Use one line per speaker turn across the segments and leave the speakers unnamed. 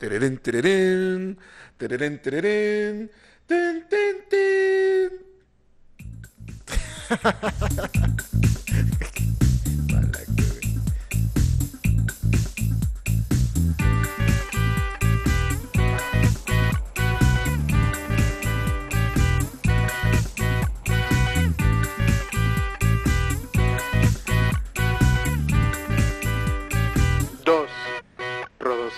Tererén, tererén, tererén, tererén, ten, ten, ten.
Dos Rodos.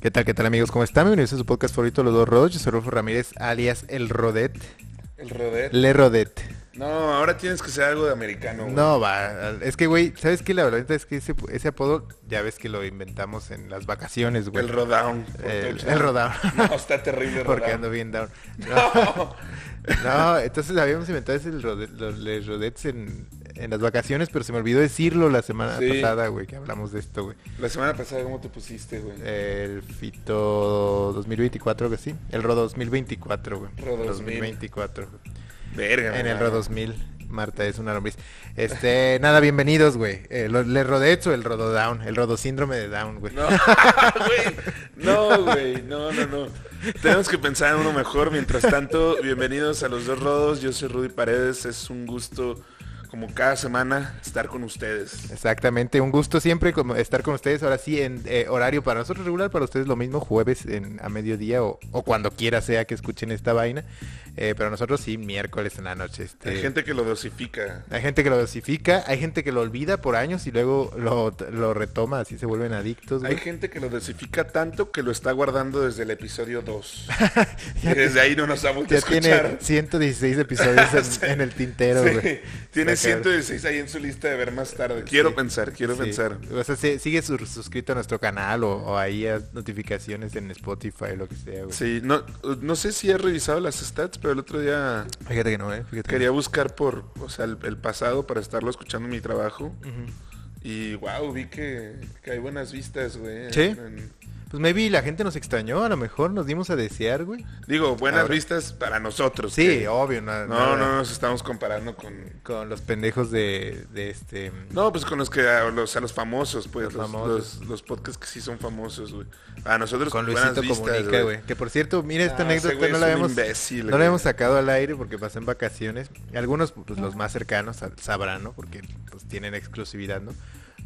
¿Qué tal, qué tal amigos? ¿Cómo están? Bienvenidos a su podcast favorito, Los Dos Rodos. Yo soy Rolfo Ramírez, alias El Rodet.
El rodet.
Le Rodet.
No, ahora tienes que ser algo de americano. güey.
No, va. Es que, güey, ¿sabes qué? La verdad es que ese, ese apodo, ya ves que lo inventamos en las vacaciones, güey.
El rodown. Porque-
El, el Rodown.
No, está terrible
Porque
rodown.
ando bien down.
No.
No, entonces habíamos inventado ese rodet, los les rodets en, en las vacaciones, pero se me olvidó decirlo la semana
Sí.
pasada, güey, que hablamos de esto, güey.
La semana pasada, ¿cómo te pusiste, güey?
Eh, El Fito 2024, que sí. El Rodo 2024, güey.
Rodo
2024.
Verga.
En el
güey.
Rodo 2000. Marta es una lombriz. Este, nada, bienvenidos, güey. Eh, lo- Le Rodets o el Rodo Down. El Rodo Síndrome de Down, güey.
No, güey. No, güey. No, no, no. Tenemos que pensar en uno mejor. Mientras tanto, bienvenidos a Los Dos Rodos. Yo soy Rudy Paredes. Es un gusto, como cada semana, estar con ustedes.
Exactamente, un gusto siempre como estar con ustedes. Ahora sí, en eh, horario para nosotros regular, para ustedes lo mismo, jueves en, a mediodía o, o cuando quiera sea que escuchen esta vaina. Eh, pero nosotros sí, miércoles en la noche. este.
Hay gente que lo dosifica.
hay gente que lo dosifica, hay gente que lo olvida por años y luego lo, lo retoma, así se vuelven adictos. güey.
Hay gente que lo dosifica tanto que lo está guardando desde el episodio 2. y desde ahí no nos ha vuelto a
ya
escuchar.
tiene 116 episodios en, en el tintero,
Sí,
güey.
Tiene
Está cabrón.
116 ahí en su lista de ver más tarde. Quiero
Sí.
pensar, quiero
Sí.
pensar.
O sea, sí- sigue sus- suscrito a nuestro canal o, o ahí a notificaciones en Spotify, lo que sea, güey.
Sí, no, no sé si he revisado las stats, pero el otro día
Fíjate que no, eh. Fíjate que no.
Quería buscar por, o sea, el, el pasado para estarlo escuchando en mi trabajo. Y wow, vi que, que hay buenas vistas, güey.
¿Sí?
En-
Pues maybe la gente nos extrañó, a lo mejor nos dimos a desear, güey.
digo, buenas
Ahora-
vistas para nosotros.
Sí,
que-
obvio, na-
No,
nada.
no nos estamos comparando con...
Con los pendejos de, de este...
No, pues con los que, a los, a los famosos, pues,
Los
los,
famosos.
los- los podcasts que sí son famosos, güey. A nosotros
Con
buenas
Luisito Comunica, güey. Que por cierto, mira
Ah,
esta
ese
anécdota,
güey
no
es
la
un
habíamos
imbécil,
no la
güey.
habíamos sacado al aire porque pasé en vacaciones. Algunos, pues los más cercanos sab- sabrán, ¿no? Porque pues tienen exclusividad, ¿no?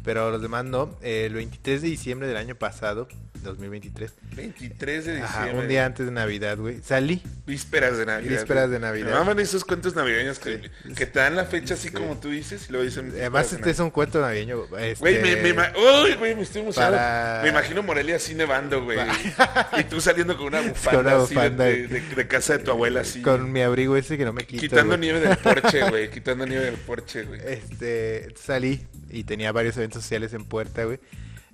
Pero los demás no. Eh, el 23 de diciembre del año pasado, 2023,
23 de
ajá,
diciembre.
un día antes de Navidad, güey, salí.
Vísperas de Navidad.
Vísperas
güey.
de Navidad.
Me maman esos cuentos navideños que,
Sí.
que te dan la fecha así como tú dices y luego dicen...
Además,
vísperas de
este es un cuento navideño. Este...
Güey, me, me, ima- uy, güey, me estoy emocionado.
Para-
Me imagino Morelia así nevando, güey. y tú saliendo con una bufanda,
una
así de-
bufanda.
de, de- de casa de tu abuela, así.
Con mi abrigo ese que no me quito.
quitando
güey.
nieve del porche, güey. Quitando nieve del porche, güey.
Este, salí y tenía varios eventos sociales en puerta, güey,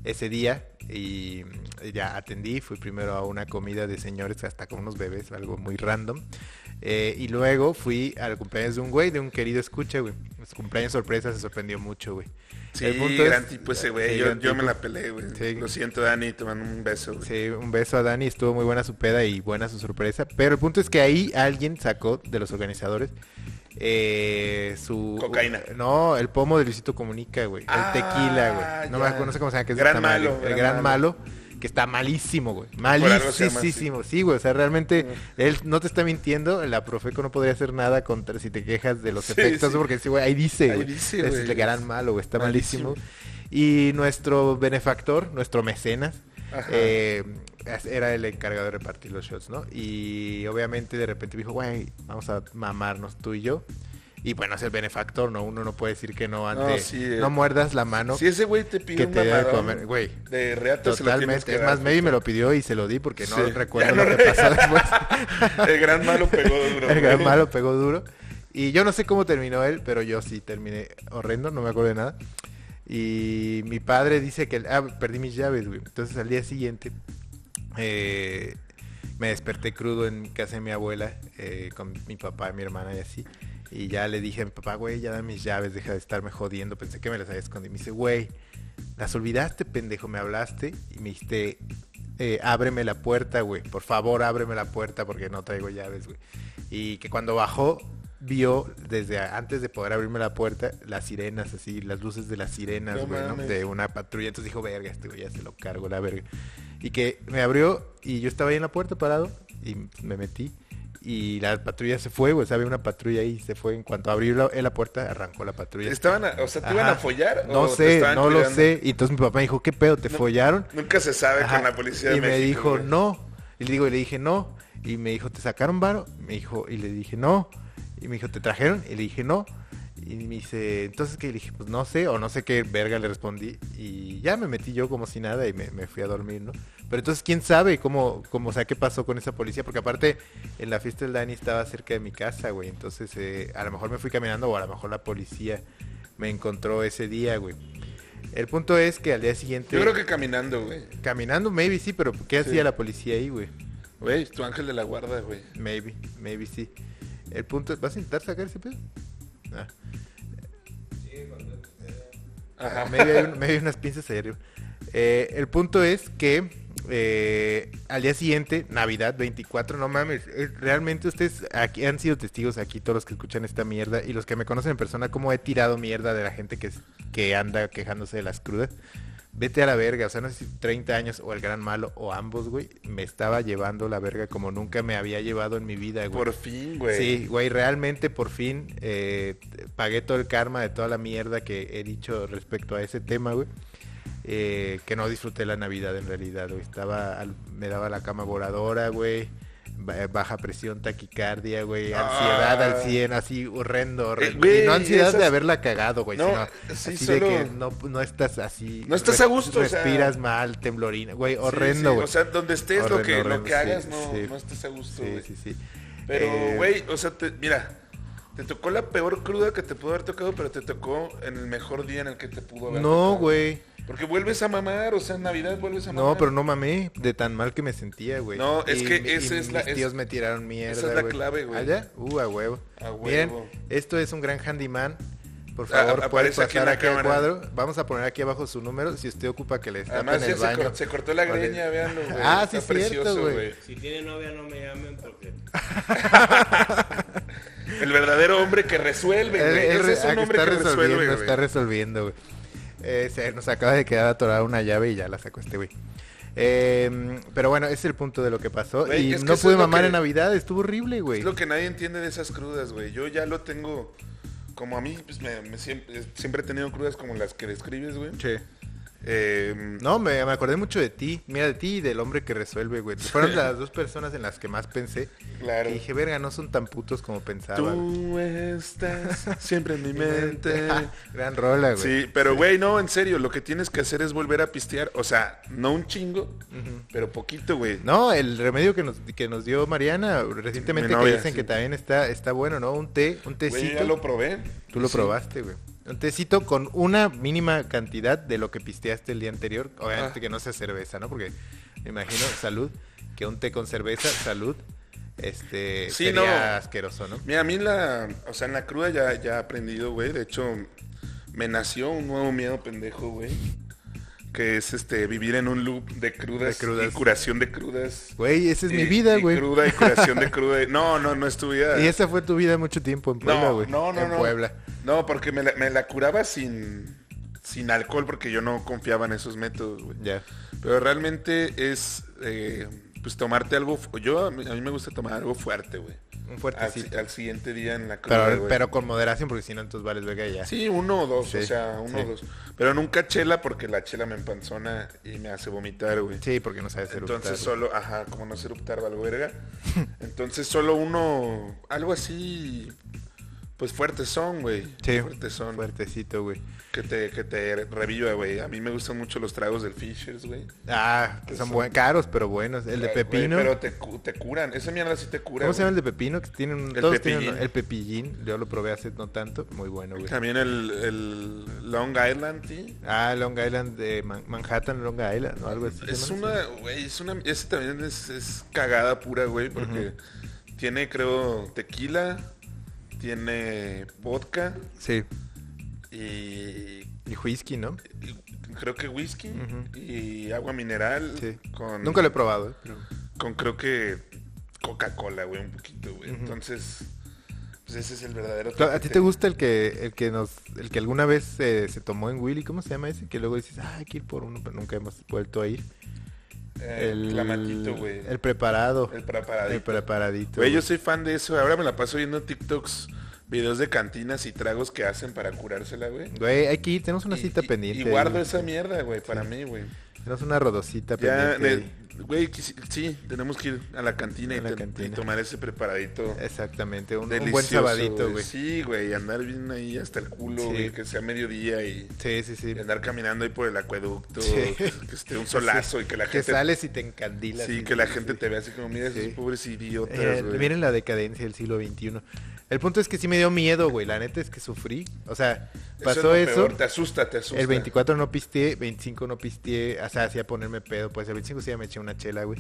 ese día. Y mm, ya atendí, fui primero a una comida de señores hasta con unos bebés, algo muy random. eh, y luego fui al cumpleaños de un güey, de un querido escucha, güey. Su cumpleaños sorpresa se sorprendió mucho, güey.
Sí,
El punto es-
gran tipo ese, güey.
Sí,
Yo,
gran
yo me
tipo.
la peleé, güey.
Sí.
Lo siento, Dani, te mando un beso, güey.
Sí, un beso a Dani, estuvo muy buena su peda y buena su sorpresa. Pero el punto es que ahí alguien sacó de los organizadores eh, su...
Cocaína.
No, el pomo de Luisito Comunica, güey.
Ah,
el tequila, güey. No me
ya.
acuerdo, no sé cómo se llama. Que es
Gran
esta madre.
malo,
El
gran
gran malo. Que está malísimo, güey.
algo se llama así.
Malísimo. Sí, güey. O sea, realmente él no te está mintiendo. La Profeco no podría hacer nada contra si te quejas de los
Sí,
efectos.
sí.
Porque sí, güey, ahí dice,
Ahí
güey.
dice,
Es
güey.
el gran malo, güey. Está
Malísimo.
malísimo. Y nuestro benefactor, nuestro mecenas,
Ajá.
eh, era el encargado de repartir los shots, ¿no? Y obviamente de repente me dijo, güey, vamos a mamarnos tú y yo. Y bueno, es el benefactor, ¿no? Uno no puede decir que no
No,
antes.
sí,
No,
eh.
muerdas la mano
Si ese güey te pide
que
un
te debe
mamadón
comer, güey.
de reato, se lo tienes
Totalmente.
que
Es
dar,
más, maybe me lo pidió y se lo di porque no
Sí.
recuerdo
Ya no
lo que
re-
pasó después.
El gran malo pegó duro,
el gran
güey.
malo pegó duro. Y yo no sé cómo terminó él, pero yo sí terminé horrendo, no me acuerdo de nada. Y mi padre dice que... Ah, perdí mis llaves, güey. Entonces al día siguiente eh, me desperté crudo en casa de mi abuela eh, con mi papá, mi hermana y así. Y ya le dije a mi papá, güey, ya dame mis llaves, deja de estarme jodiendo. Pensé que me las había escondido. Y me dice, güey, las olvidaste, pendejo. Me hablaste y me dijiste, eh, ábreme la puerta, güey. Por favor, ábreme la puerta porque no traigo llaves, güey. Y que cuando bajó, vio desde antes de poder abrirme la puerta las sirenas así, las luces de las sirenas,
No
güey, ¿no?
mames.
de una patrulla. Entonces dijo, verga, este güey ya se lo cargo la verga. Y que me abrió y yo estaba ahí en la puerta parado y me metí. Y la patrulla se fue, güey. O sea, había una patrulla ahí y se fue. En cuanto abrió la, la puerta, arrancó la patrulla.
Estaban, a- o sea, ¿te iban
Ajá.
a follar?
No
o te
sé,
estaban
no lo
cuidando?
sé. Y entonces mi papá me dijo, ¿qué pedo? ¿Te
No.
follaron?
Nunca se sabe
Ajá.
con la policía
y
de
me
México,
dijo,
güey.
no. Y le digo, y le dije, no. Y me dijo, ¿te sacaron varo? Me dijo, y le dije, no. Y me dijo, ¿te trajeron? Y le dije, no. Y me dice, entonces que le dije, pues no sé, o no sé qué verga le respondí. Y ya me metí yo como si nada y me, me fui a dormir, ¿no? Pero entonces, ¿quién sabe cómo, cómo, o sea, qué pasó con esa policía? Porque aparte, en la fiesta del Dani estaba cerca de mi casa, güey. Entonces, eh, a lo mejor me fui caminando o a lo mejor la policía me encontró ese día, güey. El punto es que al día siguiente...
Yo creo que caminando, güey.
Caminando, maybe sí, pero ¿qué hacía
Sí.
la policía ahí, güey?
Güey, tu ángel de la guarda, güey.
Maybe, maybe sí. El punto es, ¿vas a intentar sacar ese pedo? Ah,
Ajá.
maybe, hay un- maybe hay unas pinzas ahí arriba. Eh, el punto es que eh, al día siguiente, Navidad 24, no mames, eh, realmente ustedes aquí han sido testigos aquí, todos los que escuchan esta mierda y los que me conocen en persona, cómo he tirado mierda de la gente que, es- que anda quejándose de las crudas. Vete a la verga, o sea, no sé si 30 años o el gran malo o ambos, güey, me estaba llevando la verga como nunca me había llevado en mi vida, güey.
Por fin, güey.
Sí, güey, realmente por fin eh, t- pagué todo el karma de toda la mierda que he dicho respecto a ese tema, güey. Eh, que no disfruté la Navidad en realidad, güey. Estaba, al- me daba la cama voladora, güey. Ba- eh, Baja presión, taquicardia, güey. Ansiedad
Ah. Eh,
al 100, así horrendo, horrendo.
güey,
y no ansiedad de
esas-
haberla cagado, güey.
No,
sino
sí,
así
solo-
de que no, no estás así.
No estás
res-
a gusto, o sea.
Respiras mal, temblorina, güey.
Sí,
Horrendo,
sí,
güey.
O sea, donde estés, lo
Horrendo,
que, lo
horrendo,
que
sí,
hagas, no,
sí.
no estés a gusto,
sí,
güey.
sí, sí.
Pero,
Eh,
güey, o sea, te- mira, te tocó la peor cruda que te pudo haber tocado, pero te tocó en el mejor día en el que te pudo haber
No,
tocado.
güey.
Porque vuelves a mamar, o sea, en Navidad vuelves a mamar.
No, pero no mamé de tan mal que me sentía, güey.
No, es que
mi-
esa es la-
Mis
es-
tíos me tiraron mierda.
esa es la
güey.
clave, güey.
¿Allá? Uh, a huevo.
A huevo.
Miren, esto es un gran handyman. Por
Ah,
favor,
a-
puedes
aparece aquí en
pasar
la
aquí, al
cámara.
cuadro. Vamos a poner aquí abajo su número si usted ocupa que le tapen
Además,
el
ya se,
baño.
cor- se cortó la
Vale.
greña, véanlo, güey.
Ah, sí,
Está
es cierto,
precioso,
güey.
güey.
Si tienen novia no me llamen porque
El verdadero hombre que resuelve,
Él-
güey.
él
Ese es
re-
un
ah,
hombre que
está resolviendo,
resuelve,
está
güey.
resolviendo, güey. Eh, se nos acaba de quedar atorada una llave y ya la sacó este güey. Eh, pero bueno, ese es el punto de lo que pasó.
Güey,
y
es que
no
eso
pude
es lo
mamar
que-
en Navidad, estuvo horrible, güey.
Es lo que nadie entiende de esas crudas, güey. Yo ya lo tengo. Como a mí, pues me, me siempre, siempre he tenido crudas como las que describes, güey.
Che.
Eh,
No, me, me acordé mucho de ti. Mira, de ti y del hombre que resuelve, güey. Fueron las dos personas en las que más pensé.
Claro.
Y dije, verga, no son tan putos como pensaba. güey.
Tú estás siempre en mi mente.
Gran rola, güey.
Sí, pero güey, no, en serio, lo que tienes que hacer es volver a pistear. O sea, no un chingo, pero poquito, güey.
No, el remedio que nos, que nos dio Mariana recientemente
Mi
que
novia,
dicen
sí.
que también está, está bueno, ¿no? Un té, un
Güey, yo
tecito.
ya lo probé.
Tú lo
Sí.
probaste, güey. Un tecito con una mínima cantidad de lo que pisteaste el día anterior. Obviamente
Ah.
que no sea cerveza, ¿no? Porque me imagino, salud, que un té con cerveza, salud, este,
Sí,
sería
no.
asqueroso, ¿no?
Mira, a mí en la, o sea, en la cruda ya, ya he aprendido, güey. De hecho, me nació un nuevo miedo pendejo, güey. Que es este vivir en un loop de crudas,
De crudas.
y curación de crudas.
Güey, esa es mi
Y-
vida,
y
güey.
Eh, Cruda y curación de cruda. No, no, no es tu vida.
Y esa fue tu vida mucho tiempo en Puebla,
No,
güey.
no, no,
En
no.
Puebla.
No, porque me la, me la curaba sin, sin alcohol porque yo no confiaba en esos métodos, güey.
Ya.
Pero realmente es, eh, pues, tomarte algo... fu- Yo, a mí, a mí me gusta tomar algo fuerte, güey.
Un
Al,
fuertecito.
al siguiente día en la ah, cruda,
pero,
güey.
pero con moderación, porque si no, entonces vales verga y ya.
Sí, uno o dos,
Sí,
o sea, uno
sí.
o dos. Pero nunca chela porque la chela me empanzona y me hace vomitar, güey.
Sí, porque no sabes eructar,
Entonces
güey.
solo, ajá, como no sé eruptar verga. Entonces solo uno, algo así, pues fuertes son, güey.
Sí,
Fuertes son.
fuertecito, güey.
Que te, que te reviva, güey. A mí me gustan mucho los tragos del Fishers, güey.
Ah, que son buen- caros, pero buenos. El de
Güey,
pepino.
pero te, cu- te curan. Esa mierda sí te cura.
¿Cómo se llama el
güey.
de pepino? Que tienen un-
El
todos tienen
pepillín.
el pepillín. Yo lo probé hace no tanto. Muy bueno, güey.
También el, el Long Island, ¿sí?
Ah, Long Island de Man- Manhattan, Long Island o algo así.
Es
¿no?
una, güey, es una, ese también es, es cagada pura, güey, porque tiene, creo, tequila, tiene vodka
Sí.
y,
Y whisky, ¿no?
y creo que whisky
Ujú.
y agua mineral
Sí.
con,
Nunca lo he probado, eh, pero-
con creo que Coca-Cola, güey, un poquito, güey.
Ujú.
Entonces, pues Pues ese es el verdadero.
¿A ti
topete.
te gusta el que, el que nos, el que alguna vez eh, se tomó en Willy? ¿Cómo se llama ese? Que luego dices, ah, hay que ir por uno, pero nunca hemos vuelto a ir.
Eh, el clamatito, güey.
El preparado.
El preparadito.
El preparadito.
Güey,
güey.
yo soy fan de eso. Ahora me la paso viendo TikToks, videos de cantinas y tragos que hacen para curársela, güey.
Güey, hay que ir, tenemos una
Y-
cita
y-
pendiente.
Y guardo
ahí.
esa mierda, güey, para mí, güey.
Tenemos una rodocita
Ya,
pendiente.
ne-
ahí.
güey, quisi- sí, tenemos que ir a la cantina,
A
y,
la
te- y
cantina.
tomar ese preparadito.
Exactamente, un, un buen
delicioso,
sabadito, güey. Sí,
Sí, güey, andar bien ahí hasta el culo,
Sí.
güey, que sea mediodía y,
sí, sí.
y andar caminando ahí por el acueducto,
Sí.
que, que esté un solazo y que la
Que
gente...
sales y te encandilas.
sí,
y-
que la
sí,
gente
sí.
te vea así como, mira,
Sí.
esos pobres idiotas,
Eh,
güey.
miren la decadencia del siglo XXI. El punto es que sí me dio miedo, güey. La neta es que sufrí. O sea,
Eso es
pasó
lo
eso.
peor, Te asusta, te asusta.
El 24 no pisteé, 25 no pisteé, o sea, hacía ponerme pedo, pues el 25 sí ya me eché una chela, güey.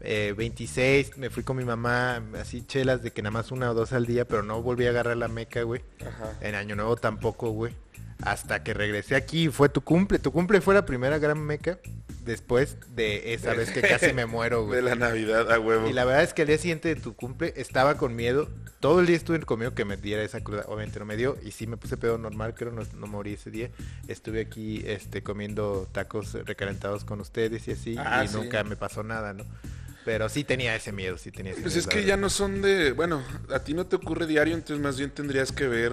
Eh, 26 me fui con mi mamá, así chelas de que nada más una o dos al día, pero no volví a agarrar la meca, güey.
Ajá.
En Año Nuevo tampoco, güey. Hasta que regresé aquí, fue tu cumple. Tu cumple fue la primera gran meca después de esa vez que casi me muero, güey.
De la Navidad, a huevo.
Y la verdad es que al día siguiente de tu cumple estaba con miedo. Todo el día estuve con miedo que me diera esa cruda. Obviamente no me dio. Y sí me puse pedo normal, creo, no, no morí ese día. Estuve aquí este, comiendo tacos recalentados con ustedes y así.
Ah,
y
sí.
nunca me pasó nada, ¿no? Pero sí tenía ese miedo, sí tenía ese
Pues
miedo.
es que ya no son de, bueno, a ti no te ocurre diario, entonces más bien tendrías que ver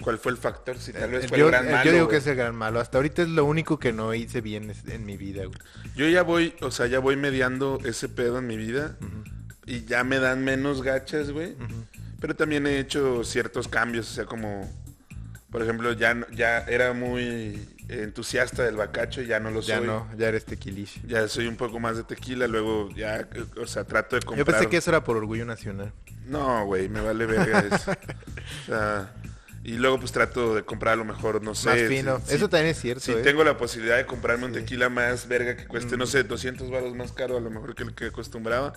cuál fue el factor, si tal vez fue
yo,
el gran
eh,
malo.
yo digo que
güey.
es el gran malo. Hasta ahorita es lo único que no hice bien es- en mi vida, güey.
Yo ya voy, o sea, ya voy mediando ese pedo en mi vida y ya me dan menos gachas, güey. Pero también he hecho ciertos cambios, o sea, como, por ejemplo, ya, no- ya era muy entusiasta del bacacho y ya este no lo
Ya
soy.
no, ya eres tequilish.
Ya soy un poco más de tequila, luego ya, eh, o sea, trato de comprar.
Yo pensé que eso era por orgullo nacional.
No, güey, me vale verga eso. O sea, y luego pues trato de comprar a lo mejor, no sé.
Más fino.
si-
eso también es cierto,
Si
¿eh?
tengo la posibilidad de comprarme un
Sí. Mm.
tequila más verga que cueste, no sé, 200 baros más caro a lo mejor que el que acostumbraba,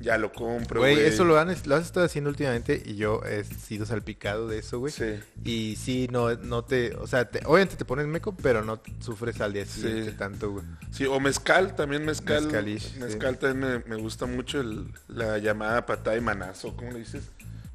ya lo compro,
Güey,
güey.
eso lo, han, lo has estado haciendo últimamente y yo he sido salpicado de eso, güey.
Sí.
Y sí, no, no te... O sea, te- obviamente te pones meco, pero no te- sufres al día
Sí.
siguiente tanto, güey.
Sí, o mezcal, también mezcal.
Mezcalish,
mezcal también me, me gusta mucho el- la llamada patada de manazo, ¿cómo le dices?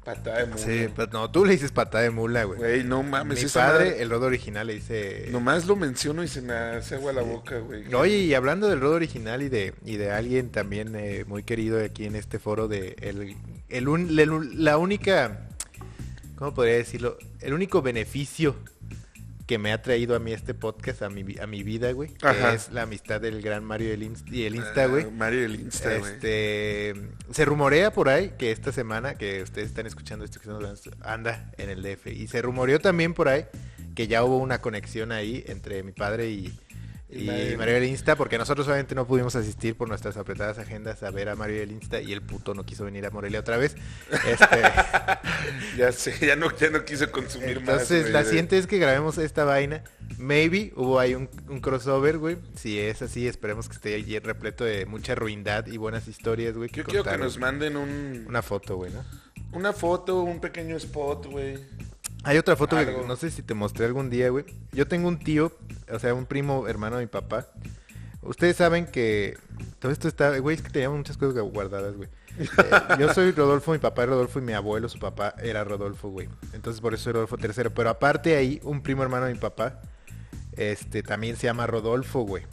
Patada de mula.
Sí, pero no, tú le dices patada de mula, güey.
Güey, no mames,
Mi
esa
padre,
madre-
el rodo original, le dice...
Nomás lo menciono y se me hace agua la boca, güey.
Oye, y hablando del rodo original y de, y de alguien también eh, muy querido aquí en este foro de el, el un- la lu- la única, ¿cómo podría decirlo? El único beneficio que me ha traído a mí este podcast, a mi, vi- a mi vida, güey, que
Ajá.
es la amistad del gran Mario del Ins- y el
Ah,
Insta, güey.
Mario el Insta, güey.
Este, se rumorea por ahí que esta semana que ustedes están escuchando esto que estamos hablando, anda en el DF y se rumoreó también por ahí que ya hubo una conexión ahí entre mi padre y
Y
y
Mario.
Mario del Insta, porque nosotros obviamente no pudimos asistir por nuestras apretadas agendas a ver a Mario del Insta y el puto no quiso venir a Morelia otra vez. Este,
Ya sé, ya no, ya no quise consumir más.
entonces,
güey,
la
de-
siguiente es que grabemos esta vaina. Maybe hubo ahí un, un crossover, güey. Si es así, esperemos que esté allí repleto de mucha ruindad y buenas historias, güey. que
Yo quiero que
contar,
nos
güey.
manden un, una...
Una foto, güey, ¿no?
foto, un pequeño spot, güey.
Hay otra foto
Algo.
que no sé si te mostré algún día, güey. Yo tengo un tío, o sea, un primo hermano de mi papá. Ustedes saben que todo esto está, güey, es que teníamos muchas cosas guardadas, güey. Eh, yo soy Rodolfo, mi papá es Rodolfo y mi abuelo, su papá era Rodolfo, güey. Entonces por eso soy Rodolfo tercero. Pero aparte ahí, un primo hermano de mi papá, este, también se llama Rodolfo, güey.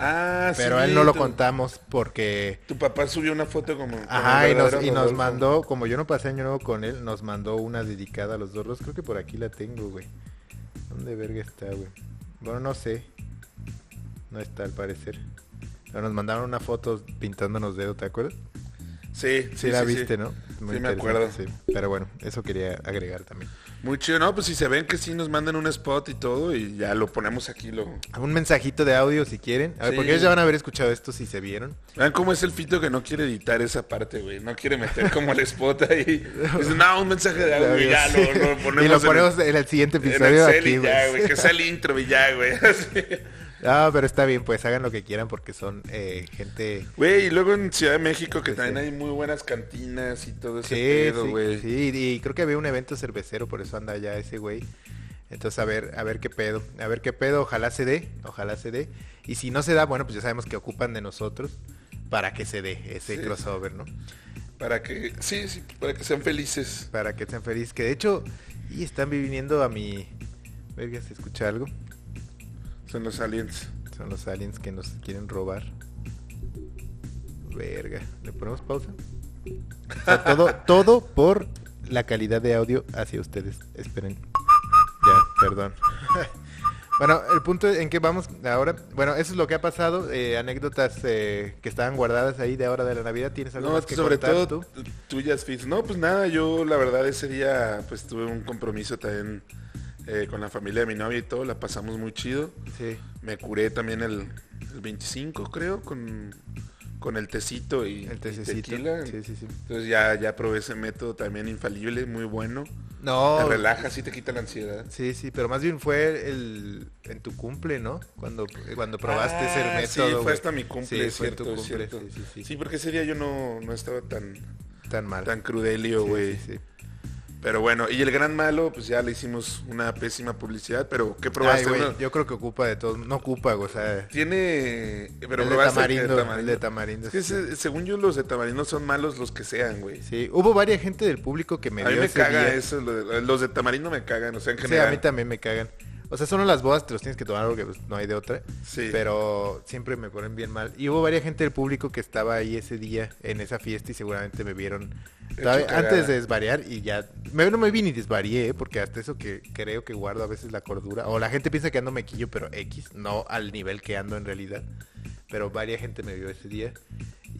Ah, sí.
Pero a él no lo
tu-
contamos porque
Tu papá subió una foto como... como
Ajá,
el
y nos,
verdadero
y nos
Rodolfo.
mandó, como yo no pasé año nuevo con él, nos mandó una dedicada a los dos. Creo que por aquí la tengo, güey. ¿Dónde verga está, güey? Bueno, no sé. No está, al parecer. Pero nos mandaron una foto pintándonos dedo, ¿te acuerdas?
Sí, sí,
Sí, la
sí,
viste,
sí.
¿no?
Sí, me
interesante,
acuerdo.
sí. Pero bueno, eso quería agregar también.
Muy chido, ¿no? Pues si se ven que sí, nos manden un spot y todo y ya lo ponemos aquí. Lo...
Un mensajito de audio si quieren. A ver,
Sí.
porque ellos ya van a haber escuchado esto si se vieron.
Vean cómo es el fito que no quiere editar esa parte, güey. No quiere meter como el spot ahí. Dice, no, un mensaje de audio y ya
Sí.
lo, lo ponemos,
y lo
en el-
ponemos en el, siguiente
en
episodio
Excel
aquí,
y ya,
güey.
güey. Que sea el intro y ya, güey. Así.
Ah, pero está bien, pues hagan lo que quieran porque son eh, gente...
Güey, y luego en Ciudad de México que
Pues
también
sí.
hay muy buenas cantinas y todo ese
Sí,
pedo,
sí,
güey.
sí, y y creo que había un evento cervecero, por eso anda ya ese güey. Entonces, a ver, a ver qué pedo, a ver qué pedo, ojalá se dé, ojalá se dé. Y si no se da, bueno, pues ya sabemos que ocupan de nosotros para que se dé ese
Sí.
crossover, ¿no?
Para que, sí, sí, para que sean felices.
para que sean felices. Que de hecho, y están viniendo a mi. Verga, ¿se escucha algo?
Son los aliens.
Son los aliens que nos quieren robar. Verga. ¿Le ponemos pausa? O sea, todo, todo por la calidad de audio hacia ustedes. Esperen. Ya, perdón. Bueno, el punto en que vamos ahora. Bueno, eso es lo que ha pasado. eh, anécdotas eh, que estaban guardadas ahí de ahora de la Navidad. ¿Tienes algo
No,
más que
sobre
contar
todo
tú?
t- tuyas, Fitz. No, pues nada, yo la verdad ese día pues tuve un compromiso también eh, con la familia de mi novia y todo, la pasamos muy chido.
Sí.
Me curé también el, el 25, creo, con, con el tecito y,
El
y
tececito.
tequila.
Sí, sí, sí.
Entonces ya, ya probé ese método también infalible, muy bueno.
No.
Te relaja, sí te quita la ansiedad.
Sí, sí, pero más bien fue el en tu cumple, ¿no? Cuando, cuando probaste
Ah,
ese método.
Sí, fue
güey.
hasta mi cumple,
Sí,
es
fue en tu
cierto, es cierto.
cumple, sí, sí, sí.
porque ese día yo no, no estaba tan,
Tan mal.
tan crudelio,
Sí,
güey.
sí, sí.
Pero bueno, y el gran malo, pues ya le hicimos una pésima publicidad, pero ¿qué
Ay,
probaste?
güey,
Uno-
yo creo que ocupa de todo. No ocupa, güey, o sea.
Tiene... Pero
el, de
probaste
tamarindo, el de tamarindo.
Es que se- según yo los de tamarindo son malos los que sean, güey.
Sí, hubo varias gente del público que me
A mí
dio
me
ese
caga
día.
eso, lo de- los de tamarindo me cagan, o sea, en
Sí, a
general.
mí también me cagan. O sea, son las bodas, te los tienes que tomar porque pues, no hay de otra.
Sí.
Pero siempre me ponen bien mal. Y hubo varias gente del público que estaba ahí ese día en esa fiesta y seguramente me vieron
Hecho
todavía
cagada.
antes de desvariar y ya. me- no me vi ni desvarié, ¿eh? porque hasta eso que creo que guardo a veces la cordura. O la gente piensa que ando mequillo, pero X, no al nivel que ando en realidad. Pero varias gente me vio ese día.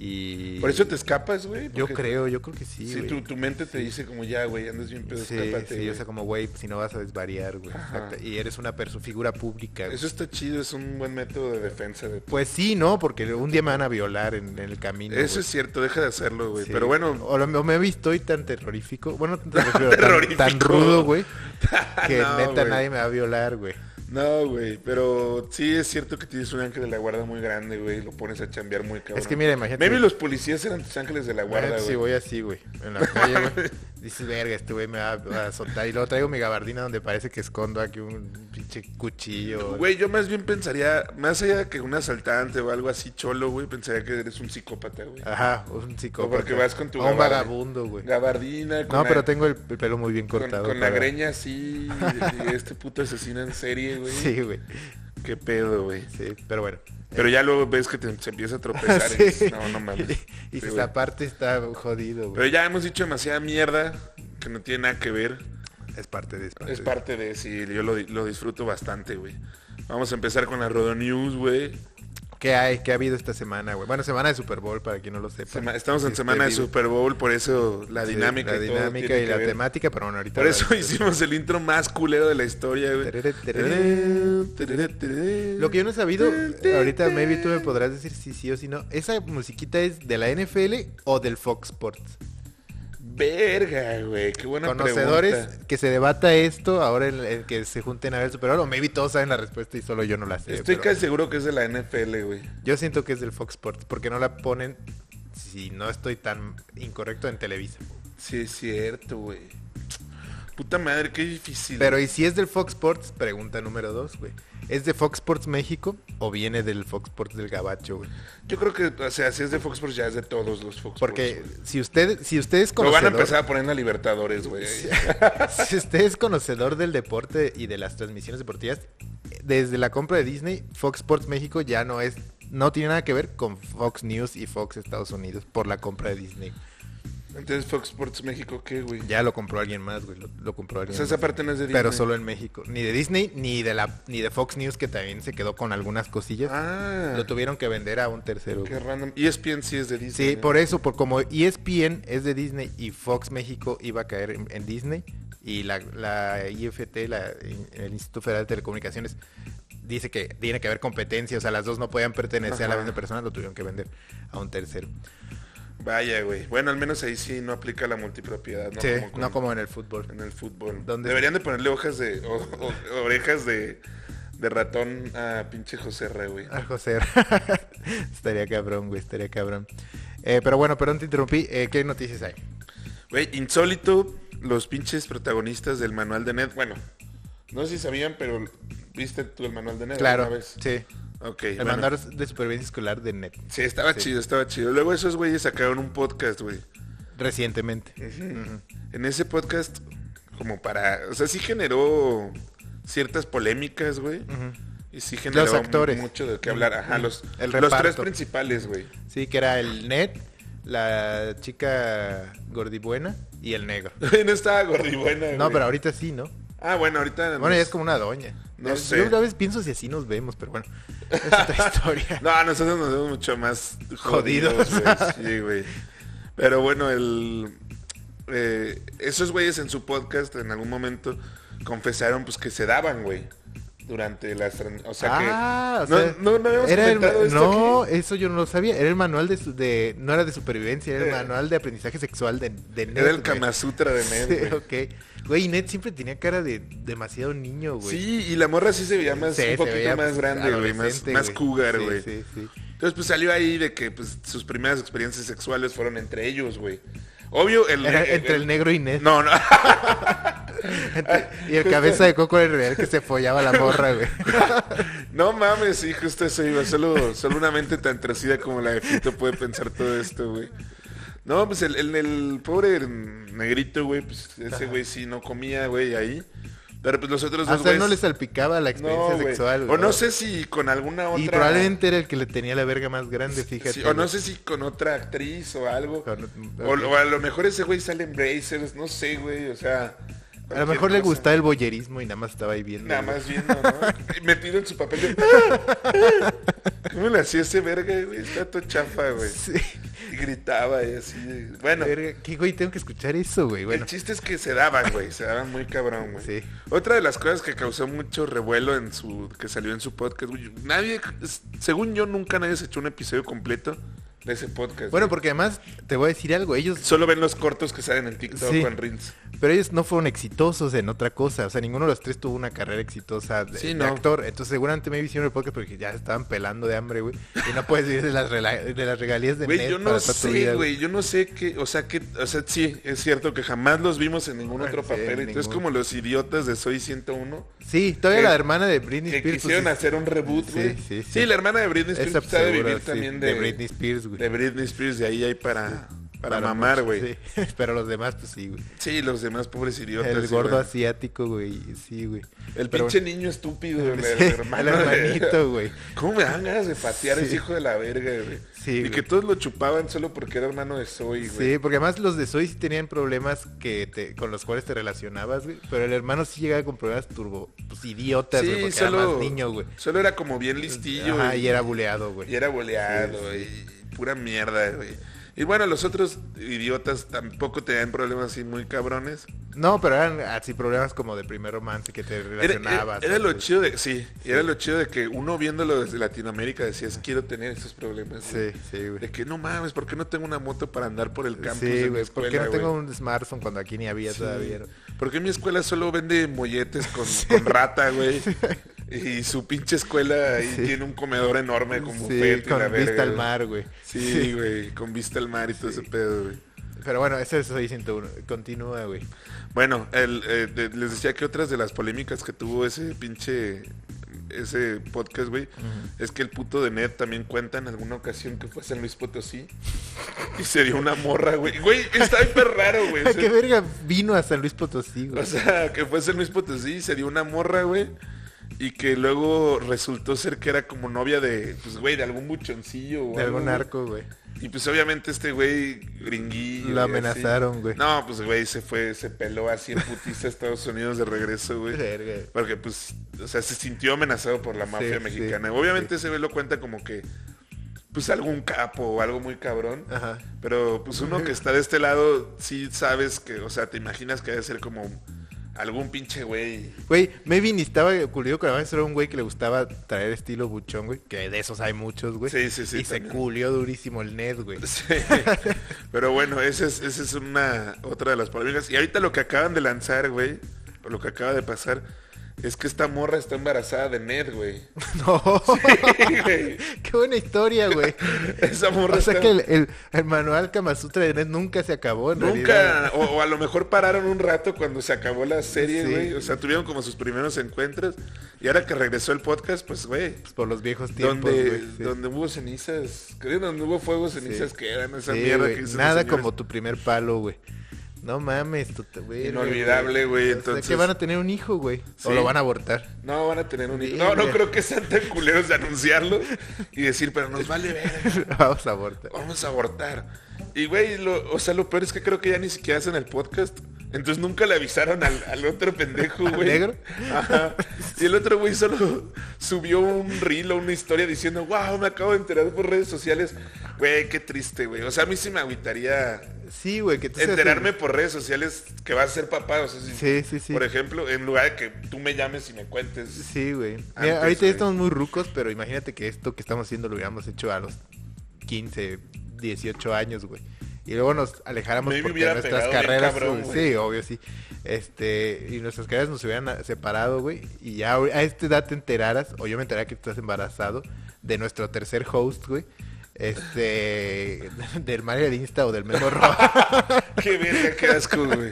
Y.
Por eso te escapas, güey.
Yo
porque-
creo, yo creo que sí.
Sí,
güey.
tu, tu mente te dice como ya, güey, andas bien pedo,
Sí,
escápate,
sí, o
güey.
sea, como, güey, pues, si no vas a desvariar, güey.
Ajá.
Exacto. Y eres una perso- figura pública, güey.
Eso está chido, es un buen método de defensa. De...
Pues sí, ¿no? Porque un día me van a violar en, en el camino.
Eso
güey.
es cierto, deja de hacerlo, güey.
Sí.
Pero bueno,
O, lo- o me he visto y tan terrorífico. Bueno, no tan terrorífico, tan-
Terrorífico.
Tan, rudo, güey. Que
No,
neta
güey.
nadie me va a violar, güey.
no, güey, pero sí es cierto que tienes un ángel de la guarda muy grande, güey, lo pones a chambear muy cabrón.
Es que mira, imagínate.
Maybe los policías eran tus ángeles de la guarda, güey.
Imagínate si voy así, güey. En la calle, güey. Dices, verga, este güey me va a azotar. Y luego traigo mi gabardina donde parece que escondo aquí un pinche cuchillo.
Güey, yo más bien pensaría, más allá de que un asaltante o algo así cholo, güey, pensaría que eres un psicópata, güey.
Ajá, un
o
psicópata.
porque vas con tu
O un
gabar-
vagabundo, Ah, güey.
Gabardina, con
No,
la-
pero tengo el el pelo muy bien
con-
cortado.
con la
para-
greña así, y este puto asesino en serie, güey.
Sí, güey.
Qué pedo, güey.
Sí, pero bueno.
Pero ya luego ves que te, se empieza a tropezar y
Sí.
dices, no, no mames.
Y
Sí,
esa
güey.
parte está jodido,
Pero
güey.
ya hemos dicho demasiada mierda que no tiene nada que ver.
Es parte de es parte
Es
de-
parte de sí, yo lo, di- lo disfruto bastante, güey. Vamos a empezar con la Rodo News, güey.
¿Qué hay? ¿Qué ha habido esta semana, güey? Bueno, semana de Super Bowl, para quien no lo sepa.
Sema- Estamos en
Este,
semana de
vive-
Super Bowl, por eso la
sí,
dinámica
La
y todo
dinámica
tiene
y
que
la
ver.
temática, pero bueno, ahorita...
Por eso
hablamos.
hicimos el intro más culero de la historia, güey.
Tereré, tereré. Lo que yo no he sabido, eh, ahorita maybe tú me podrás decir si sí o si no. ¿Esa musiquita es de la NFL o del Fox Sports?
Verga, güey, qué buena
Conocedores,
pregunta.
que se debata esto, ahora el, el que se junten a ver el Super Bowl, o maybe todos saben la respuesta y solo yo no la sé.
Estoy
pero-
casi seguro que es de la NFL, güey.
Yo siento que es del Fox Sports, porque no la ponen, si no estoy tan incorrecto, en Televisa.
Sí, es cierto, güey. Puta madre, qué difícil.
Pero y si es del Fox Sports, pregunta número dos, güey. ¿Es de Fox Sports México o viene del Fox Sports del Gabacho, güey?
Yo creo que, o sea, si es de Fox Sports, ya es de todos los Fox
Porque
Sports, güey.
si usted, si usted es
Lo van a
conocedor,
empezar a poner en la Libertadores, güey.
si usted es conocedor del deporte y de las transmisiones deportivas, desde la compra de Disney, Fox Sports México ya no es, no tiene nada que ver con Fox News y Fox Estados Unidos por la compra de Disney.
Entonces, Fox Sports México, ¿qué, güey?
Ya lo compró alguien más, güey. Lo, lo compró
O
alguien
sea,
más.
esa parte no es de Disney.
Pero solo en México. Ni de Disney, ni de la, ni de Fox News, que también se quedó con algunas cosillas.
Ah,
Lo tuvieron que vender a un tercero.
qué
güey.
random. E ESPN sí es de Disney.
Sí,
¿no?
por eso, por como E ESPN es de Disney y Fox México iba a caer en, en Disney y la, la IFT, la- el Instituto Federal de Telecomunicaciones, dice que tiene que haber competencia, o sea, las dos no podían pertenecer a la
Ajá.
misma persona, lo tuvieron que vender a un tercero.
Vaya, güey. Bueno, al menos ahí sí no aplica la multipropiedad, ¿no?
Sí,
con-
no como en el fútbol.
en el fútbol.
¿Dónde?
Deberían de ponerle hojas de... o- o- orejas de, de ratón a pinche José Re, güey.
Al Ah, José. estaría cabrón, güey, estaría cabrón. Eh, pero bueno, perdón, te interrumpí. Eh, ¿Qué noticias hay?
Güey, insólito, los pinches protagonistas del manual de Ned. Bueno, no sé si sabían, pero viste tú el manual de Ned
claro,
alguna Eh, vez.
sí.
Ok,
El
bueno.
mandar de supervivencia escolar de NET.
Sí, estaba
Sí.
chido, estaba chido. Luego esos güeyes sacaron un podcast, güey.
Recientemente.
En ese podcast, como para. O sea, sí generó ciertas polémicas, güey. Y sí generó
Los actores.
mucho de qué hablar. Ajá, los,
El
los tres
reparto.
principales, güey.
Sí, que era el Ned, la chica gordibuena y el negro.
Güey, no estaba gordibuena, güey.
No, pero ahorita sí, ¿no?
Ah, bueno, ahorita.
Bueno, ya es como una doña.
No
Yo
sé.
Yo a veces pienso si así nos vemos, pero bueno, es otra historia.
No, nosotros nos vemos mucho más
Jodidos.
jodidos, güey. Sí, güey. Pero bueno, el. eh, esos güeyes en su podcast en algún momento confesaron pues que se daban, güey. Durante las. tran- O sea que.
ah, o sea,
no, no, no habíamos
era el-
comentado esto
no,
aquí.
eso yo no lo sabía. Era el manual de, su- de no era de supervivencia, era el
Eh.
manual de aprendizaje sexual de, de Ned.
Era el
güey.
Kama Sutra de Ned,
Sí,
güey.
ok. Güey, Ned siempre tenía cara de demasiado niño, güey.
Sí, y la morra sí se veía más,
Sí, se
un poquito
veía,
más
pues,
grande, güey, más,
adolescente,
más cougar,
Sí,
güey.
Sí, sí,
Entonces, pues salió ahí de que pues, sus primeras experiencias sexuales fueron entre ellos, güey. Obvio, el...
Era entre el negro y Ned.
No, no.
Entre- y el cabeza de coco era el real que se follaba la morra, güey.
No mames, hijo, usted eso iba. Solo, solo una mente tan trasida como la de Fito puede pensar todo esto, güey. No, pues el, el- el pobre negrito, güey, pues ese güey sí no comía, güey, ahí. Pero pues los otros dos,
Hasta
güey.
no le salpicaba la experiencia sexual,
O
güey.
no sé si con alguna otra.
Y probablemente era el que le tenía la verga más grande, fíjate.
Sí, o no
güey.
sé si con otra actriz o algo.
Con-
O, o a lo mejor ese güey sale en Brazers, no sé, güey, o sea.
A lo
cualquier
mejor le
cosa.
gustaba el boyerismo y nada más estaba ahí viendo.
Nada
güey.
más viendo, ¿no? Metido en su papel de... ¿Cómo le hacía ese verga, güey? Está todo chafa, güey.
Sí.
Y gritaba y así. Bueno,
Verga, ¿Qué güey? Tengo que escuchar eso, güey. Bueno,
el chiste es que se daban, güey. Se daban muy cabrón, güey.
Sí.
Otra de las cosas que causó mucho revuelo en su... Que salió en su podcast, güey. Nadie... Según yo, nunca nadie se echó un episodio completo de ese podcast.
bueno,
güey.
porque además te voy a decir algo. Ellos
Solo ven los cortos que salen en TikTok
Sí.
o en Reels.
Pero ellos no fueron exitosos en otra cosa. O sea, ninguno de los tres tuvo una carrera exitosa de,
Sí,
de
no.
actor. Entonces, seguramente me hicieron el podcast porque ya estaban pelando de hambre, güey. Y no puedes vivir de las, rela- de las regalías de
Güey,
Ned
yo no
para toda tu vida,
sé, güey, yo no sé qué, o sea, que, o sea, sí, es cierto que jamás los vimos en ningún
Ah,
otro
sí,
papel,
en
entonces
ningún-
como los idiotas de Soy 101,
Sí, todavía
Que-
la hermana de Britney
que
Spears. pues,
quisieron
es-
hacer un reboot,
sí,
güey. Sí,
sí, sí.
la hermana de Britney
es
Spears sabe
seguro,
vivir
sí,
también de,
de Britney Spears, güey.
de Britney Spears, de ahí hay para, para,
Para
mamar,
mucho,
güey. Sí.
sí. Pero los demás, pues sí, güey.
los demás pobres idiotas.
El
sí,
gordo
güey.
asiático, güey. Sí, güey.
El
Pero
pinche niño estúpido, el,
bueno,
el
sí,
hermano.
el
de-
hermanito, güey.
¿Cómo me dan ganas de patear a ese
Sí.
hijo de la verga, güey?
Sí,
y
güey.
que todos lo chupaban solo porque era hermano de Zoe, güey.
Sí, porque además los de Soy sí tenían problemas que te, con los cuales te relacionabas, güey. Pero el hermano sí llegaba con problemas turbo, pues idiotas, güey, porque era más niño, güey.
Solo era como bien listillo.
Ajá,
y-
y era buleado, güey.
Y era boleado y pura mierda, güey. Y bueno, los otros idiotas tampoco tenían problemas así muy cabrones.
No, pero eran así problemas como de primer romance que te
Era,
relacionabas.
era- era lo
güey.
chido de, sí, era lo chido de que uno viéndolo desde Latinoamérica decías, quiero tener estos problemas.
Sí,
güey".
sí, güey.
De que no mames, ¿por qué no tengo una moto para andar por el campus
Sí,
de mi
güey.
escuela?
¿Por qué no tengo
güey?
un smartphone cuando aquí ni había
Sí.
todavía?
¿Por qué mi escuela solo vende molletes con, con rata, güey? Y su pinche escuela ahí
Sí.
tiene un comedor enorme con
sí,
bufete y
con
la
vista
verga,
al
güey.
mar, güey.
Sí, güey, con vista al mar y todo ese pedo, güey.
Pero bueno, ese es Soy 101. Continúa, güey.
Bueno, el, eh, de- les decía que otras de las polémicas que tuvo ese pinche ese podcast, güey, es que el puto de Ned también cuenta en alguna ocasión que fue a San Luis Potosí y se dio una morra, güey. Güey, está hiper raro, güey. O sea,
¿Qué verga vino a San Luis Potosí, güey?
o sea, que fue a San Luis Potosí y se dio una morra, güey. Y que luego resultó ser que era como novia de, pues, güey, de algún buchoncillo o
de
algo,
algún
güey.
arco, güey.
Y pues obviamente este güey gringuillo.
Lo
y así.
amenazaron, güey.
No, pues güey se fue, se peló así en putiza a Estados Unidos de regreso, güey.
Verga.
Porque pues, o sea, se sintió amenazado por la mafia
Sí,
mexicana.
sí,
obviamente ese güey lo cuenta como que, pues algún capo o algo muy cabrón.
Ajá.
Pero pues uno que está de este lado, sí sabes que, o sea, te imaginas que debe ser como algún pinche güey.
Güey, maybe ni estaba culido con la madre, solo era un güey que le gustaba traer estilo buchón, güey. Que de esos hay muchos, güey.
Sí, sí, sí,
Y
también.
se culió durísimo el Ned, güey.
Sí. Pero bueno, esa es, esa es una otra de las polémicas. Y ahorita lo que acaban de lanzar, güey, o lo que acaba de pasar, Es que esta morra está embarazada de Ned, güey.
No.
güey.
Qué buena historia, güey.
Esa morra
O sea
está-
que el, el- el manual Kama Sutra de Ned nunca se acabó, en realidad.
Nunca, o, o a lo mejor pararon un rato cuando se acabó la serie,
Sí.
güey. O sea, tuvieron como sus primeros encuentros. Y ahora que regresó el podcast, pues, güey,
Pues por los viejos tiempos,
donde,
güey, sí.
donde hubo cenizas, creo donde hubo fuego, cenizas
Sí.
quedan, esa
Sí,
mierda
güey,
que dicen los
Nada
señores.
como tu primer palo, güey. No mames, tu tu- güey,
Inolvidable, güey,
O sea,
entonces-
que van a tener un hijo, güey.
Sí.
O lo van a abortar.
No, van a tener un hijo. No, no
Verga.
creo que sean tan culeros de anunciarlo y decir, pero nos vale ver,
Vamos a abortar.
vamos a abortar. Y, güey, lo- o sea, lo peor es que creo que ya ni siquiera hacen el podcast. Entonces nunca le avisaron al, al otro pendejo,
¿Al
güey.
negro?
Ajá. Y el otro güey solo subió un reel o una historia diciendo, wow, me acabo de enterar por redes sociales. Güey, qué triste, güey. O sea, a mí sí me agüitaría
Sí, güey, que tú seas
enterarme
el-
por redes sociales que vas a ser papá. O sea, si-
Sí, sí, sí.
Por ejemplo, en lugar de que tú me llames y me cuentes.
Sí, güey. Mira,
Antes,
ahorita
güey.
ya estamos muy rucos, pero imagínate que esto que estamos haciendo lo hubiéramos hecho a los 15, 18 años, güey. Y luego nos alejáramos
Maybe
porque
hubiera
nuestras
pegado bien
carreras,
cabrón,
sí,
güey.
obvio, sí. Este, y nuestras carreras nos hubieran ah, separado, güey. Y ya ahor- a esta edad te enteraras, o yo me enterara que estás embarazado, de nuestro tercer host, güey. Este, del Mario del Insta o del Memo Roa
Qué verga, qué asco, güey.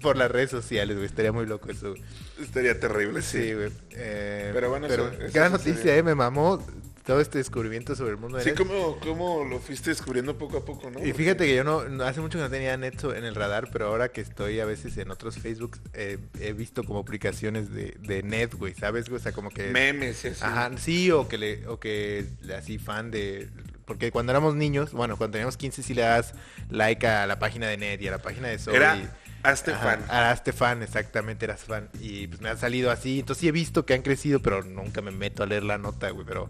por las redes sociales, güey. Estaría muy loco eso, güey.
Estaría terrible, sí.
Sí, güey. Eh,
Pero bueno,
pero
eso- eso
gran
sí sería.
noticia, eh, me mamó todo este descubrimiento sobre el mundo de
Sí,
Ned.
como, como lo fuiste descubriendo poco a poco, ¿no? pues,
Y fíjate que yo no, no- hace mucho que no tenía Netso en el radar, pero ahora que estoy a veces en otros Facebook eh, he visto como publicaciones de, de Ned, güey, ¿sabes? güey? O sea, como que
Memes, y así.
Ajá, sí, o que le, o que le- así fan de. Porque cuando éramos niños, bueno, cuando teníamos 15 sí le das like a la página de Ned y a la página de Zoe.
Era
y-
hazte
Ajá,
fan.
ah, hazte fan, exactamente, eras fan. Y pues me han salido así. Entonces sí he visto que han crecido, pero nunca me meto a leer la nota, güey. Pero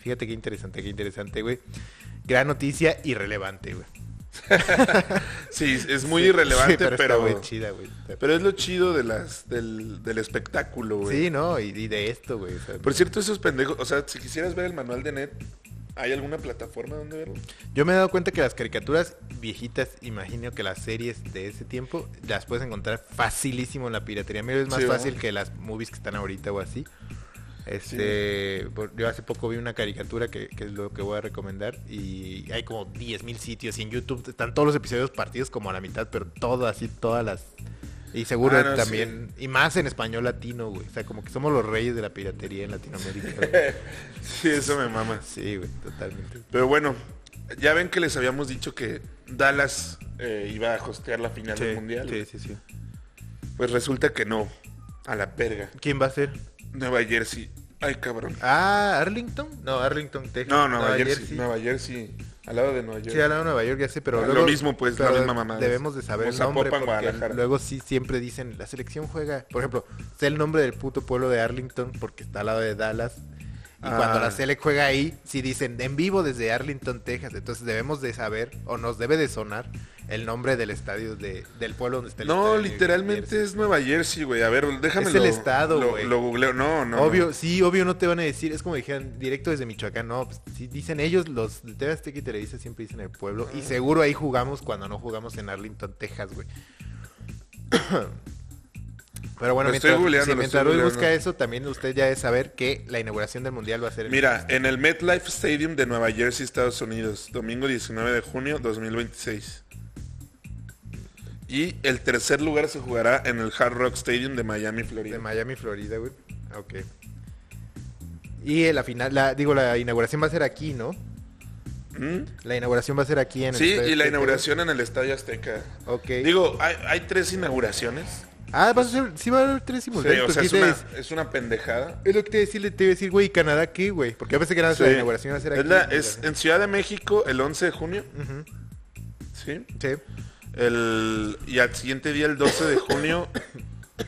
fíjate qué interesante, qué interesante, güey. Gran noticia irrelevante, güey.
Sí, es muy
Sí,
irrelevante,
sí,
pero,
está
pero,
muy chida, güey. Está-
es lo chido de las, del, del espectáculo, güey.
Sí, ¿no? Y, y de esto, güey. o sea,
Por cierto, esos pendejos, o sea, si quisieras ver el manual de Net, ¿hay alguna plataforma donde verlo?
Yo me he dado cuenta que las caricaturas viejitas, imagino que las series de ese tiempo, las puedes encontrar facilísimo en la piratería. Mira, es más
Sí, ¿verdad?
fácil que las movies que están ahorita o así. Este, por- yo hace poco vi una caricatura que, que es lo que voy a recomendar y hay como 10.000 sitios y en YouTube están todos los episodios partidos como a la mitad, pero todo así, todas las... Y seguro
Ah, no,
también, y más en español latino, güey. O sea, como que somos los reyes de la piratería en Latinoamérica. güey.
Sí, eso me mama.
sí, güey, totalmente.
Pero bueno, ya ven que les habíamos dicho que Dallas eh, iba a hostear la final del mundial.
sí, sí, sí.
Pues resulta que no. A la verga.
¿Quién va a ser?
Nueva Jersey. Ay, cabrón.
Ah, Arlington. No, Arlington, Texas.
No, Nueva, Jersey.
Jersey.
Nueva Jersey. Al lado de Nueva Jersey.
Sí, al lado de Nueva York, ya sé, pero
Lo
luego-
mismo, pues, la
pero
misma mamada.
Debemos de saber
O
el
Zapopan,
nombre,
Guadalajara.
porque luego sí siempre dicen, la selección juega. Por ejemplo, sé el nombre del puto pueblo de Arlington porque está al lado de Dallas. Y
Ah.
cuando la Sele juega ahí, sí dicen en vivo desde Arlington, Texas. Entonces debemos de saber, o nos debe de sonar, el nombre del estadio de, del pueblo donde está el
no,
estadio de
literalmente
Jersey.
es Nueva Jersey, güey. A ver, déjame
Es el
lo-
estado,
lo-
güey.
Lo googleo. No, no.
obvio,
no.
sí, obvio no te van a decir, es como dijeron, directo desde Michoacán, no, pues, sí, dicen ellos, los de TV Azteca y Televisa siempre dicen el pueblo, y seguro ahí jugamos cuando no jugamos en Arlington, Texas, güey. Pero bueno,
Lo estoy
mientras,
googleando,
sí,
lo
mientras
estoy
Ruiz
googleando.
busca eso, también usted ya debe saber que la inauguración del Mundial va a ser... en-
Mira, en el MetLife Stadium de Nueva Jersey, Estados Unidos, domingo 19 de junio 2026. Y el tercer lugar se jugará en el Hard Rock Stadium de Miami, Florida.
de Miami, Florida, güey. Ah, Ok. Y eh, la final, la, digo, la inauguración va a ser aquí, ¿no?
¿Mm?
La inauguración va a ser aquí en el
Sí,
Estadio
y la
Azteca,
inauguración en el Estadio Azteca.
güey. Ok.
Digo, hay, hay tres inauguraciones.
Ah, vas a ser, sí va a haber tres
Sí,
simultáneos.
o sea,
Pues sí
es
te-
una, es una pendejada.
es lo que te iba a decir, te iba a decir, güey, ¿Canadá qué, güey? Porque a veces que nada más
Sí.
la inauguración va a ser
Es
aquí.
la-
güey.
es en Ciudad de México el 11 de junio.
Ujú,
Sí.
Sí.
El, y al siguiente día, el 12 de junio,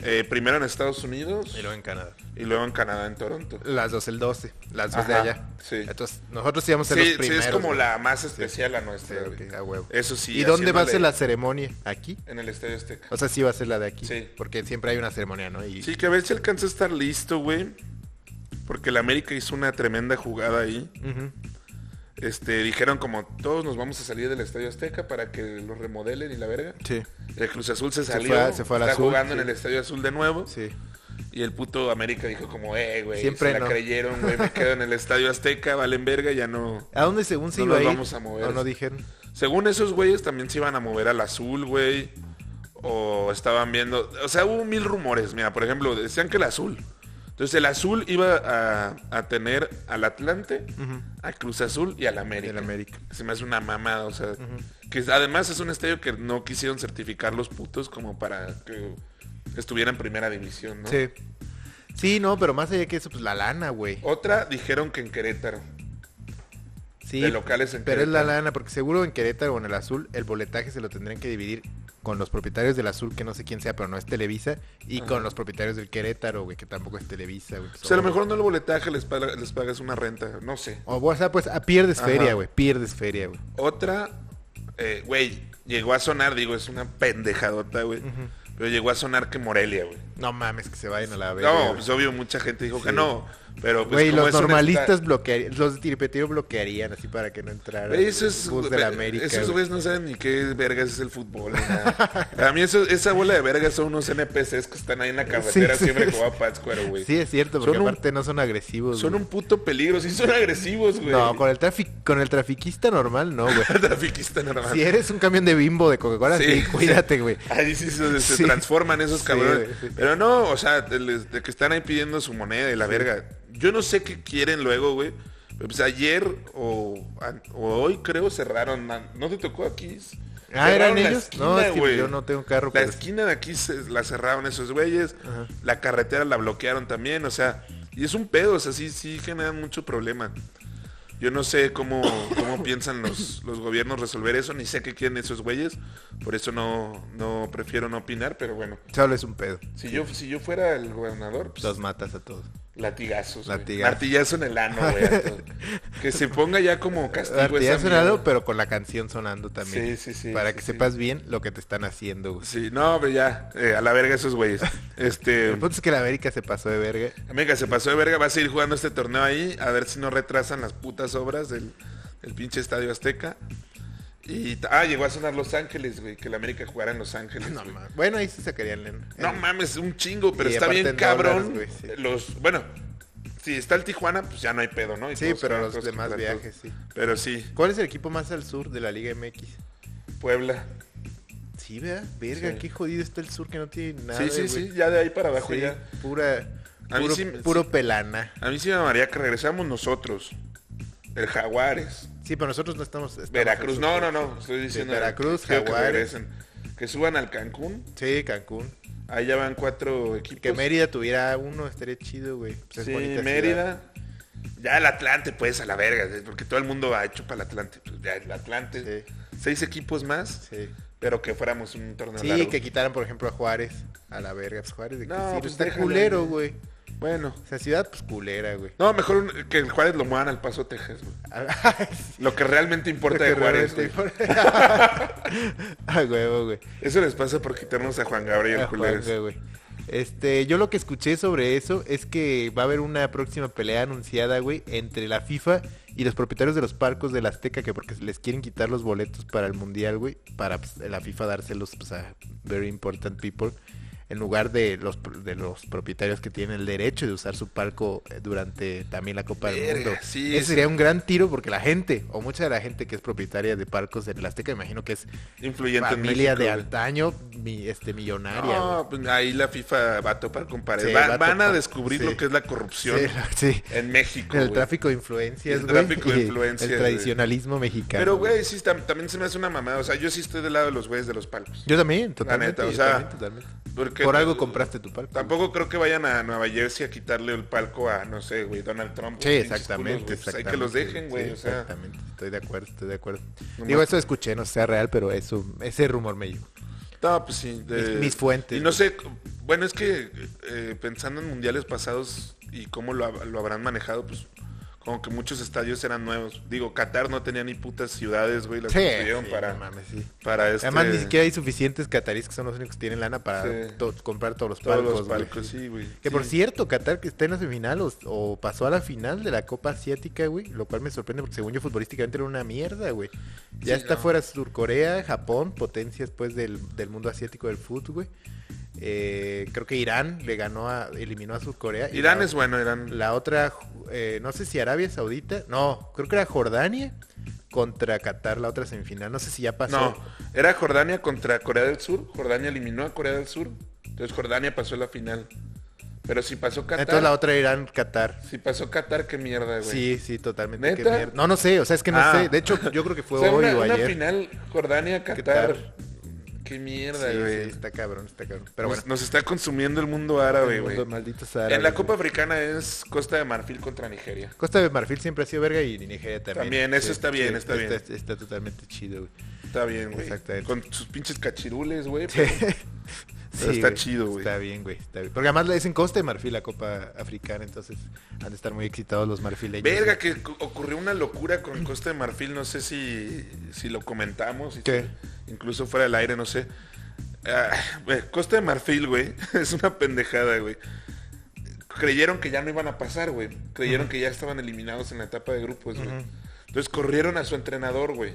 eh, primero en Estados Unidos
luego en Canadá.
y luego en Canadá, en Toronto.
Las dos, el 12. Las dos de
Ajá,
allá.
sí.
Entonces, nosotros íbamos a
Sí,
ser
sí,
los primeros.
es como
güey.
la más especial la nuestra.
Sí,
güey.
ok, a huevo.
Eso sí.
¿Y dónde va a
haciéndole
ser la ceremonia? ¿Aquí?
En el Estadio Azteca.
O sea, sí va a ser la de aquí.
Sí.
Porque siempre hay una ceremonia, ¿no? Y...
Sí, que a ver si alcanza a estar listo, güey. Porque el América hizo una tremenda jugada ahí.
Ujú.
Este, dijeron como todos nos vamos a salir del Estadio Azteca para que lo remodelen y la verga.
Sí.
El Cruz Azul se
Se
salió,
fue a- se fue al
está
azul,
jugando
sí.
en el Estadio Azul de nuevo.
Sí.
Y el puto América dijo como, eh, güey,
Siempre
se la
no.
creyeron, güey, me quedo en el Estadio Azteca, valen verga, ya no...
¿A dónde según
No
se iba
nos
a ir?
vamos a mover.
¿O no dijeron?
Según esos güeyes también se iban a mover al azul, güey. O estaban viendo... O sea, hubo mil rumores, mira, por ejemplo, decían que el azul. Entonces el azul iba a, a tener al Atlante, a Cruz Azul y al América.
Del América.
Se me hace una mamada, o sea, que además es un estadio que no quisieron certificar los putos como para que estuviera en primera división, ¿no?
Sí. Sí, no, pero más allá que eso, pues la lana, güey.
Otra dijeron que en Querétaro.
Sí,
de locales en
pero es la
Querétaro.
lana, porque seguro en Querétaro o en el Azul el boletaje se lo tendrán que dividir con los propietarios del Azul, que no sé quién sea, pero no es Televisa, y con los propietarios del Querétaro, güey, que tampoco es Televisa, güey.
O sea, Pues a lo mejor no el boletaje les, paga- les pagas una renta, no sé.
O, o sea, pues ah, pierdes
Ajá.
feria, güey, pierdes feria, güey.
Otra, eh, güey, llegó a sonar, digo, es una pendejadota, güey. Pero llegó a sonar que Morelia, güey.
No mames, que se vayan a la verga.
No,
güey.
pues obvio, mucha gente dijo que
Sí.
no. Pero pues
Güey,
como
los
es un
normalistas
esta-
bloquearían, los de Tiripetío bloquearían así para que no entrara
Güey, eso es-
el bus de
güey,
la América.
Esos
güey.
güeyes no saben ni qué vergas es el fútbol. ni nada. a mí eso- esa bola de vergas son unos NPCs que están ahí en la carretera
sí.
siempre como a Pátzcuaro, güey.
Sí, es cierto, porque
Son un-
aparte no son agresivos.
Son
güey.
un puto peligro, sí son agresivos, güey.
No, con el, trafic- con el trafiquista normal no, güey.
trafiquista normal.
Si eres un camión de bimbo de Coca-Cola, sí, cuídate, güey.
Ahí sí se, se
Sí.
transforman esos
Sí,
cabrones.
güey, sí.
Pero no, o sea, de, les- de que están ahí pidiendo su moneda y la verga. Yo no sé qué quieren luego, güey. Pero pues ayer o, an- o hoy creo cerraron. man. ¿No te tocó aquí?
Ah, ¿eran
Cerraron la
ellos?
esquina,
no, es que
güey.
yo no tengo carro,
La
pero
esquina de aquí se, la cerraron esos güeyes.
Ajá.
La carretera la bloquearon también. O sea, y es un pedo. O sea, sí, sí generan mucho problema. Yo no sé cómo, cómo piensan los, los gobiernos resolver eso, ni sé qué quieren esos güeyes, por eso no, no prefiero no opinar, pero bueno,
solo es un pedo.
si yo, si yo fuera el gobernador, pues,
Los matas a todos.
latigazos, güey.
Latigazo.
martillazo en el ano, güey. a todo. que se ponga ya como castigo. esa
Darte ya sonado,
mierda.
pero con la canción sonando también.
Sí, sí, sí,
Para
sí,
que
sí.
sepas bien lo que te están haciendo, güey.
Sí, no, pero ya, eh, a la verga esos güeyes. Este,
El punto es que la América se pasó de verga.
América se pasó de verga, va a seguir jugando este torneo ahí, a ver si no retrasan las putas obras del, del pinche Estadio Azteca. Y, t- ah, llegó a sonar Los Ángeles, güey, que la América jugara en Los Ángeles.
No,
güey.
ma- bueno, ahí sí sacarían lana.
No
Eh,
mames, un chingo, pero
Y
está
aparte
bien
en
cabrón.
dólares, güey, sí.
Los, bueno, si está el Tijuana, pues ya no hay pedo, ¿no? Y
Sí,
todos
pero
son
los
otros
demás
contratos.
viajes, sí.
Pero sí,
¿Cuál es el equipo más al sur de la Liga MX?
Puebla.
Sí, ¿verdad? Verga,
Sí.
qué jodido está el sur que no tiene nada.
sí, sí,
güey.
sí, ya de ahí para abajo
Sí,
ya.
Pura,
A mí
puro,
sí-
puro
sí.
pelana.
A mí sí me amaría que regresamos nosotros. El Jaguares,
Sí, pero nosotros no estamos. estamos
Veracruz.
en
No,
sur.
no, no, estoy
Sí,
diciendo.
Veracruz,
quiero que
Jaguares.
regresen. Que suban al Cancún,
Sí, Cancún.
ahí ya van cuatro equipos.
Que Mérida tuviera uno, estaría chido, güey. Pues es
Sí,
bonita ciudad.
Mérida. Ya el Atlante, pues, a la verga, porque todo el mundo va hecho para el Atlante. Pues ya el Atlante.
Sí.
Seis equipos más,
Sí.
pero que fuéramos un torneo
Sí,
largo.
que quitaran, por ejemplo, a Juárez. A la verga, pues Juárez de qué
No,
sirve?
pues
Está
déjalo,
culero,
güey.
güey.
Bueno.
O sea, ciudad, pues culera, güey.
No, mejor un- que el Juárez lo muevan al Paso Texas, güey. Lo que realmente importa de
Porque
Juárez.
realmente-
güey.
Ah, huevo, güey.
Eso les pasa por quitarnos a Juan Gabriel,
Ah,
culeros.
Juanga, güey. Este, yo lo que escuché sobre eso es que va a haber una próxima pelea anunciada, güey, entre la FIFA y los propietarios de los parcos del Azteca, que porque les quieren quitar los boletos para el Mundial, güey, para pues, la FIFA dárselos pues, a very important people, en lugar de los, pro- de los propietarios que tienen el derecho de usar su parco eh, durante también la Copa del
Verga,
Mundo.
sí,
Ese
es-
sería un gran tiro porque la gente, o mucha de la gente que es propietaria de parcos en el Azteca, imagino que es
Influyente
familia
en México, güey.
de antaño, mi, este, millonaria, güey.
No, pues ahí la FIFA va a topar con pared.
Sí,
Va-
va a
van a
topar.
descubrir
Sí.
lo que es la corrupción
Sí, la- sí.
en México.
El
güey.
tráfico de influencias,
El
güey,
tráfico de
y
influencias,
El
güey.
tradicionalismo mexicano.
Pero, güey, sí, tam- también se me hace una mamada. O sea, yo sí estoy del lado de los güeyes de los palcos.
Yo también, totalmente.
neta, o
yo
sea,
también, totalmente.
Porque
Por
t-
algo compraste tu palco.
Tampoco creo que vayan a Nueva Jersey a quitarle el palco a, no sé, güey, Donald Trump.
Sí,
güey, pinches
exactamente,
culos, güey. Pues hay
exactamente.
que los dejen, güey.
sí,
o sea,
Exactamente, estoy de acuerdo, estoy de acuerdo.
No
Digo,
mames.
eso escuché, no sea real, pero eso, ese rumor me llegó.
no, pues sí. de-
Mis- mis fuentes,
Y no
güey.
sé, bueno, es que eh, pensando en mundiales pasados y cómo lo, hab- lo habrán manejado, pues como que muchos estadios eran nuevos. Digo, Qatar no tenía ni putas ciudades, güey, las
Sí,
construyeron
sí,
para,
no mames, sí.
para este...
Además, ni siquiera hay suficientes catarís que son los únicos que tienen lana para
Sí.
to- comprar todos los
todos
palcos.
los
güey.
palcos, sí, güey.
Que por
Sí.
cierto, Qatar que está en la semifinal o, o pasó a la final de la Copa Asiática, güey. Lo cual me sorprende porque según yo futbolísticamente era una mierda, güey. Ya
Sí,
está
no.
fuera Surcorea, Japón, potencias pues del, del mundo asiático del fútbol, güey. eh, creo que Irán le ganó a, eliminó a Surcorea. y
Irán
la-
es bueno, Irán.
La otra, ju- eh, no sé si Arabia Saudita, no, creo que era Jordania contra Qatar, la otra semifinal, no sé si ya pasó.
No, era Jordania contra Corea del Sur. Jordania eliminó a Corea del Sur. Entonces Jordania pasó a la final. Pero si pasó Qatar.
Entonces la otra era en Qatar.
Si pasó Qatar, qué mierda, güey.
Sí, sí, totalmente.
¿Neta?
qué mierda. No, no sé, o sea, es que no
Ah.
sé. De hecho, yo creo que fue
O sea,
hoy
una,
o
una
ayer.
final
Qatar.
Jordania-Qatar. Qué
Sí,
mierda, güey.
sí, está cabrón, está cabrón. Pero
Nos-
bueno,
nos, está consumiendo el mundo árabe,
el
güey.
mundo maldito es árabe,
En la
güey.
Copa Africana es Costa de Marfil contra Nigeria.
Costa de Marfil siempre ha sido verga y Nigeria también.
También, eso está bien, está bien.
Está, está totalmente chido, güey.
Está bien, güey.
Exactamente.
Con sus pinches cachirules, güey.
Sí.
Pero está
güey,
chido, güey.
Está bien, güey. Está bien. Porque además es en Costa de Marfil la Copa Africana, entonces han de estar muy excitados los marfileños.
Verga,
güey.
que cu- ocurrió una locura con Costa de Marfil, no sé si, si lo comentamos. y
¿Qué?
si- Incluso fuera del aire, no sé. Ah, güey, Costa de Marfil, güey, es una pendejada, güey. Creyeron que ya no iban a pasar, güey. Creyeron que ya estaban eliminados en la etapa de grupos, güey. Entonces corrieron a su entrenador, güey.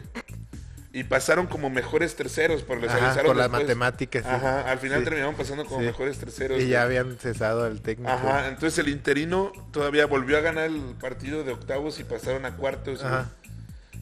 Y pasaron como mejores terceros, por les
Ajá,
avisaron
por las
después.
matemáticas, sí.
Ajá, al final
Sí.
terminaron pasando como
Sí.
mejores terceros.
Y ya
güey.
habían cesado al técnico.
Ajá, entonces el interino todavía volvió a ganar el partido de octavos y pasaron a cuartos. güey.
Ajá.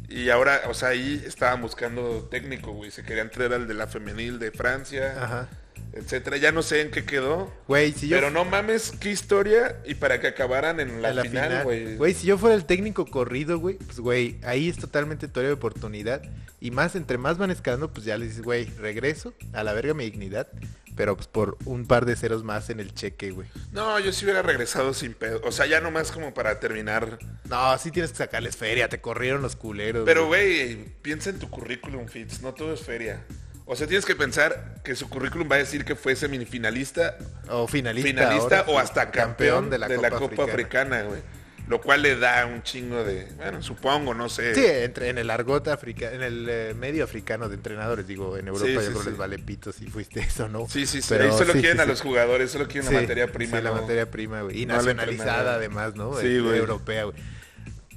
Y ahora, o sea, ahí estaban buscando técnico, güey. Se querían traer al de la femenil de Francia,
Ajá.
etcétera. Ya no sé en qué quedó.
Güey, si yo
Pero no mames, qué historia. Y para que acabaran en la,
a la
final, güey.
Güey, si yo fuera el técnico corrido, güey, pues güey, ahí es totalmente teoría de oportunidad. Y más, entre más van escalando, pues ya le dices, güey, regreso, a la verga mi dignidad. Pero pues por un par de ceros más en el cheque, güey.
No, yo sí hubiera regresado sin pedo. O sea, ya nomás como para terminar.
No, sí tienes que sacarles feria, te corrieron los culeros.
Pero, güey, piensa en tu currículum, Fitz. No todo es feria. O sea, tienes que pensar que su currículum va a decir que fue semifinalista
O finalista.
finalista
ahora,
o hasta campeón, de la Copa,
Africana.
Africana, güey. Lo cual le da un chingo de, bueno, supongo, no sé.
Sí, entre, en el argot africano, en el eh, medio africano de entrenadores, digo, en Europa
Sí,
yo
sí,
creo
sí.
les vale pito si fuiste eso o no.
sí, sí, sí.
Pero
Ahí solo
sí,
quieren
sí,
a
sí.
los jugadores, solo quieren la
Sí,
materia prima.
sí, la
¿no?
materia prima, güey. Y
No la
nacionalizada
entrenadora.
además, ¿no?
Sí,
Eh,
güey.
Europea, güey.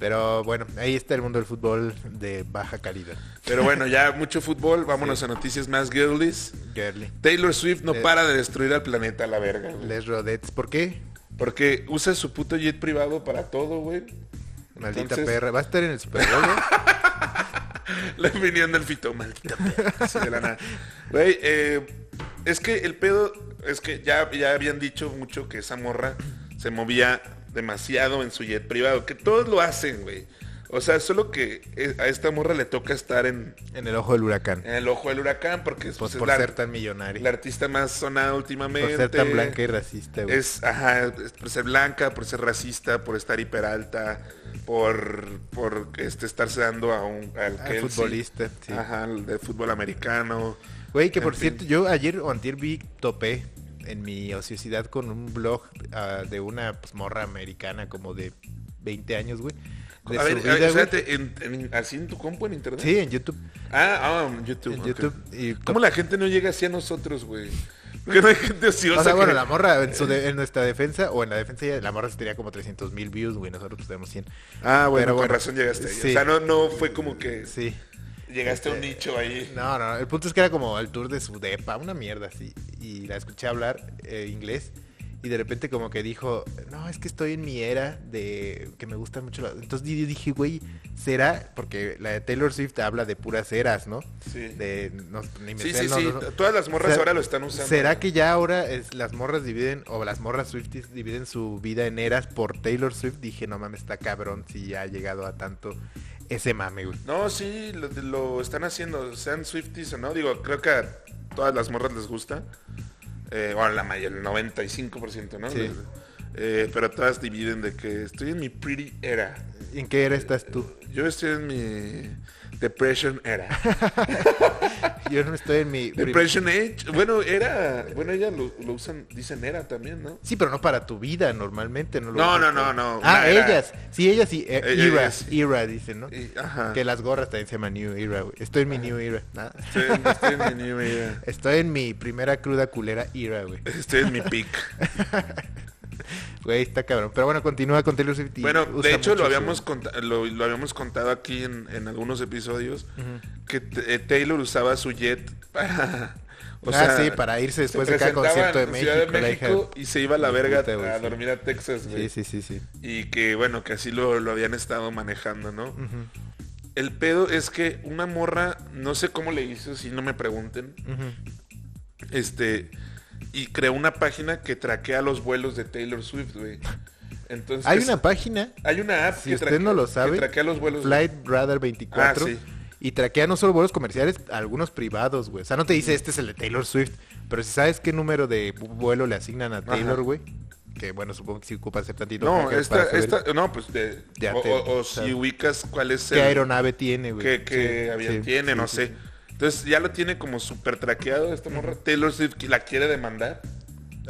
Pero bueno, ahí está el mundo del fútbol de baja calidad.
Pero bueno, ya mucho fútbol, vámonos a noticias más girlies.
Girly.
Taylor Swift no
Le-
para de destruir al planeta, la verga. güey.
Les Rodets, ¿por qué?
Porque usa su puto jet privado para todo, güey.
Maldita
Entonces-
perra. ¿Va a estar en el Super Bowl, güey?
La opinión del fito, maldita perra, así de la nada. Güey, eh, es que el pedo, es que ya, ya habían dicho mucho que esa morra se movía demasiado en su jet privado, que todos lo hacen, güey. O sea, solo que eh, a esta morra le toca estar en,
En el ojo del huracán.
en el ojo del huracán porque es,
Pues
pues, es
por
eh, la,
ser tan millonario.
la artista más sonada
Por
últimamente.
ser tan blanca y racista, güey.
Es, ajá, es por ser blanca, por ser racista, por estar hiperalta, por, por este, estarse dando a un al
Ah,
Kelsey.
futbolista, sí.
Ajá, al de fútbol americano.
Güey, que
En
por
fin.
cierto, yo ayer o antier vi topé en mi ociosidad con un blog ah, de una pues, morra americana como de 20 años, güey. De
a
su
ver,
vida,
a ver,
güey.
espérate, en- en- ¿así en tu compu, en internet?
Sí, en YouTube.
Ah, ah, en YouTube.
En
ok.
YouTube. Y
¿Cómo la gente no llega así a nosotros, güey? Porque no hay gente
O sea,
ociosa.
bueno,
que-
la morra en, su de- en nuestra defensa, o en la defensa, ya, la morra sí tenía como 300 mil views, güey, nosotros pues tenemos 100.
Ah, bueno,
Pero
con
bueno,
razón llegaste ahí.
sí.
O sea, no, no fue como que
Sí. Este,
llegaste a un nicho ahí.
No, no, el punto es que era como el tour de su depa, una mierda así. Y la escuché hablar eh, inglés y de repente como que dijo, no, es que estoy en mi era de que me gusta mucho. la-". Entonces yo dije, güey, ¿será? Porque la de Taylor Swift habla de puras eras, ¿no?
Sí.
De, no, ni me
Sí,
sé,
sí,
no,
sí.
no, no.
Todas las morras
Ser-
ahora lo están usando.
¿Será que ya ahora es- las morras dividen, o las morras Swifties dividen su vida en eras por Taylor Swift? Dije, no mames, está cabrón si ya ha llegado a tanto ese mame, güey.
No, sí, lo, lo están haciendo, sean Swifties o no, digo, creo que a todas las morras les gusta. Eh, bueno, la mayor, el 95%, ¿no?
Sí.
Eh, pero todas dividen de que estoy en mi pretty era.
¿En qué era estás tú?
Yo estoy en mi depression era.
Yo no estoy en mi...
Depression age. Bueno, era. Bueno, ella lo, lo usan, dicen era también, ¿no?
Sí, pero no para tu vida normalmente. No, lo
No,
usas
no,
para-
no, no,
Ah,
una era.
ellas. Sí, ellas sí. eh,
Ella-
era,
ellas.
era, dicen, ¿no?
Y- ajá.
Que las gorras también se llaman New Era, güey. Estoy en mi New Era. nada.
Estoy, en- estoy en mi new era.
Estoy en mi primera cruda culera era, güey.
Estoy en mi peak.
Güey, está cabrón. Pero bueno, continúa con Taylor Swift. y
Bueno,
usa
de hecho
mucho
lo
su-
habíamos, conta- lo, lo habíamos contado aquí en, en algunos episodios que t- eh, Taylor usaba su jet para... O
Ah,
sea,
sí, para irse después
se
de cada
presentaba
concierto de
en Ciudad
México, la hija de-
y se iba a la verga
Puta, güey,
a
sí.
dormir a Texas, güey.
Sí, sí, sí, sí.
Y que bueno, que así lo, lo habían estado manejando, ¿no? El pedo es que una morra, no sé cómo le hizo, si no me pregunten, Pues este, y creó una página que traquea los vuelos de Taylor Swift, güey. Entonces,
Hay una página,
hay una app
si
que,
usted
traquea-
no lo
que
sabe,
traquea los vuelos. güey.
Flight Brother 24.
Ah, sí.
Y traquea no solo vuelos comerciales, algunos privados, güey. O sea, no te dice este es el de Taylor Swift, pero si sabes qué número de vu- vuelo le asignan a Taylor, güey. Que bueno, supongo que si ocupa hacer tantito.
No,
hackers
esta,
para saber
esta, no, pues de,
Ya
o,
te-
o- o
o sea,
si ubicas cuál es
¿Qué
el
aeronave tiene, güey?
que, que
Sí,
avión
sí,
tiene,
sí,
no
sí,
sé.
sí.
Entonces ya lo tiene como súper traqueado esta morra. Taylor Swift que la quiere demandar.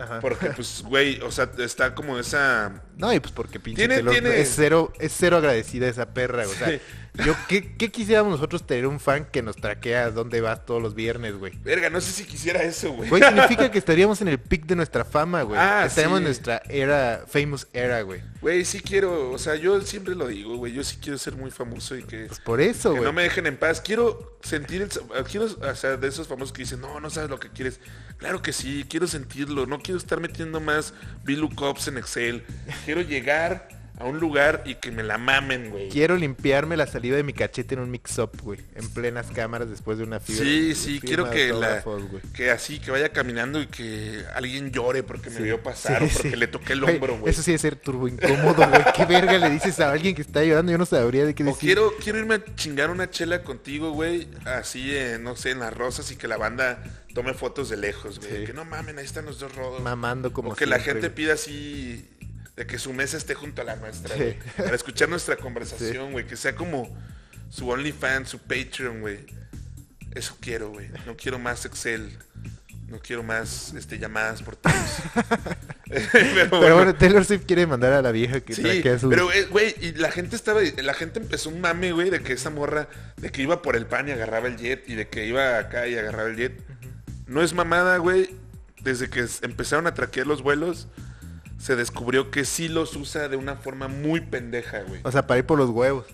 Ajá.
Porque pues, güey, o sea, está como esa...
No, y pues porque pinche
Tiene-
Taylor
tiene-
es cero, es cero agradecida esa perra, güey. O sea, yo, ¿qué, qué quisiéramos nosotros tener un fan que nos traquea dónde vas todos los viernes, güey?
Verga, no sé si quisiera eso, güey.
Güey, significa que estaríamos en el pic de nuestra fama, güey.
Ah,
estaríamos en
sí.
nuestra era, famous era, güey.
Güey, sí quiero, o sea, yo siempre lo digo, güey, yo sí quiero ser muy famoso y que,
Pues por eso,
que
güey.
no me dejen en paz. Quiero sentir, el, quiero, o sea, de esos famosos que dicen, no, no sabes lo que quieres. Claro que sí, quiero sentirlo, no quiero estar metiendo más VLOOKUPs en Excel. Quiero llegar a un lugar y que me la mamen, güey.
Quiero limpiarme la salida de mi cachete en un mix-up, güey. En plenas cámaras después de una fibra.
Sí, sí, quiero que la
Güey.
que así que vaya caminando y que alguien llore porque me
Sí.
vio pasar
Sí,
o porque
sí.
le toqué el
Güey,
hombro, güey.
Eso sí es ser turbo incómodo, güey. ¿Qué verga le dices a alguien que está llorando? Yo no sabría de qué
O
decir.
quiero, quiero irme a chingar una chela contigo, güey, así, eh, no sé, en las rosas y que la banda tome fotos de lejos, güey.
Sí.
Que no mamen, ahí están los dos rodos.
Mamando como
o que la
siempre,
gente
güey.
pida así, de que su mesa esté junto a la nuestra,
Sí.
güey. Para escuchar nuestra conversación, güey. Que sea como su OnlyFans, su Patreon, güey. Eso quiero, güey. No quiero más Excel. No quiero más este, llamadas por todos. Pero
Pero
bueno,
bueno, Taylor Swift quiere mandar a la vieja que
Sí,
traquea su...
pero eh, güey, y la gente estaba, la gente empezó un mame, güey, de que esa morra, de que iba por el pan y agarraba el jet, y de que iba acá y agarraba el jet. No es mamada, güey. Desde que s- empezaron a traquear los vuelos, se descubrió que sí los usa de una forma muy pendeja, güey.
O sea, para ir por los huevos.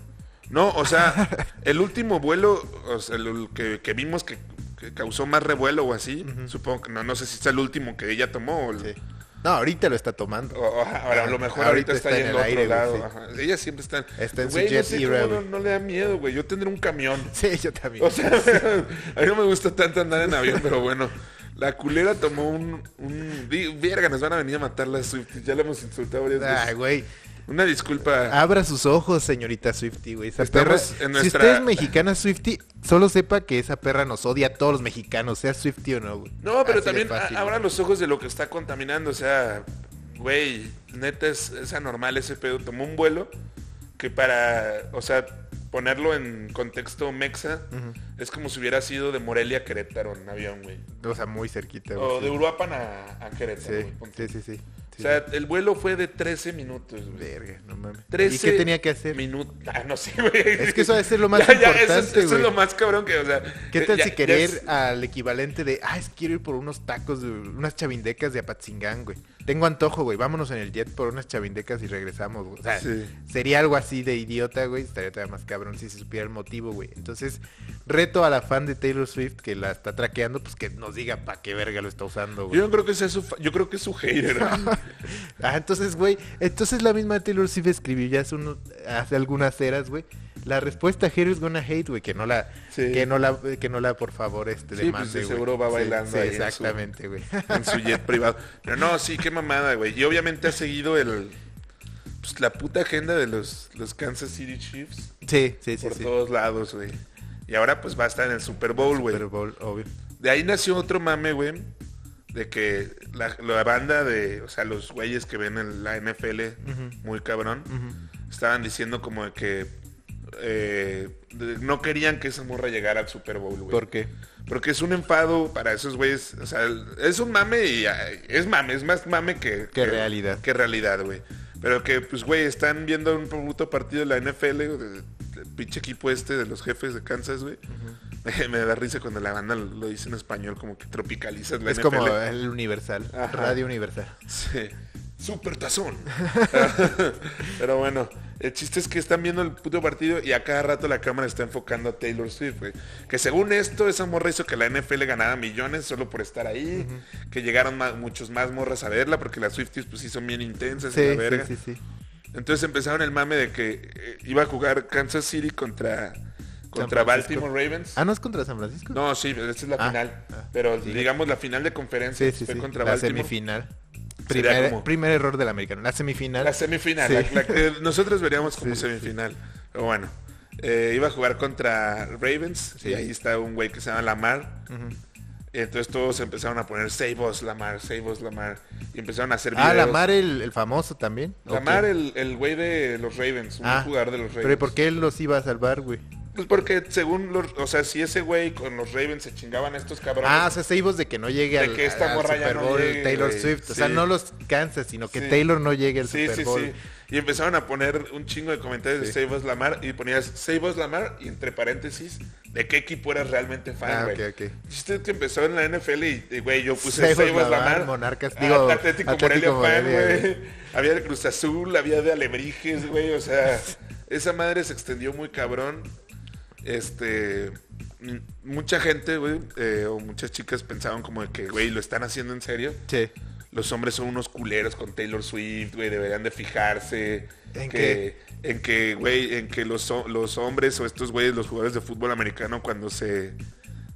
No, o sea, el último vuelo, o sea, el, el que, que vimos que, que causó más revuelo o así, supongo que no, no sé si es el último que ella tomó o el-
Sí. No, ahorita lo está tomando.
o- o- ahora, a lo mejor ahorita,
Ahorita
está,
está en
yendo
el
a otro
aire, güey,
lado.
sí.
ajá. Ella siempre está...
Está en su
Güey, no
jet
sé
era,
cómo no,
güey.
no le da miedo, güey. Yo tendré un camión.
Sí, yo también.
O sea, a mí no me gusta tanto andar en avión, pero bueno. La culera tomó un... un... di- Verga, nos van a venir a matar las Swifties. Ya la hemos insultado varias
Ay,
veces.
güey.
Una disculpa.
Abra sus ojos, señorita Swifty, güey. Esa
Estamos
perra.
en
Si
nuestra-
usted es mexicana Swifty, solo sepa que esa perra nos odia a todos los mexicanos, sea Swifty o no, güey.
No, pero
Así de
también ah,
fácil,
a-
güey.
abran los ojos de lo que está contaminando. O sea, güey, neta es, es anormal ese pedo. Tomó un vuelo que para, o sea, ponerlo en contexto mexa, es como si hubiera sido de Morelia a Querétaro en avión, güey.
O sea, muy cerquita, güey.
O
sí.
de Uruapan a, a Querétaro,
Sí,
güey, punto.
sí, sí, sí.
O
Sí,
sea, el vuelo fue de 13 minutos, güey.
Verga, no mames.
13
¿Y qué tenía que hacer?
Minutos. Ah, no sé, güey.
Es que eso ha de ser lo más
eso es- eso,
importante,
es lo
güey.
más cabrón que, o sea...
¿Qué tal
ya-
si
ya
querer
es-
al equivalente de, ah, es que quiero ir por unos tacos, de, unas chavindecas de Apatzingán, güey? Tengo antojo, güey, vámonos en el jet por unas chavindecas y regresamos, güey. O sea,
Sí.
sería algo así de idiota, güey, estaría todavía más cabrón si se supiera el motivo, güey. Entonces, reto a la fan de Taylor Swift que la está traqueando, pues que nos diga pa' qué verga lo está usando,
Yo
güey.
no creo que sea su... fa- Yo creo que es su hater.
Ah, entonces, güey, entonces la misma Taylor Swift escribió ya hace, uno- hace algunas eras, güey. La respuesta here is gonna hate, güey, que no la,
Sí.
que no la, que no la, por favor, este,
Sí,
demande,
pues, de
güey.
seguro va
Sí,
bailando
sí,
ahí en su-
exactamente, güey.
en su jet privado. Pero no, sí, qué mamada, güey. Y obviamente ha seguido el pues, la puta agenda de los, los Kansas City Chiefs
Sí, sí, sí,
por
sí.
todos lados, güey. Y ahora pues va a estar en el Super Bowl, güey.
Super Bowl, obvio.
De ahí nació otro mame, güey, de que la, la banda de, o sea, los güeyes que ven en la NFL muy cabrón, estaban diciendo como de que eh, de- no querían que esa morra llegara al Super Bowl, güey.
¿Por qué?
Porque es un enfado para esos güeyes. O sea, el- es un mame y ay, es mame, es más mame que...
Que realidad.
Que realidad, güey. Pero que, pues, güey, están viendo un puto partido de la NFL, güey, de- del pinche equipo este de los jefes de Kansas, güey. Me da risa cuando la banda lo, lo dice en español, como que tropicalizas la
es
NFL.
como el Universal,
Ajá.
Radio Universal.
Sí. Super tazón. Pero bueno, el chiste es que están viendo el puto partido y a cada rato la cámara está enfocando a Taylor Swift, güey. Que según esto, esa morra hizo que la NFL ganara millones solo por estar ahí. Que llegaron ma- muchos más morras a verla porque las Swifties pues sí son bien intensas. y la
Sí,
verga.
sí, sí, sí.
Entonces empezaron el mame de que eh, iba a jugar Kansas City contra, contra
San Francisco.
Baltimore Ravens.
Ah, ¿no es contra San Francisco?
No, sí, esta es la
Ah,
final.
ah,
pero
sí.
digamos la final de conferencia
Sí, sí,
fue
sí.
contra
la
Baltimore.
semifinal.
Sería
Primer,
como-
primer error del americano. La semifinal.
La semifinal.
Sí.
la- la que nosotros veríamos como
Sí, sí.
semifinal. Pero bueno, eh, iba a jugar contra Ravens
Sí.
y ahí está un güey que se llama Lamar.
Ujú.
Entonces todos empezaron a poner Save us, Lamar, Save us, Lamar. Y empezaron a hacer videos.
Ah, Lamar el, el famoso también.
Lamar,
Ok.
el- el güey de los Ravens, un
Ah,
jugador de los Ravens.
Pero ¿y por qué él los iba a salvar, güey?
Pues porque según los, o sea, si ese güey con los Ravens se chingaban a estos cabrones.
Ah, o sea, Seibos de que no llegue
De
al,
que esta
al
morra ya
Super
no
Bowl
llegue,
Taylor
güey.
Swift. O sea,
Sí.
no los cansa, sino que
Sí.
Taylor no llegue al
sí,
Super
sí,
Bowl.
sí. Y empezaron a poner un chingo de comentarios de
Sí.
Save Us Lamar y ponías Save Us Lamar y entre paréntesis de qué equipo eras realmente fan,
Ah,
güey.
ok, ok.
El chiste es que empezó en la NFL y, y, güey, yo puse
Save
Save,
Us
Us
Lamar,
Lamar.
Monarcas,
Ah,
digo,
Atlético,
Atlético
Morelia,
Morelia,
fan, güey. Había de Cruz Azul, había de Alebrijes, güey. O sea, esa madre se extendió muy cabrón. Este... m- Mucha gente, güey, eh, o muchas chicas pensaban como de que, güey, lo están haciendo en serio
Sí.
los hombres son unos culeros con Taylor Swift, güey, deberían de fijarse.
¿En
que, En que, güey, en que los, ho- los hombres o estos güeyes, los jugadores de fútbol americano, cuando se...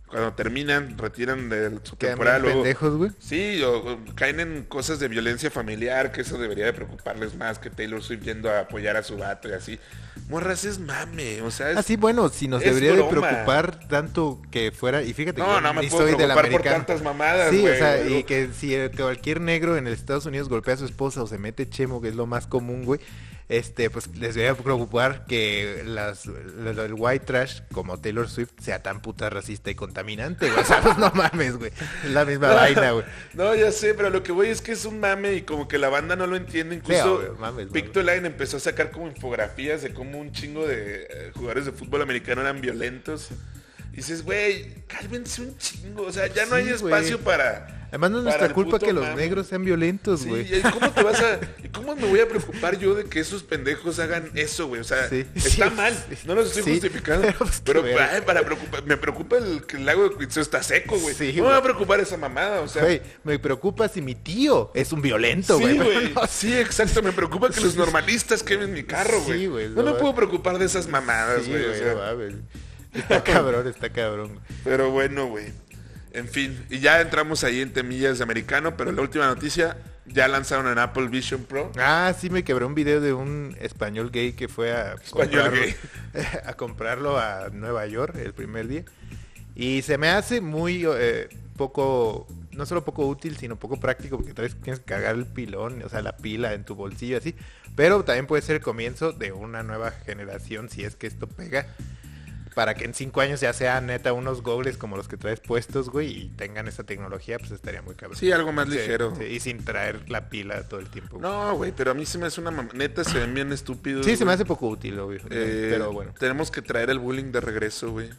Cuando terminan, retiran de su
Quedan
temporada,
bien
luego...
pendejos, güey.
Sí, o, o caen en cosas de violencia familiar, que eso debería de preocuparles más que Taylor Swift yendo a apoyar a su vato y así. Morras es mame, o sea, es...
Ah, sí, bueno, si nos
es
debería de
broma.
preocupar tanto que fuera, y fíjate que
No,
yo
no me
ni
puedo
soy del
preocupar por
americano.
tantas mamadas,
sí,
güey.
o sea,
güey.
y que si el- cualquier negro en Estados Unidos golpea a su esposa o se mete chemo, que es lo más común, güey, este, pues les debería preocupar que las, lo- lo- el white trash, como Taylor Swift, sea tan puta racista y contaminante, güey. O sea, pues, no mames, güey. Es la misma vaina, güey.
No, ya sé, pero lo que voy es que es un mame y como que la banda no lo entiende. Incluso
obvio, mames, mames.
Pictoline empezó a sacar como infografías de cómo un chingo de eh, jugadores de fútbol americano eran violentos. Y dices, güey, cálmense un chingo. O sea, ya no
Sí,
hay espacio
güey.
para...
Además no es
para
nuestra
el
culpa
puto
que los
mame.
negros sean violentos,
Sí,
Pues, güey.
¿y ¿cómo te vas a... y ¿Cómo me voy a preocupar yo de que esos pendejos hagan eso, güey? O sea,
Sí.
está
Sí,
mal.
sí.
No los estoy
Sí,
justificando.
pero pues qué
Pero,
verga.
ay, para preocupar... Me preocupa el que el lago de Cuitzeo está seco, güey. no
Sí,
me va a
güey.
preocupar esa mamada, o sea...
Güey, me preocupa si mi tío es un violento, güey.
Sí,
pero
güey.
no
Sí, exacto. Me preocupa que los normalistas quemen mi carro,
Sí,
güey.
güey,
no
no
me puedo preocupar de esas mamadas,
Sí,
güey. o
güey,
sea,
no mames. Está cabrón, está cabrón. güey.
pero bueno, güey. En fin, y ya entramos ahí en temillas de americano, pero la última noticia, ya lanzaron en Apple Vision Pro.
Ah, sí, me quebré un video de un español gay que fue a
Español
comprarlo,
gay.
a, comprarlo a Nueva York el primer día. Y se me hace muy eh, poco, no solo poco útil, sino poco práctico, porque traes, tienes que cargar el pilón, o sea, la pila en tu bolsillo, así. Pero también puede ser el comienzo de una nueva generación, si es que esto pega. Para que en cinco años ya sea neta unos gogles como los que traes puestos, güey, y tengan esa tecnología, pues estaría muy cabrón.
Sí, algo más
Sí,
ligero.
sí, y sin traer la pila todo el tiempo. güey.
No, güey, pero a mí se me hace una mamada. Neta, se ven bien estúpidos.
Sí, se
güey.
me hace poco útil, obvio.
Eh,
pero bueno.
Tenemos que traer el bullying de regreso, güey.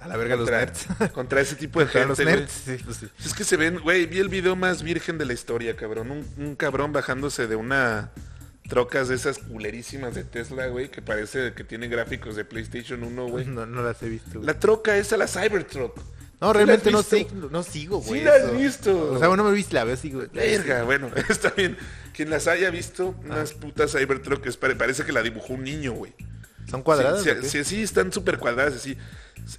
A la verga los
Contra,
nerds.
contra ese tipo de
Contra
gente,
los
güey.
nerds, sí, pues sí.
Es que se ven, güey, vi el video más virgen de la historia, cabrón. Un, un cabrón bajándose de una trocas de esas culerísimas de Tesla, güey, que parece que tiene gráficos de PlayStation 1, güey.
No, no las he visto. güey.
La troca es a la Cybertruck.
No, realmente
¿Sí la
no,
has
sig-
visto?
no sigo,
Sí
güey.
la has
eso.
visto.
O sea, bueno, no me viste, la veo, sigo.
Verga, bueno, está bien. Quien las haya visto, unas putas Cybertruck que es pare- parece que la dibujó un niño, güey.
Son cuadradas.
Sí,
o qué?
sí, sí, están súper cuadradas, así.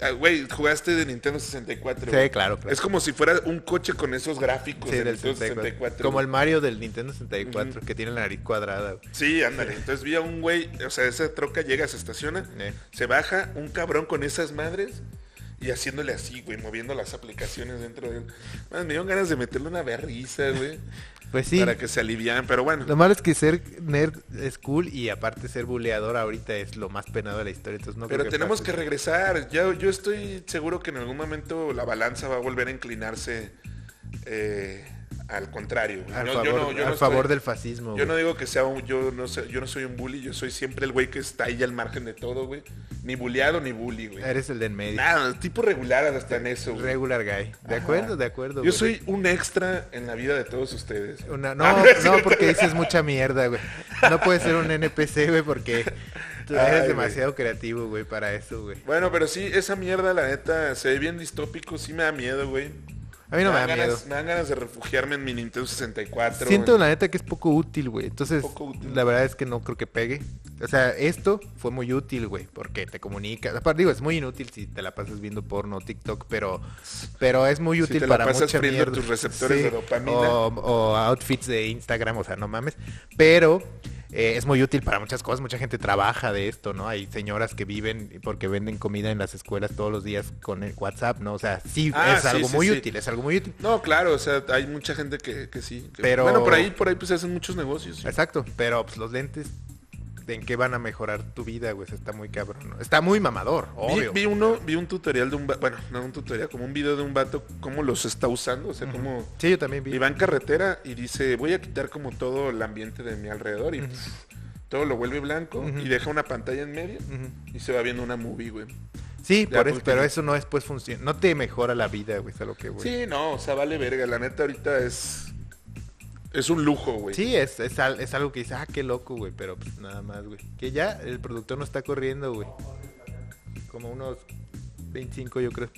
Ah, Güey, jugaste de Nintendo 64.
Sí,
güey.
claro, claro.
Es como si fuera un coche con esos gráficos
Sí,
de
del
Nintendo
64.
64.
Como
güey.
el Mario del Nintendo 64, que tiene la nariz cuadrada. güey.
Sí, ándale. Entonces vi a un güey, o sea, esa troca llega, se estaciona,
Eh.
se baja un cabrón con esas madres y haciéndole así, güey, moviendo las aplicaciones dentro de él. Más, me dieron ganas de meterle una berriza, güey,
Pues sí.
para que se alivian, pero bueno.
Lo malo es que ser nerd es cool y aparte ser buleador ahorita es lo más penado de la historia. Entonces no creo
pero tenemos que
pase.
regresar. Ya, yo estoy seguro que en algún momento la balanza va a volver a inclinarse eh, Al contrario, güey.
Al
No,
favor,
yo no, yo no
al
estoy-
favor del fascismo.
Yo
güey.
no digo que sea un, yo no sé- yo no soy un bully, yo soy siempre el güey que está ahí al margen de todo, güey. Ni bulleado ni bully, güey.
Eres el del medio.
Nada, tipo regular hasta en eso, güey.
Regular guy.
Ajá.
De acuerdo, de acuerdo.
Yo
güey.
soy un extra en la vida de todos ustedes.
Una, no,
Ah,
no, porque dices mucha mierda, güey. No puedes ser un NPC, güey, porque tú
Ay,
eres
güey.
demasiado creativo, güey, para eso, güey.
Bueno, pero sí, esa mierda, la neta, se ve bien distópico, sí me da miedo, güey.
A mí no me da
dan
miedo.
ganas- Me dan ganas de refugiarme en mi Nintendo 64.
Siento
güey.
la neta que es poco útil, güey. Entonces,
Poco útil.
la verdad es que no creo que pegue. O sea, esto fue muy útil, güey, porque te comunica. Aparte, digo, es muy inútil si te la pasas viendo porno, TikTok, pero, pero es muy
Si
útil
te la
para
pasas
mucha
friendo
mierda.
tus receptores de dopamina.
O, o outfits de Instagram, o sea, no mames. Pero eh, es muy útil para muchas cosas. Mucha gente trabaja de esto, ¿no? Hay señoras que viven porque venden comida en las escuelas todos los días con el WhatsApp, ¿no? O sea, sí,
Ah,
es
sí,
algo
sí,
muy
sí.
útil, es algo muy útil.
No, claro, o sea, hay mucha gente que, que sí. que-
Pero-
Bueno, por ahí, por ahí pues se hacen muchos negocios. sí.
Exacto, pero pues, los lentes, ¿en qué van a mejorar tu vida, güey? Eso Está muy cabrón. ¿no? Está muy mamador,
Vi,
obvio.
vi uno, vi un tutorial de un va- bueno, no un tutorial, como un video de un vato, cómo los está usando, o sea, cómo...
Sí, yo también vi.
Y va en carretera y dice, voy a quitar como todo el ambiente de mi alrededor y pf, todo lo vuelve blanco
Ujú.
y deja una pantalla en medio
Ujú.
y se va viendo una movie, güey.
Sí,
Ya,
por eso,
pues,
pero
tiene-
eso no después funciona. No te mejora la vida, güey, es a lo que, güey. Sí,
Sí, no, o sea, vale verga. La neta ahorita es... Es un lujo, güey.
es, es, al- es algo que dices, ah, qué loco, güey, pero pues nada más, güey. Que ya el productor no está corriendo, güey. Como unos 25, yo creo.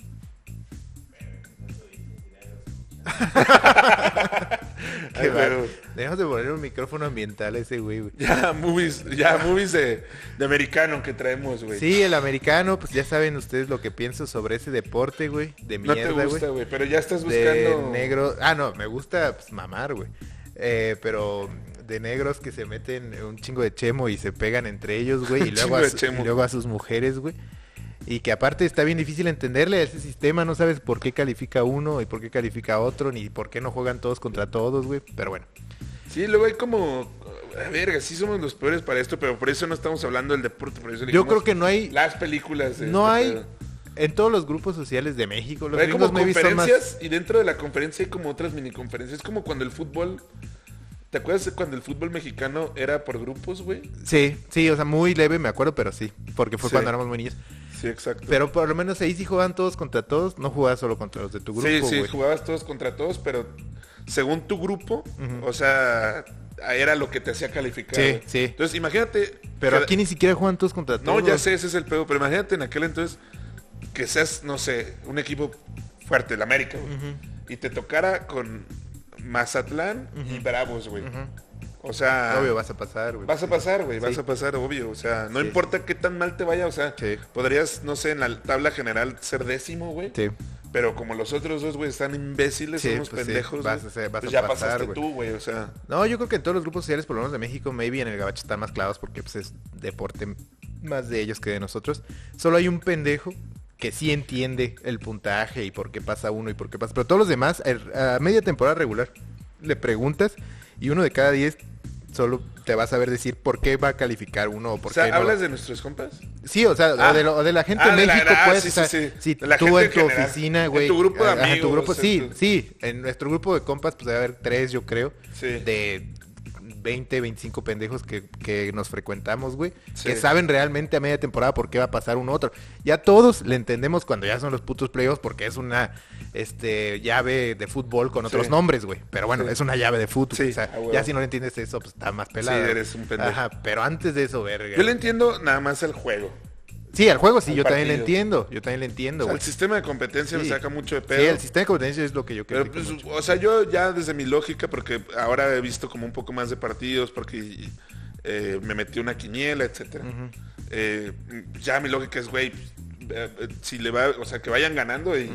Ay,
Qué
pero-
bárbaro. Dejamos de poner un micrófono ambiental a ese güey, güey.
Ya movies, ya movies de, de americano que traemos, güey.
Sí, el americano, pues ya saben ustedes lo que pienso sobre ese deporte, güey. De
No te
mierda, güey.
gusta, güey, pero ya estás
de
buscando...
negro. Ah, no, me gusta pues, mamar, güey. Eh, pero de negros que se meten un chingo de chemo y se pegan entre ellos, güey. Y,
Un
luego
chingo
a
de
su-
chemo.
y luego a sus mujeres, güey. Y que aparte está bien difícil entenderle a ese sistema, no sabes por qué califica uno y por qué califica otro, ni por qué no juegan todos contra todos, güey. Pero bueno.
Sí, luego hay como... a Verga, sí somos los peores para esto, pero por eso no estamos hablando del deporte. Por eso
Yo
elegimos
creo que no hay...
Las películas de
No
este
hay...
pedo.
En todos los grupos sociales de México, los
hay como
gringos maybe son más-
conferencias y dentro de la conferencia hay como otras mini conferencias. Es como cuando el fútbol. ¿Te acuerdas de cuando el fútbol mexicano era por grupos, güey?
Sí, sí, o sea, muy leve, me acuerdo, pero sí, porque fue
Sí.
cuando éramos muy niños.
Sí, exacto.
Pero por lo menos ahí sí jugaban todos contra todos, no jugabas solo contra los de tu grupo,
sí, sí,
güey.
jugabas todos contra todos, pero según tu grupo, o sea, era lo que te hacía calificar.
Sí,
güey.
sí.
Entonces, imagínate.
Pero
que-
aquí ni siquiera juegan todos contra
No,
todos.
ya sé, ese es el pedo, pero imagínate en aquel entonces que seas, no sé, un equipo fuerte, el América, güey, y te tocara con Mazatlán y Bravos, güey. O sea,
Obvio, vas a pasar, güey.
Ah. vas a pasar, güey, vas
Sí.
a pasar, obvio. O sea, no
Sí.
importa qué tan mal te vaya, o sea,
Sí.
podrías, no sé, en la tabla general ser décimo, güey.
Sí.
Pero como los otros dos, güey, están imbéciles,
Sí,
son unos
pues sí,
pendejos,
vas
güey,
a ser- vas
pues ya
a pasar,
pasaste
güey.
tú, güey, o sea.
No, yo creo que en todos los grupos sociales, por lo menos de México, maybe en el Gabacho están más clavados porque pues, es deporte más de ellos que de nosotros. Solo hay un pendejo que sí entiende el puntaje y por qué pasa uno y por qué pasa. Pero todos los demás, el- a media temporada regular, le preguntas y uno de cada diez solo te va a saber decir por qué va a calificar uno o por
o sea,
qué no. va-
¿hablas de nuestros compas?
Sí, o sea,
Ah.
o, de lo- o de la gente
Ah,
en
de la-
México,
ah,
pues,
sí,
o sea,
sí, sí.
si
De la
tú
gente
en
en
tu
general.
oficina,
En
güey.
tu grupo de
ajá, en tu
amigos,
grupo,
en
sí,
tu-
sí. En nuestro grupo de compas, pues debe haber tres, yo creo,
Sí.
de 20, 25 pendejos que, que nos frecuentamos, güey,
Sí.
que saben realmente a media temporada por qué va a pasar uno u otro. Ya todos le entendemos cuando ya son los putos playoffs porque es una este llave de fútbol con otros
Sí.
nombres, güey. Pero bueno,
Sí.
es una llave de fútbol.
Sí,
o sea,
a huevo.
ya si no le entiendes eso, pues está más pelado.
eres un pendejo.
Ajá, pero antes de eso, verga.
Yo le entiendo nada más el juego.
Sí, al juego sí,
Al
yo también le
partido.
entiendo. Yo también le
O
entiendo,
sea,
güey.
el sistema de competencia me
Sí.
saca mucho de pedo.
Sí, el sistema de competencia es lo que yo creo.
Pero, pues, o sea, yo ya desde mi lógica, porque ahora he visto como un poco más de partidos, porque eh, me metí una quiniela, etcétera. Eh, ya mi lógica es, güey, eh, eh, si le va, o sea, que vayan ganando y,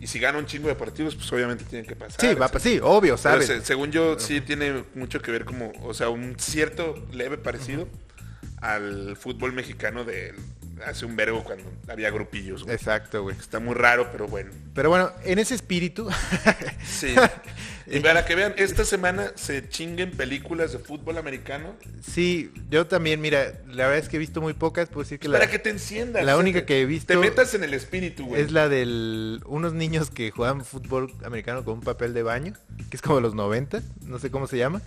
y si gana un chingo de partidos, pues obviamente tienen que pasar.
sí, va, pues,
etcétera.
sí, obvio,
Pero
¿sabes?
se- según yo, sí tiene mucho que ver como, o sea, un cierto leve parecido al fútbol mexicano de hace un vergo cuando había grupillos. güey.
Exacto, güey.
Está muy raro, pero bueno.
Pero bueno, en ese espíritu,
Sí. y para que vean, esta semana se chinguen películas de fútbol americano.
sí, yo también, mira, la verdad es que he visto muy pocas, puedo decir que la,
pues, para que te enciendas.
la
o sea,
única
te-
que he visto-
Te metas en el espíritu, güey.
es la del unos niños que juegan fútbol americano con un papel de baño, que es como los 90, no sé cómo se llama.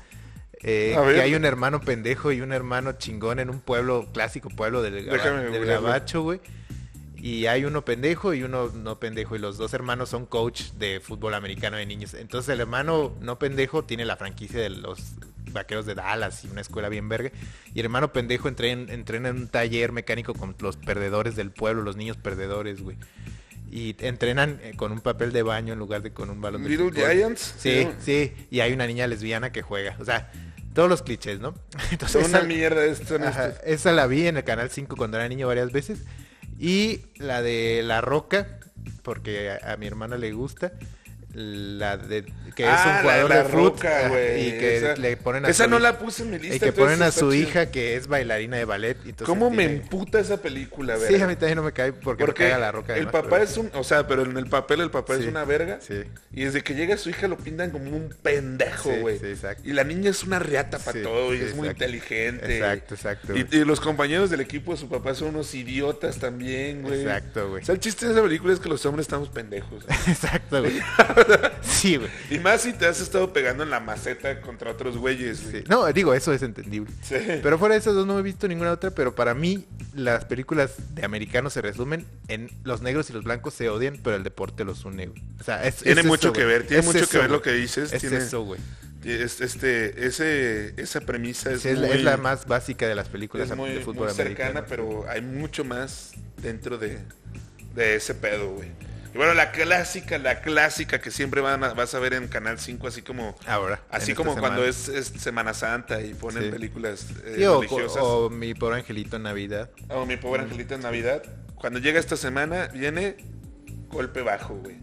Eh,
A
que
ver.
hay un hermano pendejo y un hermano chingón en un pueblo clásico, pueblo del, gaba-
Déjame
del
googlearlo.
gabacho, güey. Y hay uno pendejo y uno no pendejo. Y los dos hermanos son coach de fútbol americano de niños. Entonces el hermano no pendejo tiene la franquicia de los vaqueros de Dallas y una escuela bien verga. Y el hermano pendejo entren- entrena en un taller mecánico con los perdedores del pueblo, los niños perdedores, güey. Y entrenan eh, con un papel de baño en lugar de con un balón de
Little
fútbol.
Giants.
Sí, sí. Y hay una niña lesbiana que juega. O sea, todos los clichés, ¿no?
Son
Entonces,
una
al-
mierda esto. en
Ajá,
esto.
esa la vi en el canal 5 cuando era niño varias veces. Y la de La Roca, porque a, a mi hermana le gusta. La de que es
Ah,
un jugador
la, la
de fútbol
roca, güey.
y que
Esa-
le ponen a
Esa
su
no
hija-
la puse en mi lista.
y que
entonces
ponen a
está
su
chido.
hija que es bailarina de ballet. entonces
¿Cómo me
tiene-
emputa esa película,
Sí,
verga?
a mí también no me cae porque,
Porque
me caga la roca.
el
además,
papá
pero-
es un, o sea, pero en el papel el papá es
Sí,
una verga.
sí.
Y desde que llega su hija lo pintan como un pendejo,
Sí,
güey.
sí, exacto.
y la niña es una riata para
Sí,
todo, y
sí,
es muy
exacto.
inteligente.
Exacto, exacto,
Y, y los compañeros del equipo de su papá son unos idiotas también, güey.
Exacto, güey.
O sea, el chiste de esa película es que los hombres estamos pendejos. güey.
Exacto, güey. sí, güey.
y más si te has estado pegando en la maceta contra otros güeyes, güey.
Sí. No, digo, eso es entendible.
Sí.
Pero fuera de esas dos no he visto ninguna otra, pero para mí las películas de americanos se resumen en los negros y los blancos se odian, pero el deporte los une, güey. O sea, es,
Tiene
es
mucho
eso,
que
güey.
ver, tiene
Es
mucho que
eso,
ver lo
güey.
que dices,
Es
tiene-
eso, güey.
Es- Este, ese, esa premisa es,
Sí, Es, la-
muy-
es la más básica de las películas
es muy,
de fútbol
muy cercana,
americano.
pero hay mucho más dentro de, de ese pedo, güey. Y bueno, la clásica, la clásica que siempre van a- vas a ver en Canal 5, así como...
Ahora.
Así
en esta
como cuando
semana.
es, es Semana Santa y ponen
Sí.
películas eh,
Sí, o,
religiosas. O,
o mi pobre angelito en Navidad.
Mi Pobre Angelita en Navidad. Cuando llega esta semana, viene Golpe Bajo, güey.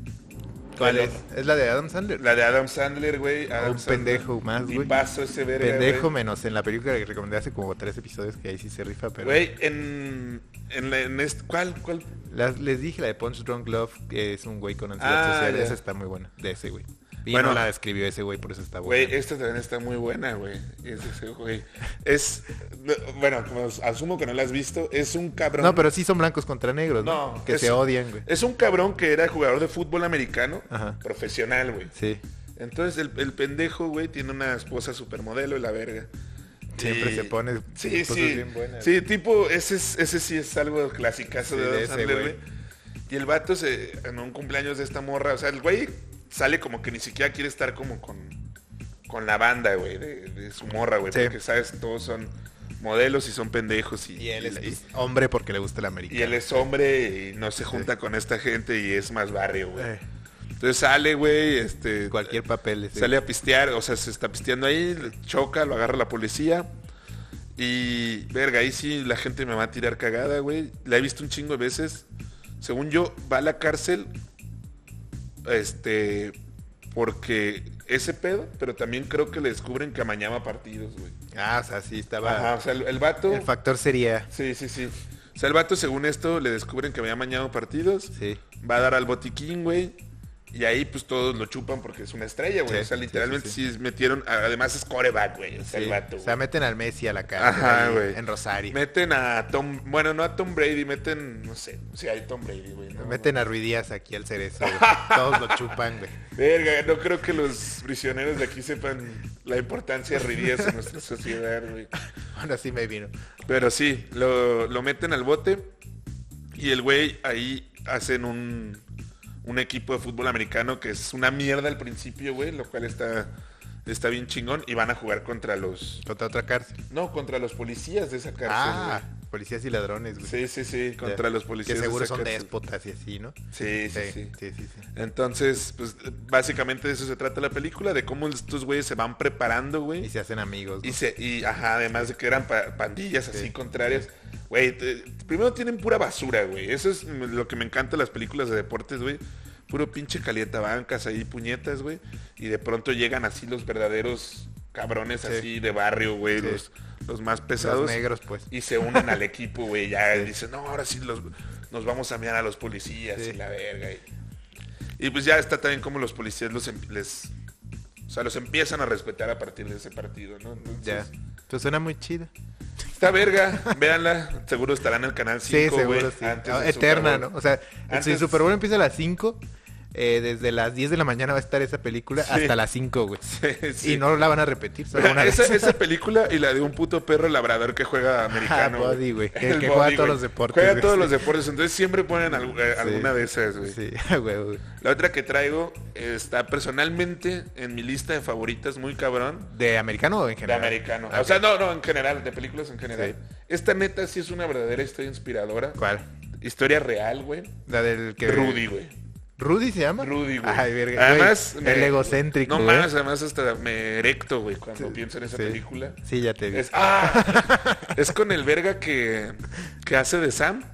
¿Cuál
Pero-
es? Es la de Adam Sandler.
La de Adam Sandler, güey. Adam
un
Sandler.
pendejo más, güey.
Tipazo ese verga,
Pendejo
güey.
menos en la película que recomendé hace como tres episodios que ahí sí se rifa, pero.
Güey, en... en, la- en este- ¿Cuál? ¿Cuál?
Las- les dije la de Punch Drunk Love, que es un güey con ansiedad
Ah,
social.
ya.
Esa está muy buena, de ese güey. Y
Bueno.
no la escribió ese güey, por eso está buena.
Güey, esta también está muy buena, güey. Es, ese, güey. es no, bueno, como as- asumo que no la has visto, es un cabrón.
no, pero sí son blancos contra negros, ¿no?
No,
que
es-
se odian, güey.
es un cabrón que era jugador de fútbol americano,
Ajá.
profesional, güey.
Sí,
Entonces el, el pendejo, güey, tiene una esposa supermodelo y la verga.
siempre
Y-
se pone
Sí,
cosas
sí.
bien buenas.
Sí, tipo, ese, es- ese sí es algo clasicazo
Sí,
de
de
Adam
ese,
Sandler,
güey.
güey. Y el vato se, en un cumpleaños de esta morra, o sea, el güey sale como que ni siquiera quiere estar como con, con la banda, güey, de, de su morra, güey.
Sí.
Porque, ¿sabes? Todos son modelos y son pendejos. Y,
Y él es
y-
hombre porque le gusta el
y
americano.
él es hombre y no se junta con esta gente y es más barrio, güey.
Eh,
Entonces sale, güey, este...
cualquier papel. sí.
Sale a pistear, o sea, se está pisteando ahí, le choca, lo agarra la policía. Y, verga, ahí sí la gente me va a tirar cagada, güey. La he visto un chingo de veces. Según yo, va a la cárcel, este, porque ese pedo, pero también creo que le descubren que amañaba partidos, güey.
Ah, o sea, sí, estaba...
Ajá, o sea, el, el vato...
El factor sería...
Sí, sí, sí. O sea, el vato, según esto, le descubren que había amañado partidos
Sí.
va a dar al botiquín, güey. Y ahí pues todos lo chupan porque es una estrella, güey.
Sí,
o sea,
sí,
literalmente
sí,
sí, metieron, además es coreback, güey. O sea, el
sí.
vato.
o sea,
güey.
meten al Messi a la cárcel
Ajá,
ahí,
güey.
en Rosario.
Meten a Tom, bueno, no a Tom Brady, meten, no sé, sí hay Tom Brady, güey. ¿no?
Meten a Ruidías aquí al cerezo, güey. Todos lo chupan, güey.
Verga, no creo que los prisioneros de aquí sepan la importancia de Ruidías en nuestra sociedad, güey.
Bueno, así me vino.
Pero sí, lo, lo meten al bote y el güey ahí hacen un, un equipo de fútbol americano que es una mierda al principio, güey, lo cual está, está bien chingón y van a jugar contra los...
Contra otra cárcel.
No, contra los policías de esa cárcel.
Ah,
güey.
policías y ladrones, güey.
Sí, sí, sí, contra
Ya.
los policías.
Que seguro
de esa
son
cárcel.
déspotas y así, ¿no?
Sí, sí, sí.
sí, sí, sí.
Entonces, pues básicamente de eso se trata la película, de cómo estos güeyes se van preparando, güey.
Y se hacen amigos.
Y,
¿no?
se, y ajá, además de que eran pa- pandillas así
Sí.
contrarias. Güey, te- primero tienen pura basura, güey. Eso es m- lo que me encanta de las películas de deportes, güey. Puro pinche calientabancas ahí, puñetas, güey. Y de pronto llegan así los verdaderos cabrones
Sí.
así de barrio, güey,
Sí.
los, los más pesados.
Los negros, pues.
Y se unen al equipo, güey. Ya dicen, no, ahora sí los, nos vamos a mear a los policías
Sí.
y la verga. Y, y pues ya está también como los policías los em- les. O sea, los empiezan a respetar a partir de ese partido, ¿no? Entonces,
Ya. Pues suena muy chida.
Está verga, véanla. Seguro estará en el canal 5,
Sí, seguro
güey,
sí.
antes
Ah,
del Super
Eterna,
Bowl.
¿no? O sea, si
Antes-
Super Bowl empieza a las 5, eh, desde las 10 de la mañana va a estar esa película
Sí.
hasta las 5, güey.
Sí.
Y no la van a repetir. solo
Mira,
una vez.
esa, esa película y la de un puto perro labrador que juega americano.
Ah, Buddy, güey, que-
El
que juega
Buddy,
todos
güey.
los deportes,
Juega
güey.
todos los deportes, entonces siempre ponen al- eh,
Sí.
alguna de esas, güey.
Sí, a huevo, güey.
La otra que traigo está personalmente en mi lista de favoritas, muy cabrón,
¿De americano o en
de
general?
americano.
Ah,
O sea, no, no, en general, de películas en general.
Sí.
Esta neta sí es una verdadera historia inspiradora.
¿Cuál?
Historia real, güey.
La del que...
Rudy, güey.
¿Rudy se llama?
Rudy, güey. eh,
Ay, verga. Además... el egocéntrico, ¿eh?
No
güey.
más, además hasta me erecto, güey, cuando pienso en esa
sí.
película.
Sí, ya te vi.
Es, ¡ah! es con el verga que, que hace de Sam.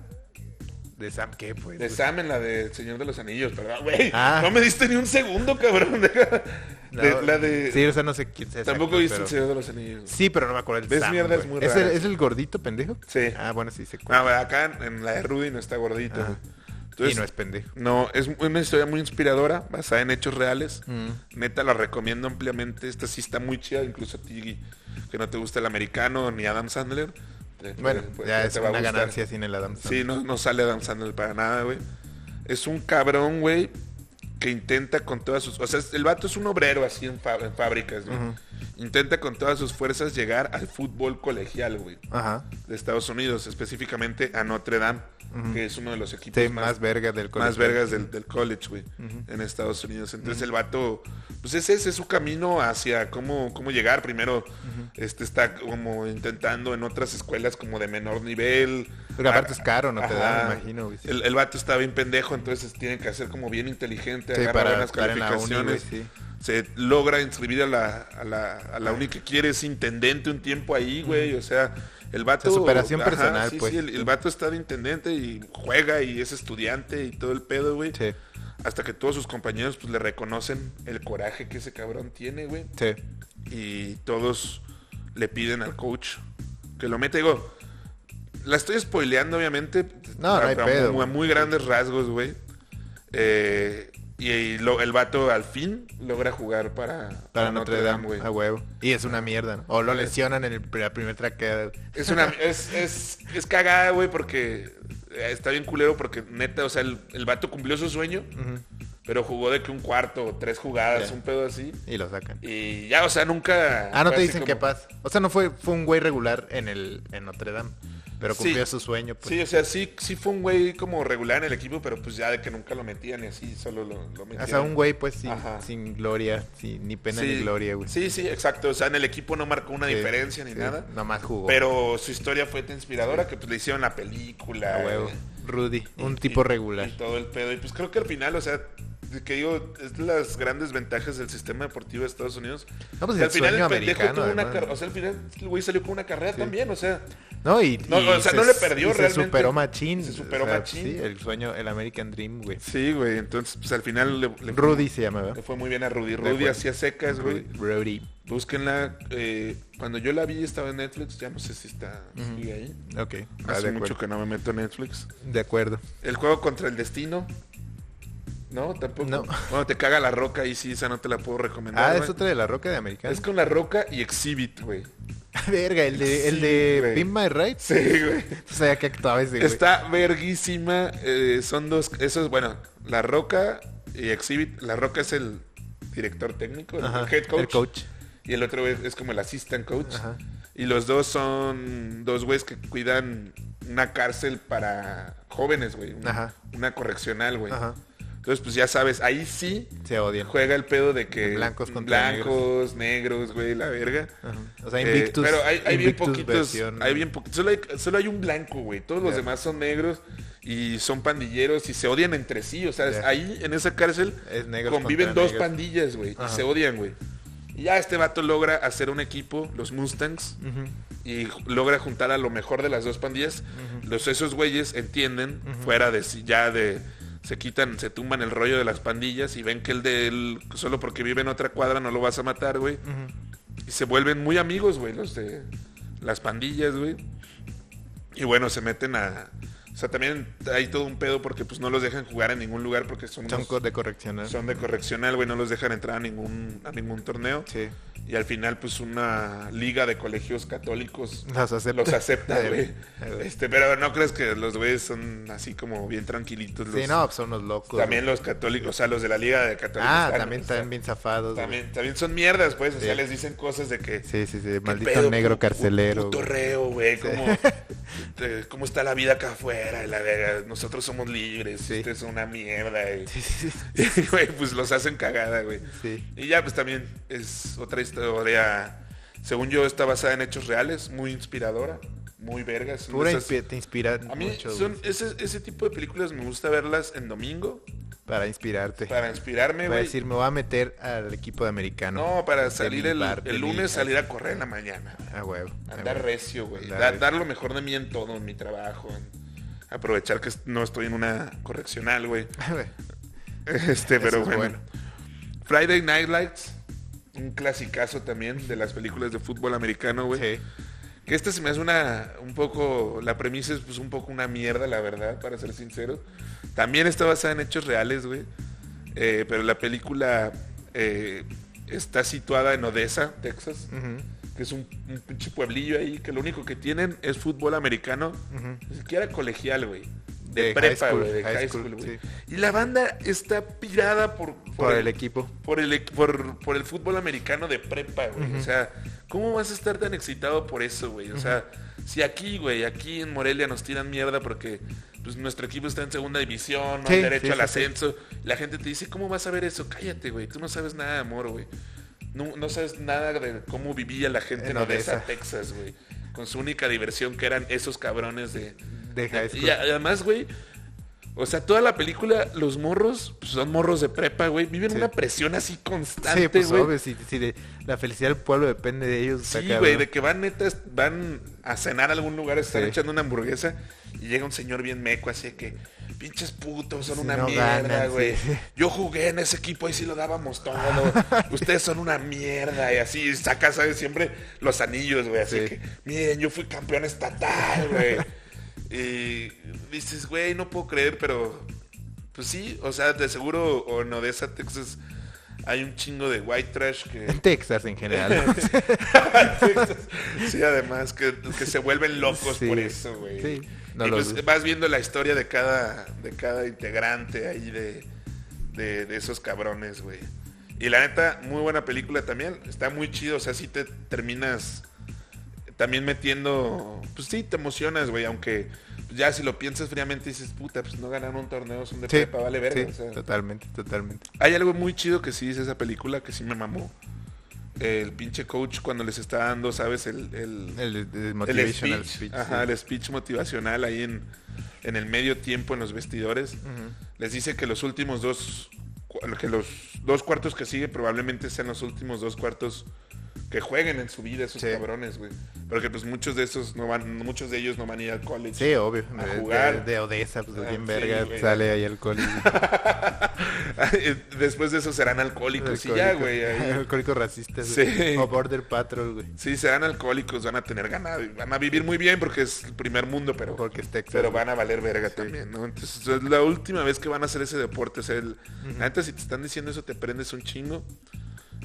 ¿De Sam qué, pues?
De Sam en la de Señor de los Anillos, ¿verdad, güey?
Ah.
No me diste ni un segundo, cabrón. De-
No,
de- la de...
Sí, o sea, no sé quién sea.
Tampoco viste
exacto, pero-
el Señor de los Anillos.
Sí, pero no me acuerdo el
Ves
Sam,
mierdas
güey.
muy
¿Es el,
raras.
¿Es el gordito pendejo?
Sí.
Ah, bueno, sí, se
Ah, bueno, acá en- en la de Rudy no está gordito.
Ajá.
güey. Entonces,
y no es pendejo.
no, es una historia muy inspiradora, basada en hechos reales.
Mm.
Neta, la recomiendo ampliamente. Esta sí está muy chida, incluso a ti que no te gusta el americano ni Adam Sandler. te-
Bueno,
pues,
ya
te
es
va a
una
gustar.
ganancia sin el Adam
Sí,
Sandler.
no, no sale Adam Sandler para nada, güey. Es un cabrón, güey, que intenta con todas sus... O sea, es- el vato es un obrero así en, fa- en fábricas, güey. Intenta con todas sus fuerzas llegar al fútbol colegial, güey,
Ajá.
de Estados Unidos, específicamente a Notre Dame, que es uno de los equipos
Sí,
más,
más verga del colegio.
más vergas del, del college, güey, en Estados Unidos. Entonces el vato, pues ese, ese es su camino hacia cómo, cómo llegar. Primero, este está como intentando en otras escuelas como de menor nivel. Ah,
Porque aparte es caro, no te dan,
Ajá.
me imagino. güey.
El, el vato está bien pendejo, entonces tiene que hacer como bien inteligente,
Sí,
agarra
para
buenas
estar en la uni,
calificaciones.
güey, sí.
Se logra inscribir a la, a la, a la uni que quiere, es intendente un tiempo ahí, güey. O sea, el vato.
O sea, superación personal,
sí,
pues.
sí, el, el vato está de intendente y juega y es estudiante y todo el pedo, güey.
Sí,
Hasta que todos sus compañeros pues le reconocen el coraje que ese cabrón tiene, güey
sí.
y todos le piden al coach que lo meta. Digo, la estoy spoileando, obviamente.
No, no hay
a,
pedo,
muy- a
güey.
muy grandes rasgos, güey. Eh, y y lo- el vato al fin logra jugar para,
Para Notre Dame, ah,
güey. Ah.
a huevo. Y es una mierda, ¿no? O lo lesionan en el, la primer traqueada.
Es una es, es, es cagada, güey, porque eh, está bien culero porque neta, o sea, el, el vato cumplió su sueño, pero jugó de que un cuarto o tres jugadas,
Ya.
un pedo así.
Y lo sacan.
Y ya, o sea, nunca.
Ah, no
fue
te
así
dicen qué
como-
pasa. O sea, no fue, fue un güey regular en el en Notre Dame. Pero
Sí.
cumplió su sueño, pues.
Sí, o sea, sí, sí fue un güey como regular en el equipo, pero pues ya de que nunca lo metían y así solo lo, lo metían.
o sea, un güey, pues, sin,
Ajá.
sin gloria, sin, ni pena ni
Sí,
gloria, güey.
Sí, sí, exacto. O sea, en el equipo no marcó una
Sí,
diferencia ni
sí.
nada.
Nomás jugó.
Pero su historia fue tan inspiradora que pues le hicieron la película.
A huevo.
eh,
Rudy,
y-
un tipo
y-
regular.
Y todo el pedo. Y pues creo que al final, o sea, de que digo, es de las grandes ventajas del sistema deportivo de Estados Unidos.
No, pues,
O sea,
el sueño americano,
tuvo una
además,
carrera.
¿no?
O sea, al final el güey salió con una carrera también, o sea.
No, y,
No,
y
o sea, no le perdió
y
realmente.
Se superó machín.
Se superó machín.
Sí, el sueño, el American Dream, güey.
Sí, güey. Entonces, pues al final le, le-
Rudy se llamaba.
Le fue muy bien a Rudy.
acuerdo.
Rudy hacía secas, güey.
Rudy.
Búsquenla. eh, cuando yo la vi estaba en Netflix. Ya no sé si está sigue ahí.
Ok. va,
Hace
Ah, de,
mucho
acuerdo.
que no me meto en Netflix.
de acuerdo.
El juego contra el destino. No, tampoco.
No.
Bueno, te caga la roca y sí, esa no te la puedo recomendar.
Ah,
güey.
es otra de la roca de Americano.
Es con la roca y Exhibit, güey.
Verga, el de, el
Sí,
de
güey.
Pin My Rights.
Sí, güey.
O sea, ya que actuaba ese, güey.
Está verguísima. eh, son dos. Eso es, bueno, la roca y Exhibit. La roca es el director técnico, el
Ajá,
head coach.
El coach.
Y el otro es, es como el assistant coach.
Ajá.
Y los dos son dos güeyes que cuidan una cárcel para jóvenes, güey. Una,
Ajá.
una correccional, güey.
Ajá.
Entonces, pues ya sabes, ahí sí
Se odian.
juega el pedo de que...
Blancos contra
blancos, negros, güey, la verga.
Ajá. O sea,
Eh,
Invictus.
pero hay, hay bien
Invictus
poquitos.
versión-
hay bien poqu- solo, hay, solo hay un blanco, güey. Todos los
Ya.
demás son negros y son pandilleros y se odian entre sí. O sea, es-
Ya.
ahí en esa cárcel
Es negros
conviven
contra
dos
negros.
pandillas, güey. Y
Ajá.
se odian, güey. Y ya este vato logra hacer un equipo, los Mustangs,
Ujú.
y ju- logra juntar a lo mejor de las dos pandillas. los, esos güeyes entienden, fuera de sí, ya de... Se quitan, se tumban el rollo de las pandillas y ven que el de él, solo porque vive en otra cuadra, no lo vas a matar, güey. Y se vuelven muy amigos, güey, los de las pandillas, güey. Y bueno, se meten a... O sea, también hay todo un pedo porque pues no los dejan jugar en ningún lugar porque son,
Son
unos-
co- de correccional.
son de correccional, güey, no los dejan entrar a ningún, a ningún torneo.
Sí.
Y al final, pues una liga de colegios católicos
Los acepta.
los acepta,
Eh,
güey.
eh, güey.
Este, pero no crees que los güeyes son así como bien tranquilitos.
Sí,
los-
no, pues son unos locos.
También
güey.
los católicos, o sea, los de la liga de católicos.
Ah,
están-
también
o sea,
están bien zafados. güey.
También, también son mierdas, pues. O sea,
Sí.
les dicen cosas de que.
Sí, sí, sí.
¿qué
Maldito
pedo,
negro
pu- pu-
carcelero.
Puto
güey.
reo, güey. ¿cómo, te- ¿Cómo está la vida acá afuera? y la verga, Nosotros somos libres.
Sí.
Ustedes son una mierda. y-
Sí, sí, sí.
y, güey, pues los hacen cagada, güey.
Sí.
Y ya, pues también es otra historia. Según yo, está basada en hechos reales, muy inspiradora, muy vergas.
Pura
Esas-
inspi- te inspiran
a mí
mucho
son
güey,
ese, ese tipo de películas me gusta verlas en domingo
para inspirarte.
para inspirarme,
Para
güey.
decir, me voy a meter al equipo de americano.
no, para
De
salir
mi
el,
bar, de
el
mi-
lunes, salir a correr en la mañana.
Ah, huevo. ah,
Andar
huevo.
recio, güey.
Andar
Da-
recio.
dar lo mejor de mí en todo, en mi trabajo. en aprovechar que no estoy en una correccional, güey. Este,
Eso
pero
es
bueno.
bueno.
Friday Night Lights, un clasicazo también de las películas de fútbol americano, güey.
Sí.
Que esta se me hace una, un poco, la premisa es pues un poco una mierda, la verdad, para ser sincero. También está basada en hechos reales, güey. Eh, pero la película eh, está situada en Odessa, Texas,
Ujú,
que es un, un pinche pueblillo ahí, que lo único que tienen es fútbol americano,
ujú.
ni siquiera colegial, güey. De,
De high
prepa,
school,
güey, de
high
high
school,
school, güey.
sí.
Y la banda está pirada por, por
Por el equipo.
por el, equ- por, por el fútbol americano de prepa, güey. O sea, ¿cómo vas a estar tan excitado por eso, güey? O sea, si aquí, güey, aquí en Morelia nos tiran mierda porque pues, nuestro equipo está en segunda división, no
Sí,
hay derecho
sí,
al
sí,
ascenso, la gente te dice, ¿cómo vas a ver eso? Cállate, güey, tú no sabes nada de amor, güey. No, no sabes nada de cómo vivía la gente en
En
Odessa,
Odessa.
Texas, güey. Con su única diversión que eran esos cabrones de...
De high school.
Y a- además, güey, o sea, toda la película, los morros, pues, son morros de prepa, güey. Viven
Sí.
una presión así
Sí,
constante,
pues
güey.
obvio, si, si de- la felicidad del pueblo depende de ellos. está
Sí,
cabrón.
güey, de que van netas, van a cenar a algún lugar, están
Sí.
echando una hamburguesa y llega un señor bien meco, así de que pinches putos, son
Si
una
no
mierda,
ganan,
güey.
sí.
Yo jugué en ese equipo, ahí sí lo dábamos todo. Ustedes son una mierda y así saca, ¿sabes? Siempre los anillos, güey. Así
Sí.
que, miren, yo fui campeón estatal, güey. y dices, güey, no puedo creer, pero pues sí, o sea, de seguro o en Odessa, Texas, hay un chingo de white trash que...
En Texas en general. ¿no?
sí, además, que, que se vuelven locos
Sí,
por eso, güey.
sí, no
y
lo
pues
dudo.
vas viendo la historia de cada, de cada integrante ahí de, de, de esos cabrones, güey. Y la neta, muy buena película también. Está muy chido, o sea, sí te terminas también metiendo... Pues sí, te emocionas, güey, aunque... Ya si lo piensas fríamente dices, puta, pues no ganaron un torneo, son de
sí,
prepa, vale verga.
sí,
o sea.
totalmente, totalmente.
Hay algo muy chido que sí dice esa película que sí me mamó. El pinche coach cuando les está dando, ¿sabes? El, el,
El, el
el
motivational
speech.
speech,
Ajá,
sí.
el speech motivacional ahí en, en el medio tiempo en los vestidores.
Ujú.
Les dice que los últimos dos, cu- que los dos cuartos que sigue probablemente sean los últimos dos cuartos que jueguen en su vida esos
Sí.
cabrones, güey. Porque pues muchos de esos no van, muchos de ellos no van a ir al college.
Sí, obvio.
A
de,
jugar.
de- de Odessa, pues
Ah,
bien
sí,
verga,
güey.
sale ahí alcohol. y-
Después de eso serán alcohólicos y Pues ya, güey. ahí-
Alcohólicos racistas.
Sí.
güey. O Border Patrol, güey.
Sí, serán alcohólicos, van a tener ganado y van a vivir muy bien porque es el primer mundo, pero,
Porque es Texas.
pero
güey.
van a valer verga también, ¿no? Entonces, es la última vez que van a hacer ese deporte. O sea, el- antes si te están diciendo eso, te prendes un chingo.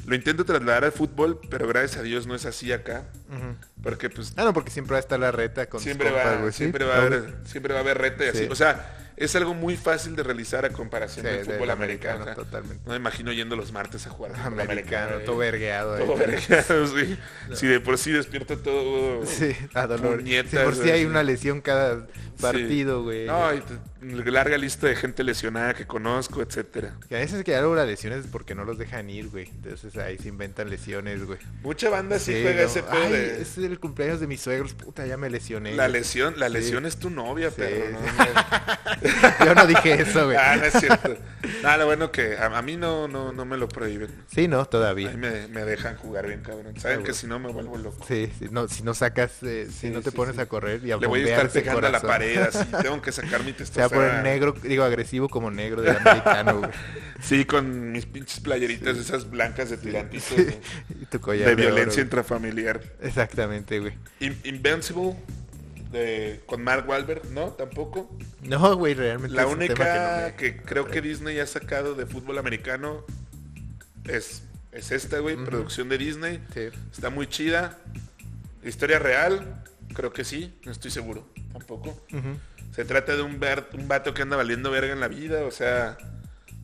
Lo intento trasladar al fútbol, pero gracias a Dios no es así acá.
Ujú.
Porque pues
Ah, no, porque siempre va a estar la reta con tus
siempre,
compas,
va,
güey, ¿sí?
siempre, va a
Obvio.
haber, siempre va a haber reta y así.
Sí.
O sea, es algo muy fácil de realizar a
Sí,
comparación del
del
fútbol americano. o sea,
totalmente.
no me imagino yendo los martes a jugar. fútbol
Americano,
eh.
todo vergueado. ahí.
Todo vergueado, sí. Si de por sí despierta todo.
Sí, a dolor.
Puñetas,
Sí, por si
güey,
hay
sí.
una lesión cada
Sí.
partido, güey.
No, y te- larga lista de gente lesionada que conozco, etcétera.
Que a veces que algo las lesiones es porque no los dejan ir, güey. Entonces ahí se inventan lesiones, güey.
Mucha banda sí, juega
no.
ese pedo
Ay,
de
es el cumpleaños de mis suegros, puta, ya me lesioné.
la lesión, la lesión
Sí.
es tu novia,
Sí.
pero
Yo no dije eso, güey.
Ah, no es cierto. Nada, lo bueno que a, a mí no, no, no me lo prohíben.
Sí, no,
A mí
todavía.
me, me dejan jugar bien, cabrón. Saben
Ah,
que
güey.
si no me vuelvo loco.
Sí, sí, no, si no sacas, eh, si
Sí,
no te
sí,
pones
sí.
a correr y a
Le voy a estar
bombearse el
pegando a la
corazón.
pared así. Tengo que sacar mi
Se va a
testosterona.
poner negro, digo agresivo como negro del americano, güey.
Sí, con mis pinches playeritas esas blancas de tirantitos.
Sí,
güey.
y tu collar
De
oro,
violencia
güey.
intrafamiliar.
Exactamente, güey.
In- Invincible de- con Mark Wahlberg, ¿no? Tampoco.
No, güey, realmente
La
es un tema
única
que,
que, creo que Disney ha sacado de fútbol americano es, es esta, güey, producción de Disney.
no me... Sí.
Está muy chida. Historia real, creo que sí, no estoy seguro, tampoco.
Ujú.
Se trata de un, ver- un vato que anda valiendo verga en la vida, o sea,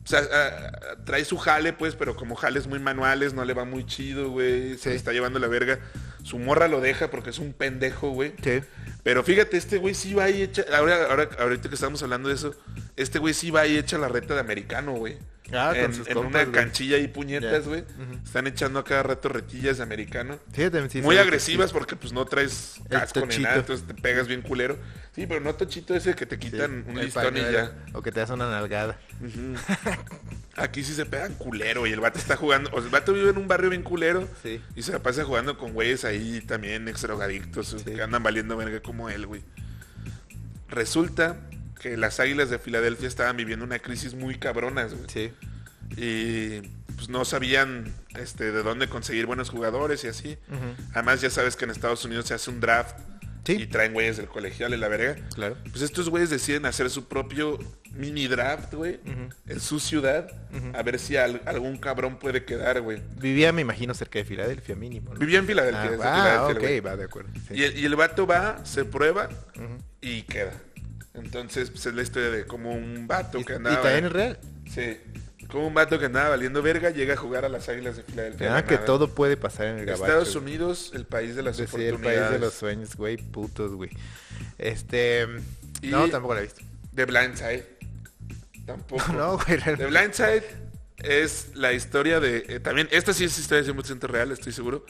o sea, a- a- trae su jale, pues, pero como jales muy manuales, no le va muy chido, güey. Se
Sí.
le está llevando la verga. Su morra lo deja porque es un pendejo, güey.
Sí.
Pero fíjate, este güey sí va y echa. Ahora, ahora, ahorita que estamos hablando de eso, este güey sí va y echa la reta de americano, güey.
Ah, con
en,
sus
en
compas,
una
güey.
canchilla y puñetas,
Ya.
güey. Están echando a cada rato retillas de americano.
Sí, también sí,
Muy
sí,
agresivas porque pues no traes
El
casco ni
tochito.
nada, entonces te pegas bien culero. Sí, pero no tochito ese que te
sí.
quitan un
El
listón y
pañuelo,
ya.
O que te das una nalgada.
Aquí sí se pegan culero y el vato está jugando. O sea, el vato vive en un barrio bien culero
Sí.
y se la pasa jugando con güeyes ahí también extrogadictos
Sí.
que andan valiendo verga como él, güey. Resulta que las águilas de Filadelfia estaban viviendo una crisis muy cabronas, güey.
Sí.
Y pues no sabían este, de dónde conseguir buenos jugadores y así.
Ujú.
Además, ya sabes que en Estados Unidos se hace un draft
Sí.
y traen güeyes del colegial y la verga.
Claro.
Pues estos güeyes deciden hacer su propio mini draft, güey,
Ujú.
en su ciudad, a ver si al- algún cabrón puede quedar, güey.
Vivía, me imagino, cerca de Filadelfia, mínimo. ¿no?
Vivía en Filadelfia.
Ah,
es de
ah,
Filadelfia,
ok,
güey.
va, de acuerdo. sí.
Y, el, y el vato va, se prueba y queda. Entonces, pues es la historia de como un vato
Y-
que
y
andaba.
también es real.
Sí. Como un vato que andaba valiendo verga, llega a jugar a las águilas de Filadelfia.
Ah,
de la
que
nada.
todo puede pasar en el gabacho.
Estados
güey.
Unidos, el país de las
Sí, sí, el
oportunidades.
país de los sueños, güey, putos, güey. Este...
Y-
No, tampoco la he visto.
De Blindside. Tampoco.
No, güey, realmente.
The Blindside es la historia de. eh, también, esta sí es historia 100% real, estoy seguro.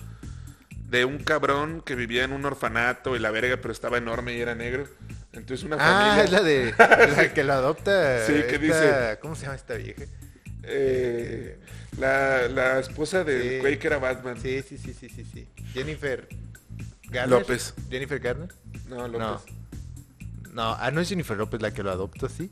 De un cabrón que vivía en un orfanato y la verga, pero estaba enorme y era negro. Entonces una
Ah,
familia.
es la de... La que lo adopta.
Sí, que
esta- ¿Cómo se llama esta vieja?
eh, la, la esposa del
Sí.
güey que era Batman.
Sí, sí, sí, sí, sí, sí. Jennifer... Garner.
López.
Jennifer Garner.
No, López.
No, ah, no es Jennifer López la que lo adopta, ¿sí?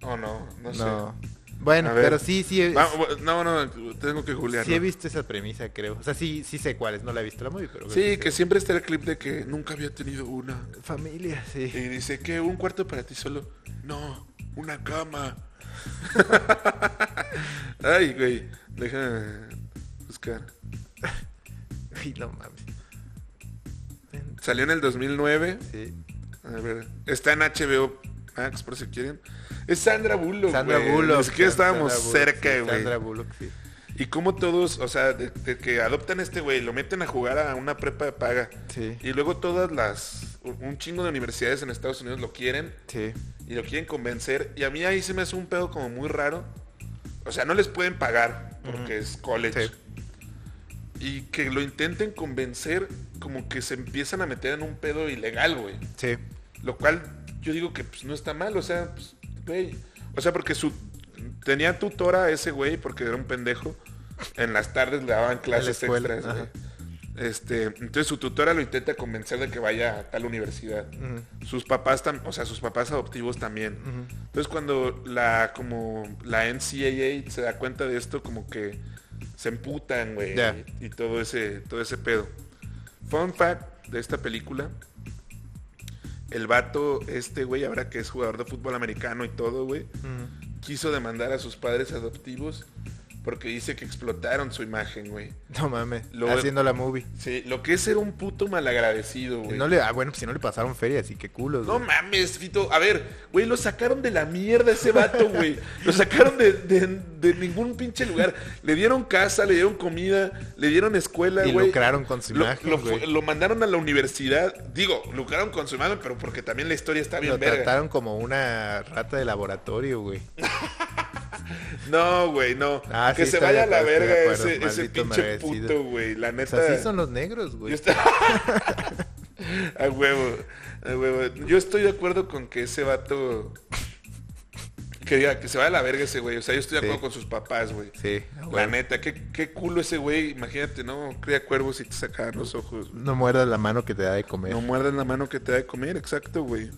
No, Oh, no, no,
No.
sé.
Bueno,
A ver.
pero sí, sí... he-
Va- va- no, no, tengo que juliar.
Sí he
¿no?
visto esa premisa, creo. O sea, sí, sí sé cuál es. No la he visto la movie, pero... creo
Sí, que
sé.
siempre está el clip de que nunca había tenido una.
Familia, sí.
Y dice que un cuarto para ti solo. No, una cama. Ay, güey. Deja buscar.
Ay, no mames.
Salió en el 2009.
Sí.
A ver. Está en HBO Max, por si quieren. Es Sandra Bullock.
Sandra
güey.
Bullock.
Ni siquiera
Sandra
estábamos
Bullock,
cerca,
sí,
güey.
Sandra Bullock, sí.
Y como todos, o sea, de, de que adoptan a este güey, lo meten a jugar a una prepa de paga.
Sí.
Y luego todas las. Un chingo de universidades en Estados Unidos lo quieren.
Sí.
y lo quieren convencer. Y a mí ahí se me hace un pedo como muy raro. O sea, no les pueden pagar porque es college.
Sí.
Y que lo intenten convencer como que se empiezan a meter en un pedo ilegal, güey.
Sí.
Lo cual yo digo que pues, no está mal, o sea, pues, güey. O sea, porque su tenía tutora ese güey porque era un pendejo. En las tardes le daban clases
escuela,
extras, güey.
ajá.
Este, entonces su tutora lo intenta convencer de que vaya a tal universidad.
Ujú.
Sus papás, tam- o sea, sus papás adoptivos también.
Ujú.
Entonces cuando la como la NCAA se da cuenta de esto, como que se emputan, güey,
Ya.
y, y todo ese todo ese pedo. Fun fact de esta película, el vato este güey, ahora que es jugador de fútbol americano y todo, güey,
Ujú.
quiso demandar a sus padres adoptivos porque dice que explotaron su imagen, güey.
No mames.
Lo-
Haciendo la movie.
Sí, lo que es ser un puto malagradecido, güey.
No le, ah, bueno, pues si no le pasaron feria, así que culos.
No
güey.
mames, Fito. A ver, güey, lo sacaron de la mierda ese vato, güey. Lo sacaron de, de- de ningún pinche lugar. Le dieron casa, le dieron comida, le dieron escuela,
Y
güey.
lucraron con su
Lo-
imagen,
Lo,
güey.
fu- lo mandaron a la universidad. Digo, lucraron con su imagen, pero porque también la historia está bien
Lo
verga.
trataron como una rata de laboratorio, güey.
No, güey, no.
Ah,
que
sí,
se
estoy
vaya a
de
la
acuerdo,
verga
estoy de acuerdo,
ese, ese
maldito
pinche
merecido.
puto, güey. La
O
neta.
sea, así son los negros,
Yo
güey.
estoy- a huevo, a huevo. Yo estoy de acuerdo con que ese vato que diga que se va a la verga ese güey. O sea, yo estoy de
Sí.
acuerdo con sus papás, güey.
Sí,
La
bueno.
neta, qué, qué culo ese güey. Imagínate, ¿no? Cría cuervos y te sacan los ojos.
No muerdas la mano que te da de comer.
No muerdas la mano que te da de comer, exacto, güey.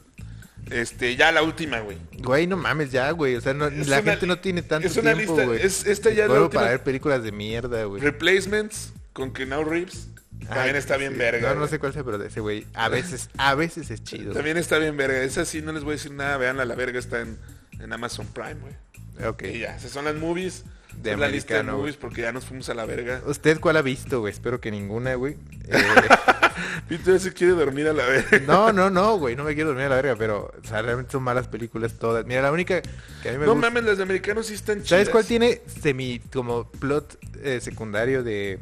Este, ya la última, güey.
Güey, no mames ya, güey. O sea, no-
Es
la
una-
gente no tiene tanto
es una
tiempo,
lista-
güey.
es- esta ya es la
Luego
última-
para ver películas de mierda, güey.
Replacements con Kenau Reeves. También
Ay,
está bien
sí.
verga.
No, no
güey.
sé cuál sea, pero ese güey a veces, a veces es chido.
También está bien verga. Esa sí no les voy a decir nada. Veanla, la verga está en, en Amazon Prime, güey.
Ok.
Y ya, esas son las movies.
De
es la lista de
americano,
movies porque ya nos fuimos a la verga.
¿Usted cuál ha visto, güey? Espero que ninguna, güey. Eh,
Pito ya se quiere dormir a la verga.
no, no, no, güey. No me quiero dormir a la verga, pero o sea, realmente son malas películas todas. Mira, la única que a mí me
No
gusta.
mames, las de americanos sí están chidas.
¿Sabes cuál tiene semi como plot eh, secundario de,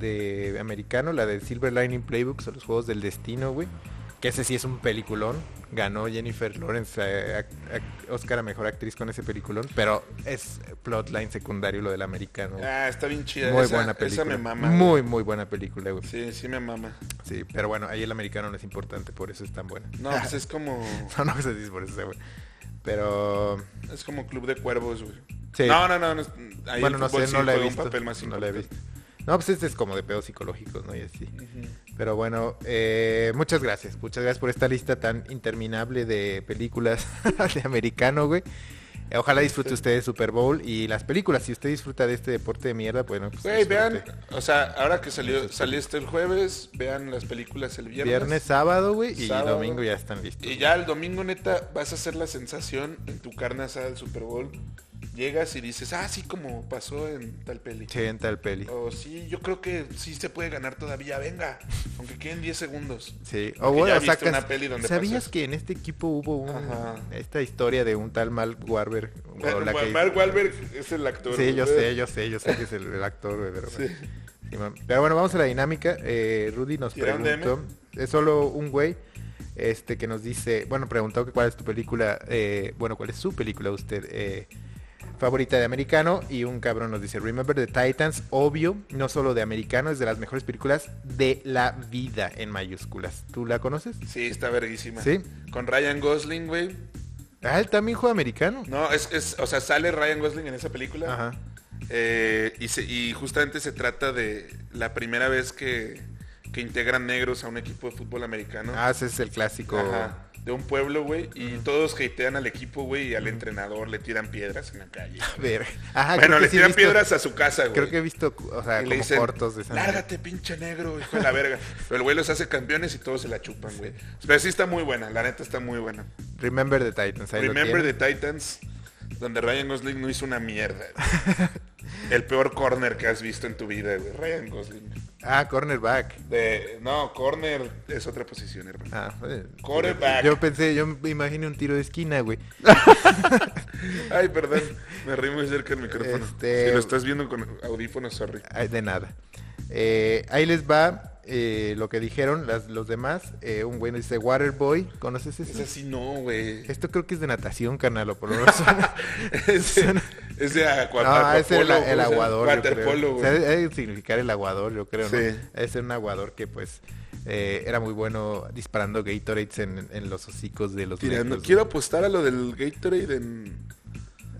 de americano? La de Silver Lining Playbooks o los Juegos del Destino, güey. Que ese sí es un peliculón. Ganó Jennifer Lawrence eh, ac- ac- Oscar a Mejor Actriz con ese peliculón. Pero es plotline secundario lo del americano. güey.
Ah, está bien chida.
muy
esa,
buena película.
Esa me mama. güey.
muy, muy buena película, güey.
Sí, sí me mama.
Sí, pero bueno, ahí el americano no es importante, por eso es tan buena.
No, pues es como.
no, no, se dice por eso, güey. Pero...
Es como Club de Cuervos, güey.
Sí.
No, no, no. no, ahí
bueno,
el
no
fútbol
sé,
sí
no la he
juega
visto.
un papel más
no la he
importante.
visto. No, pues este es como de pedos psicológicos, ¿no? Y así.
Ujú.
Pero bueno, eh, muchas gracias. Muchas gracias por esta lista tan interminable de películas de americano, güey. Eh, Ojalá disfrute usted de Super Bowl y las películas. Si usted disfruta de este deporte de mierda, bueno, pues.
Güey, vean,
disfrute.
o sea, ahora que salió, salió este el jueves, vean las películas el viernes.
Viernes, sábado, güey, y
sábado.
domingo ya están listos.
Y ya el domingo, neta, vas a hacer la sensación en tu carne asada del Super Bowl. Llegas y dices, ah, sí, como pasó en tal peli.
Se entra el peli.
O sí, yo creo que sí se puede ganar todavía, venga. Aunque queden 10 segundos.
Sí, o
Porque
bueno,
ya viste
sacas-
una peli donde
¿Sabías
pasó eso?
que en este equipo hubo un-
Ajá.
esta historia de un tal Mal Warber? o la que-
Mark Wahlberg es el actor.
Sí, yo
güey.
sé, yo sé, yo sé que es el, el actor, güey, pero,
Sí.
Sí, man. Pero bueno, vamos a la dinámica. Eh, Rudy nos
¿Tira un DM?
preguntó, es solo un güey este que nos dice, bueno, preguntó que cuál es tu película, eh, bueno, cuál es su película usted eh, favorita de americano y un cabrón nos dice, Remember the Titans, obvio, no solo de americano, es de las mejores películas de la vida en mayúsculas. ¿Tú la conoces?
Sí, está verguísima.
Sí.
Con Ryan Gosling, güey.
Ah, él también juega americano.
No, es, es, o sea, sale Ryan Gosling en esa película.
Ajá.
Eh, y, se- y justamente se trata de la primera vez que, que integran negros a un equipo de fútbol americano.
Ah, ese es el clásico.
Ajá, De un pueblo, güey. Y todos hatean al equipo, güey, y al entrenador le tiran piedras en la calle.
A ver. Ajá, Ah, creo
bueno,
que
le
sí he
tiran
visto-
piedras a su casa, güey.
Creo que he visto, o sea,
Y
como cortos de esa manera.
lárgate, pinche negro, hijo de la verga. Pero el güey los hace campeones y todos se la chupan, güey. Pero sí está muy buena, la neta está muy buena.
Remember the Titans. ahí lo
Remember the
tiene.
Titans, donde Ryan Gosling no hizo una mierda. güey. El peor corner que has visto en tu vida, güey. Ryan Gosling.
Ah, cornerback.
De- no, corner es otra posición, hermano.
Ah, eh,
Quarterback.
Yo pensé, yo me imaginé un tiro de esquina, güey.
Ay, perdón. Me reí muy cerca del micrófono.
Este-
Si lo estás viendo con audífonos, sorry.
Ay, De nada. Eh, ahí les va eh, lo que dijeron las- los demás. Eh, un güey nos dice Waterboy. ¿Conoces eso?
Es así, no, güey.
Esto creo que es de natación, canal, o por lo menos. suena-
Es de, es de aqua-
no, es
aquapolo,
el, el
¿cómo se llama?
aguador. yo creo.
Waterpolo,
O
güey.
sea, debe significar el aguador, yo creo, ¿no?
Sí.
Es un aguador que, pues, eh, era muy bueno disparando Gatorades en, en los hocicos de los
Tirando.
negros,
Quiero apostar a lo del Gatorade en...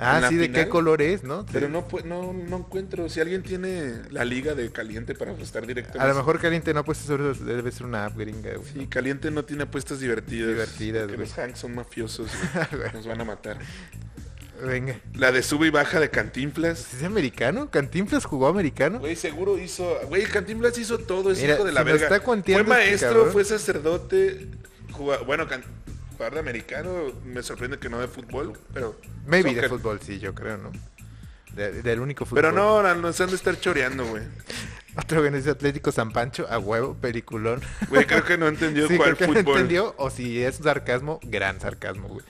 Ah,
en la
sí, de
final.
qué color es, ¿no?
Pero
Sí.
no, pu- no, no encuentro. Si alguien tiene la liga de caliente para apostar directamente.
A lo mejor caliente no, pues sobre eso debe ser una app gringa, güey.
Sí, caliente no tiene apuestas divertidas.
Divertidas,
porque
güey.
los Hanks son mafiosos. güey.
Güey.
Nos van a matar.
Venga.
La de sube y baja de Cantinflas.
¿Es americano? ¿Cantinflas jugó americano?
Güey, seguro hizo... Güey, Cantinflas hizo todo. Es
Mira,
hijo de la
si nos
verga.
está
fue
cuenteando este
maestro,
cabrón.
fue sacerdote. juga- Bueno, can- jugador de americano. Me sorprende que no de fútbol, pero...
Maybe de
soccer.
fútbol, sí, yo creo, ¿no? De- del único fútbol.
Pero no, no, nos han de estar choreando, güey.
Otro que dice Atlético San Pancho, a huevo, peliculón.
Güey, creo que no entendió
Sí,
cuál
creo que no
fútbol.
entendió. O si es sarcasmo, gran sarcasmo, güey.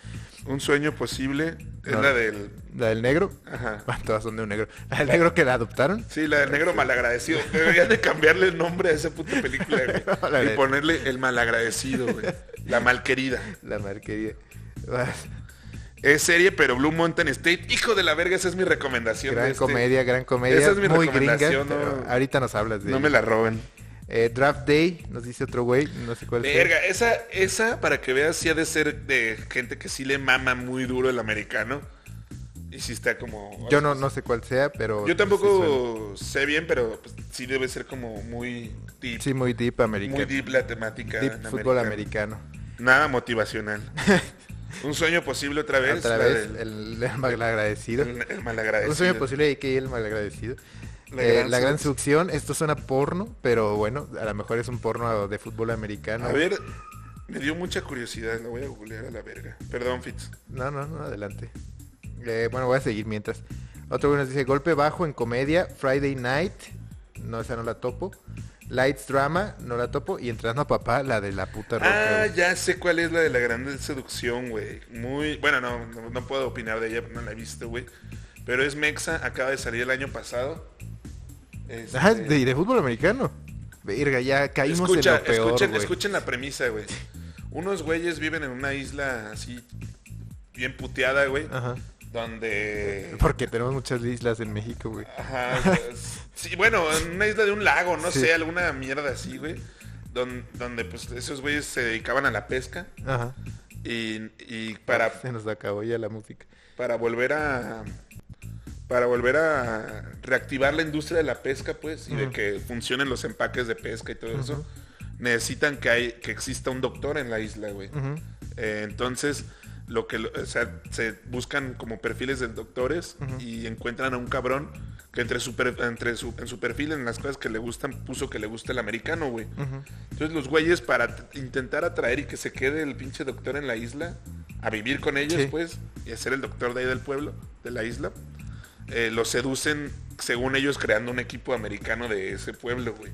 Un sueño posible es
No.
la del...
La del negro.
Ajá.
Ah, Todas son de un negro. La del negro que la adoptaron.
Sí, la del negro malagradecido. Deberían de cambiarle el nombre a esa puta película, güey.
Malagradecido.
Y ponerle el malagradecido, güey. La malquerida.
La marquería.
Es serie, pero Blue Mountain State. Hijo de la verga, esa es mi recomendación.
Gran
de este.
comedia, gran comedia.
Esa es mi
muy gringa.
recomendación, no-
pero Ahorita nos hablas de
No me
ella.
la roben.
Eh, Draft Day, nos dice otro güey. No sé cuál es.
Verga, esa, esa, para que veas, sí ha de ser de gente que sí le mama muy duro el americano. Y sí está como...
Yo no, no sé cuál sea, pero...
Yo
Sí,
tampoco sé bien, pero pues, sí debe ser como muy deep.
suena- sí, muy deep americano.
muy deep la temática.
Deep
en
fútbol
americano.
americano.
Nada motivacional. Un sueño posible otra vez.
Otra
la
vez,
del-
el, el malagradecido.
el- el
Un
malagradecido.
sueño posible y que el malagradecido.
La
Eh,
gran
la gran
seduc-
succión, esto suena porno, pero bueno, a lo mejor es un porno de fútbol americano.
A ver, me dio mucha curiosidad. Lo voy a googlear a la verga. Perdón, Fitz.
No, no, no, adelante. Eh, bueno, voy a seguir mientras. Otro bueno nos dice golpe bajo en comedia, Friday Night, no, esa no la topo. Lights Drama, no la topo. Y entrando a papá, la de la puta roca.
Ah,
güey.
ya sé cuál es la de la gran seducción, güey. Muy... Bueno, no, no, no puedo opinar de ella. No la he visto, güey. Pero es Mexa. Acaba de salir el año pasado. Este,
Ah, es de, de fútbol americano. Verga, ya caímos
escucha,
en lo peor,
escuchen,
güey.
escuchen la premisa, güey. Unos güeyes viven en una isla así... Bien puteada, güey.
Ajá.
Donde...
Porque tenemos muchas islas en México, güey.
Ajá. pues, sí, bueno, en una isla de un lago, no
Sí.
sé, alguna mierda así, güey. Don- donde pues esos güeyes se dedicaban a la pesca
Ajá.
y, y para,
Se nos acabó ya la música.
para volver a para volver a reactivar la industria de la pesca pues y de
Ujú.
que funcionen los empaques de pesca y todo eso necesitan que hay que exista un doctor en la isla güey
Ujú.
Eh, entonces, lo que, lo- o sea, se buscan como perfiles de doctores
Ujú.
y encuentran a un cabrón que entre su, per- entre su, en su perfil, en las cosas que le gustan, puso que le gusta el americano, güey.
Ujú.
Entonces los güeyes para t- intentar atraer y que se quede el pinche doctor en la isla, a vivir con ellos,
Sí.
pues, y hacer el doctor de ahí del pueblo, de la isla, eh, los seducen, según ellos, creando un equipo americano de ese pueblo, güey.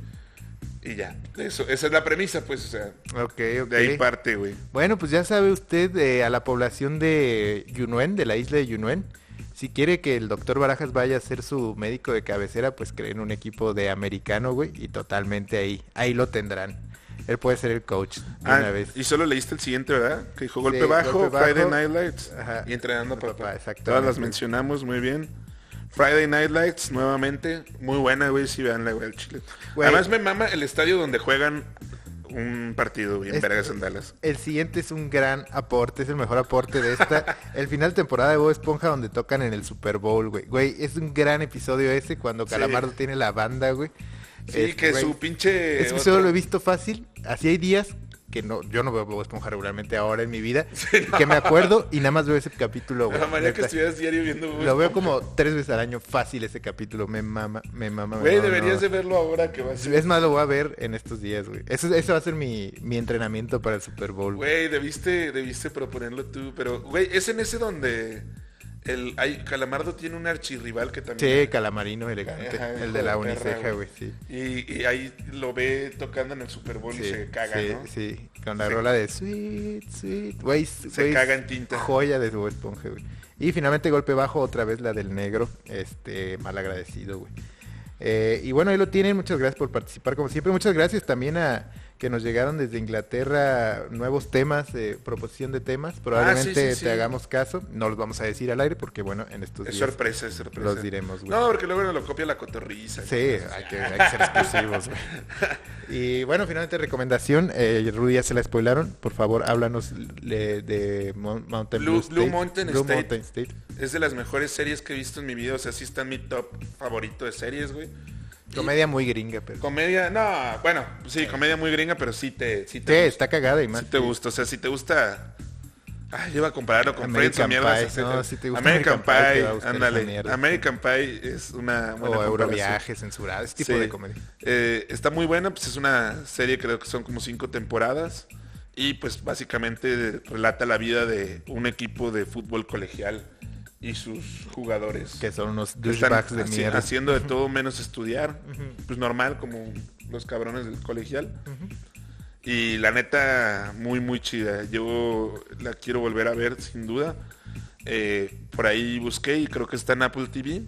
Y ya, eso, esa es la premisa, pues, o sea,
Ok, ok.
de ahí parte, güey.
Bueno, pues ya sabe usted eh, a la población de Yunuen, de la isla de Yunuen. Si quiere que el doctor Barajas vaya a ser su médico de cabecera, pues creen un equipo de americano, güey, y totalmente ahí. Ahí lo tendrán. Él puede ser el coach de
Ah,
una vez.
y solo leíste el siguiente, ¿verdad? Que dijo golpe,
Sí,
bajo,
golpe bajo.
Friday Night Lights
Ajá.
y entrenando a
Papá,
papá.
exactamente.
Todas las mencionamos muy bien. Friday Night Lights, nuevamente, muy buena, güey, si vean la güey al chile.
Güey.
Además me mama el estadio donde juegan un partido, güey, en
Es-
Vergas en Dallas.
El siguiente es un gran aporte, es el mejor aporte de esta. el final de temporada de Bob Esponja donde tocan en el Super Bowl, güey. Güey, es un gran episodio ese cuando
Sí.
Calamardo tiene la banda, güey.
Sí,
Es-
que
güey,
su pinche...
Es que
otro-
solo lo he visto fácil. Así hay días que no, yo no veo Bob Esponja regularmente ahora en mi vida. Que me acuerdo y nada más veo ese capítulo, güey.
Ah, María, que
Neta,
estuvieras diario viendo, güey.
Lo veo como tres veces al año fácil ese capítulo. Me mama, me mama. me
Güey,
mama, me
deberías de
mama.
verlo ahora que va a ser...
Es más, lo voy a ver en estos días, güey. Eso, eso va a ser mi, mi entrenamiento para el Super Bowl. güey.
Güey, debiste, debiste proponerlo tú, pero, güey, es en ese donde... El, hay- Calamardo tiene un archirrival que también...
Sí, calamarino elegante.
Ajá,
el
hijo
de la
de
uniceja,
perra, güey.
güey, sí.
Y, y ahí lo ve tocando en el Super Bowl y
Sí,
se caga,
sí,
¿no?
sí, con la
Se-
rola de Sweet, Sweet, güey.
Se
güey,
caga en tinta.
Joya de Bob Esponja, güey. Y finalmente golpe bajo, otra vez la del negro, este, mal agradecido, güey. Eh, y bueno, ahí lo tienen, muchas gracias por participar, como siempre, muchas gracias también a que nos llegaron desde Inglaterra nuevos temas, eh, proposición de temas, probablemente
Ah, sí,
te
sí.
hagamos caso, no los vamos a decir al aire porque bueno, en estos
Es
días
sorpresa, es sorpresa.
los diremos, güey.
No, porque luego nos lo copia la cotorriza.
Sí, hay que, hay que ser exclusivos. güey. Y bueno, finalmente recomendación. Eh, Rudy ya se la spoilaron. Por favor, háblanos le- de Mon- Mountain
Blue-
Blue,
Blue Mountain State.
Mountain State.
Es de las mejores series que he visto en mi vida. O sea, sí está en mi top favorito de series, güey.
Comedia muy gringa, pero...
Comedia, no, bueno, sí, comedia muy gringa, pero sí te, sí
Sí,
te,
está cagada y
gusta,
más.
sí te gusta. O sea, si te gusta... Ay, yo iba a compararlo con
American
Friends o mierdas.
Pie,
así.
no, sí te gusta
American,
American Pie, te va a
Pie,
gustar esa
ándale.
mierda.
American Pie es una buena
O
comparación.
Euroviaje, censurado, ese tipo
Sí.
de comedia.
Eh, está muy buena, pues es una serie, creo que son como cinco temporadas. Y pues básicamente relata la vida de un equipo de fútbol colegial y sus jugadores.
Que son unos
Que están
douchebags de
haci-
mierda.
haciendo de todo menos estudiar. Pues normal, como los cabrones del colegial. Y la neta, muy, muy chida. Yo la quiero volver a ver, sin duda. Eh, por ahí busqué y creo que está en Apple TV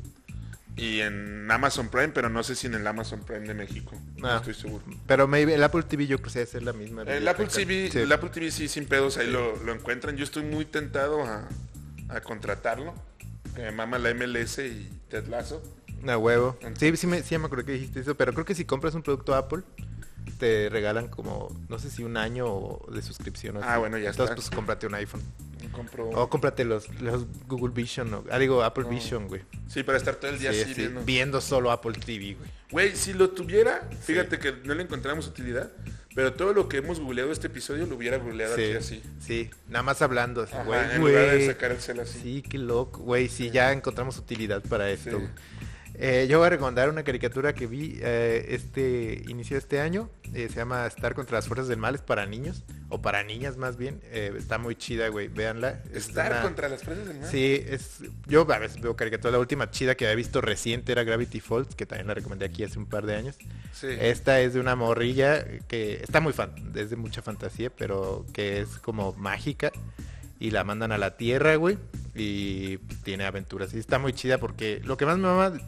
y en Amazon Prime, pero no sé si en el Amazon Prime de México. No
Ah.
estoy seguro.
Pero maybe el Apple TV yo creo que sí debe ser la misma.
El Apple TV,
Sí.
el Apple TV sí, sin pedos, ahí lo, lo encuentran. Yo estoy muy tentado a, a contratarlo. Que me mama la MLS y Ted Lasso.
A huevo. Sí, sí me, sí me acuerdo que dijiste eso, pero creo que si compras un producto Apple, te regalan como, no sé si un año o- de suscripción. o
Ah,
así.
bueno, ya está.
Entonces, pues cómprate un iPhone.
Compro uno.
O cómprate los, los Google Vision, o, ah, digo Apple Vision, güey.
Sí, para estar todo el día
Sí,
así
sí,
viendo.
viendo solo Apple TV, güey.
Güey, si lo tuviera, fíjate que no le encontramos utilidad, pero todo lo que hemos googleado este episodio lo hubiera googleado
Sí,
aquí así.
sí, nada más hablando, así,
Ajá,
güey.
en lugar de
güey.
sacar el cel así.
Sí, qué loco, güey. Sí, ya encontramos utilidad para esto.
Sí.
güey. Eh, yo voy a recomendar una caricatura que vi eh, este inicio de este año. eh, se llama Estar contra las fuerzas del mal. Es para niños o para niñas más bien. eh, está muy chida, güey. Véanla. Es
Estar
una-
contra las presas del mar.
Sí, es. Yo a veces veo caricatura. La última chida que había visto reciente era Gravity Falls, que también la recomendé aquí hace un par de años.
Sí.
Esta es de una morrilla que está muy fan, es de mucha fantasía, pero que es como mágica. Y la mandan a la tierra, güey. Y pues, tiene aventuras. Y está muy chida porque lo que más me mama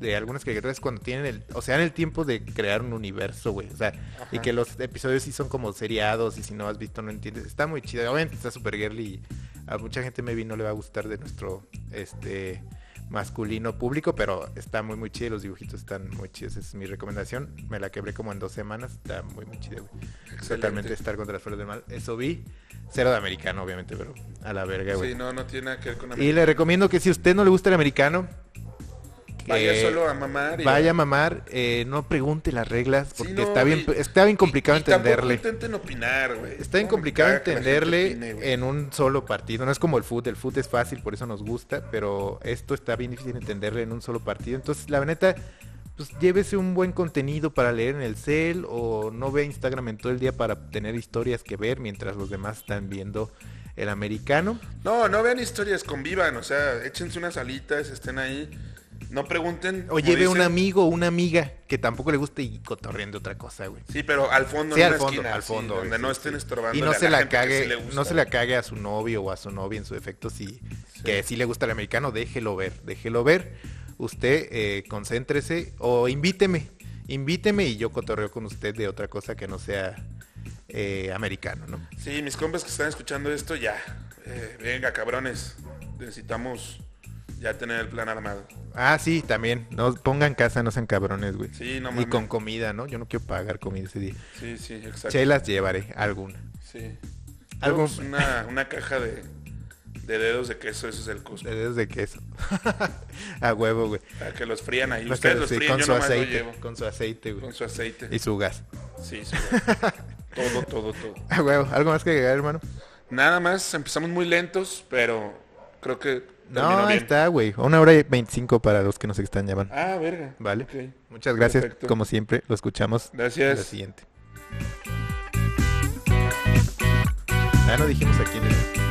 de algunas caricaturas es cuando tienen el. O sea, en el tiempo de crear un universo, güey. O sea, y que los episodios sí son como seriados. Y si no has visto, no entiendes. Está muy chida. Obviamente está super girly. Y a mucha gente, maybe, no le va a gustar de nuestro. Este masculino público, pero está muy muy chido, los dibujitos están muy chidos, esa es mi recomendación, me la quebré como en dos semanas, está muy muy chido, güey.
Excelente.
Totalmente estar contra las fuerzas del mal, eso vi, cero de americano obviamente, pero a la verga, güey.
Sí, no, no tiene nada que ver con
y
América.
le recomiendo que si a usted no le gusta el americano,
Vaya
que
solo a mamar. y-
vaya a mamar, eh, no pregunte las reglas,
Sí,
porque
no,
está bien,
y-
está bien complicado
y- y tampoco
entenderle.
intenten opinar, güey.
Pues, Está bien
No,
complicado
me caga que la gente
entenderle
opine, güey.
en un solo partido. No es como el fútbol. El fútbol es fácil, por eso nos gusta. Pero esto está bien difícil entenderle en un solo partido. Entonces, la neta, pues llévese un buen contenido para leer en el cel o no vea Instagram en todo el día para tener historias que ver mientras los demás están viendo el americano.
No, no vean historias, convivan, o sea, échense unas alitas, estén ahí. No pregunten.
O
como
lleve
dicen,
un amigo o una amiga que tampoco le guste y cotorreando otra cosa, güey.
Sí, pero al fondo,
Sí,
en
al
una
fondo,
esquina,
al
sí,
fondo.
donde
sí,
no
sí.
estén estorbando.
Y no se la cague, no se la
cague.
cague a su novio o a su novia en su defecto si que sí le gusta el americano, déjelo ver, déjelo ver. Usted eh, concéntrese o invíteme, invíteme y yo cotorreo con usted de otra cosa que no sea eh, americano, ¿no?
Sí, mis compas que están escuchando esto, ya. eh, venga, cabrones. Necesitamos ya tener el plan armado.
Ah, sí, también. No pongan casa, no sean cabrones, güey.
Sí, no
y
mames.
con comida, ¿no? Yo no quiero pagar comida ese día.
Sí, sí, exacto.
Chelas llevaré, alguna.
Sí.
Algo-
Algo. una, una caja de, de dedos de queso, eso es el costo.
De dedos de queso. a huevo, güey.
Para que los frían ahí.
No,
Ustedes
pero
los
sí,
fríen,
con
yo
su
nomás lo
aceite,
llevo.
con su aceite, güey.
Con su aceite.
Y su gas.
Sí, sí. todo, todo, todo.
A huevo, ¿algo más que agregar, hermano?
Nada más, empezamos muy lentos, pero creo que
No,
terminó
ahí
bien.
está, güey. Una hora y 25 para los que nos extrañaban.
Ah, verga.
Vale.
Ok.
Muchas gracias,
perfecto.
como siempre. Lo escuchamos en la
Gracias.
siguiente. Ya no Ah, dijimos a quién era.